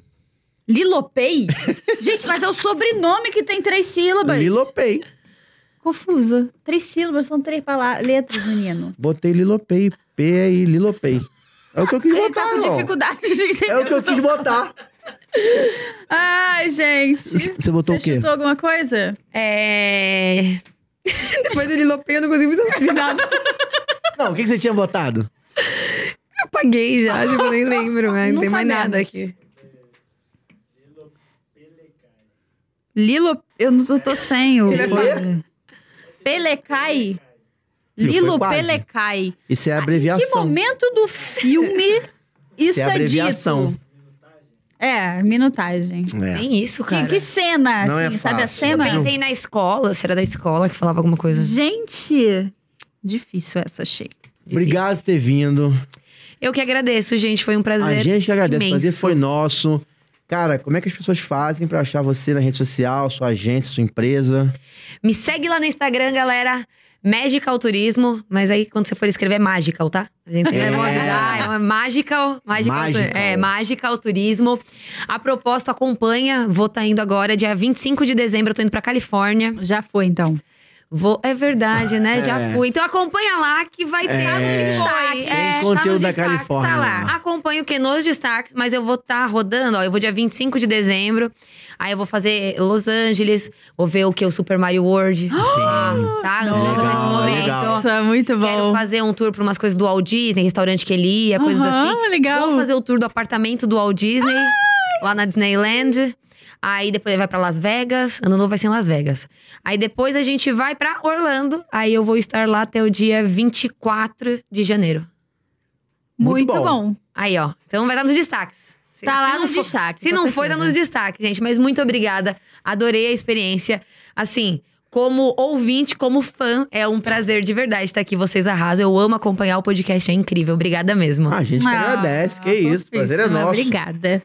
A: Lilopei? gente, mas é o sobrenome que tem três sílabas.
B: Lilopei.
A: Confusa. Três sílabas são três palavras, letras, menino.
B: Botei Lilopei. P e Lilopei. É o que eu quis
A: Ele tá
B: botar,
A: com
B: irmão.
A: dificuldade de entender.
B: É o que eu quis botar.
A: Ai, gente.
B: C- Você botou
A: Você
B: o quê?
A: chutou alguma coisa?
C: É. Depois do Lilopel, eu não consigo fazer nada.
B: Não, o que que você tinha botado?
C: Eu apaguei já, tipo, nem lembro, né? Não,
A: Não
C: tem mais
A: sabemos.
C: nada aqui.
A: Lilo... Eu não eu tô sem o...
B: Ele é
A: coisa. Pelecai?
B: Viu, foi
A: Lilo
B: quase.
A: Pelecai.
B: Isso é
A: Que
B: abreviação.
A: momento do filme isso
B: Isso é
A: é,
B: abreviação.
A: dito? É, minutagem.
B: É.
C: Nem isso,
A: Que,
C: cara.
A: que cena,
B: Não
A: assim,
B: é
A: sabe a
B: fácil.
A: cena?
B: Eu
C: Pensei na escola, será da escola que falava alguma coisa.
A: Gente, difícil essa, achei.
B: Obrigado por ter vindo.
C: Eu que agradeço, gente. Foi um prazer.
B: A gente que agradece. O prazer
C: imenso.
B: foi nosso. Cara, como é que as pessoas fazem pra achar você na rede social, sua agência, sua empresa?
C: Me segue lá no Instagram, galera. Magical Turismo, mas aí quando você for escrever é Magical, tá? A gente vai
B: É.
C: avisar, é uma Magical, Magical,
B: Magical.
C: É, Magical Turismo. A propósito, acompanha, vou estar indo agora, dia 25 de dezembro, eu tô indo pra Califórnia.
A: Já foi, então.
C: Vou, é verdade, né? Já
B: É.
C: fui. Então acompanha lá que vai ter
B: Tá no
A: destaque.
C: Foi,
A: Tem
C: é, tá
B: conteúdo
C: nos
B: da
C: destaques,
B: Califórnia
C: Tá lá.
B: lá.
C: Acompanha o que nos destaques, mas eu vou estar rodando, ó. Eu vou dia 25 de dezembro. Aí eu vou fazer Los Angeles, vou ver o que? O Super Mario World. Sim. Tá?
A: Ah,
C: Ansiosa pra esse
B: Ah, Legal,
C: momento.
B: legal.
A: Nossa, muito
C: Quero
A: bom.
C: fazer um tour pra umas coisas do Walt Disney, restaurante que ele ia, coisas
A: Aham,
C: assim.
A: legal.
C: Vou fazer o tour do apartamento do Walt Disney, lá na Disneyland. Aí depois ele vai pra Las Vegas. Ano novo vai ser em Las Vegas. Aí depois a gente vai pra Orlando. Aí eu vou estar lá até o dia 24 de janeiro.
A: Muito
B: Muito
A: bom.
B: bom.
C: Aí, ó. Então vai estar nos destaques. Se-
A: Tá
C: se
A: lá
C: não
A: no
C: for-
A: é destaque,
C: Se
A: com
C: não foi, tá
A: certeza.
C: nos destaques, gente. Mas muito obrigada. Adorei a experiência. Assim, como ouvinte, como fã, é um prazer de verdade estar aqui. Vocês arrasam. Eu amo acompanhar o podcast, é incrível. Obrigada mesmo.
B: Ah, a gente que agradece. Que isso, o prazer é
A: fofíssima,
B: nosso.
A: Ah, Obrigada.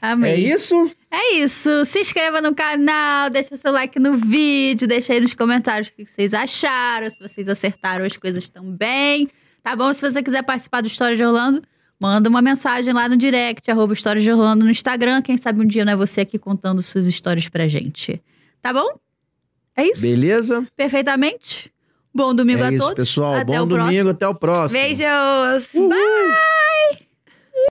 A: Amei.
B: É isso?
A: É isso. Se inscreva no canal, deixa seu like no vídeo, deixa aí nos comentários o que vocês acharam, se vocês acertaram as coisas também. Tá bom? Se você quiser participar do História de Orlando, manda uma mensagem lá no direct, arroba História de Orlando no Instagram. Quem sabe um dia não é você aqui contando suas histórias pra gente. Tá bom? É isso?
B: Beleza?
A: Perfeitamente. Bom domingo
B: é
A: a
B: isso,
A: todos.
B: pessoal.
A: Até
B: Bom
A: o
B: domingo,
A: próximo.
B: até o próximo.
C: Beijos!
A: Bye!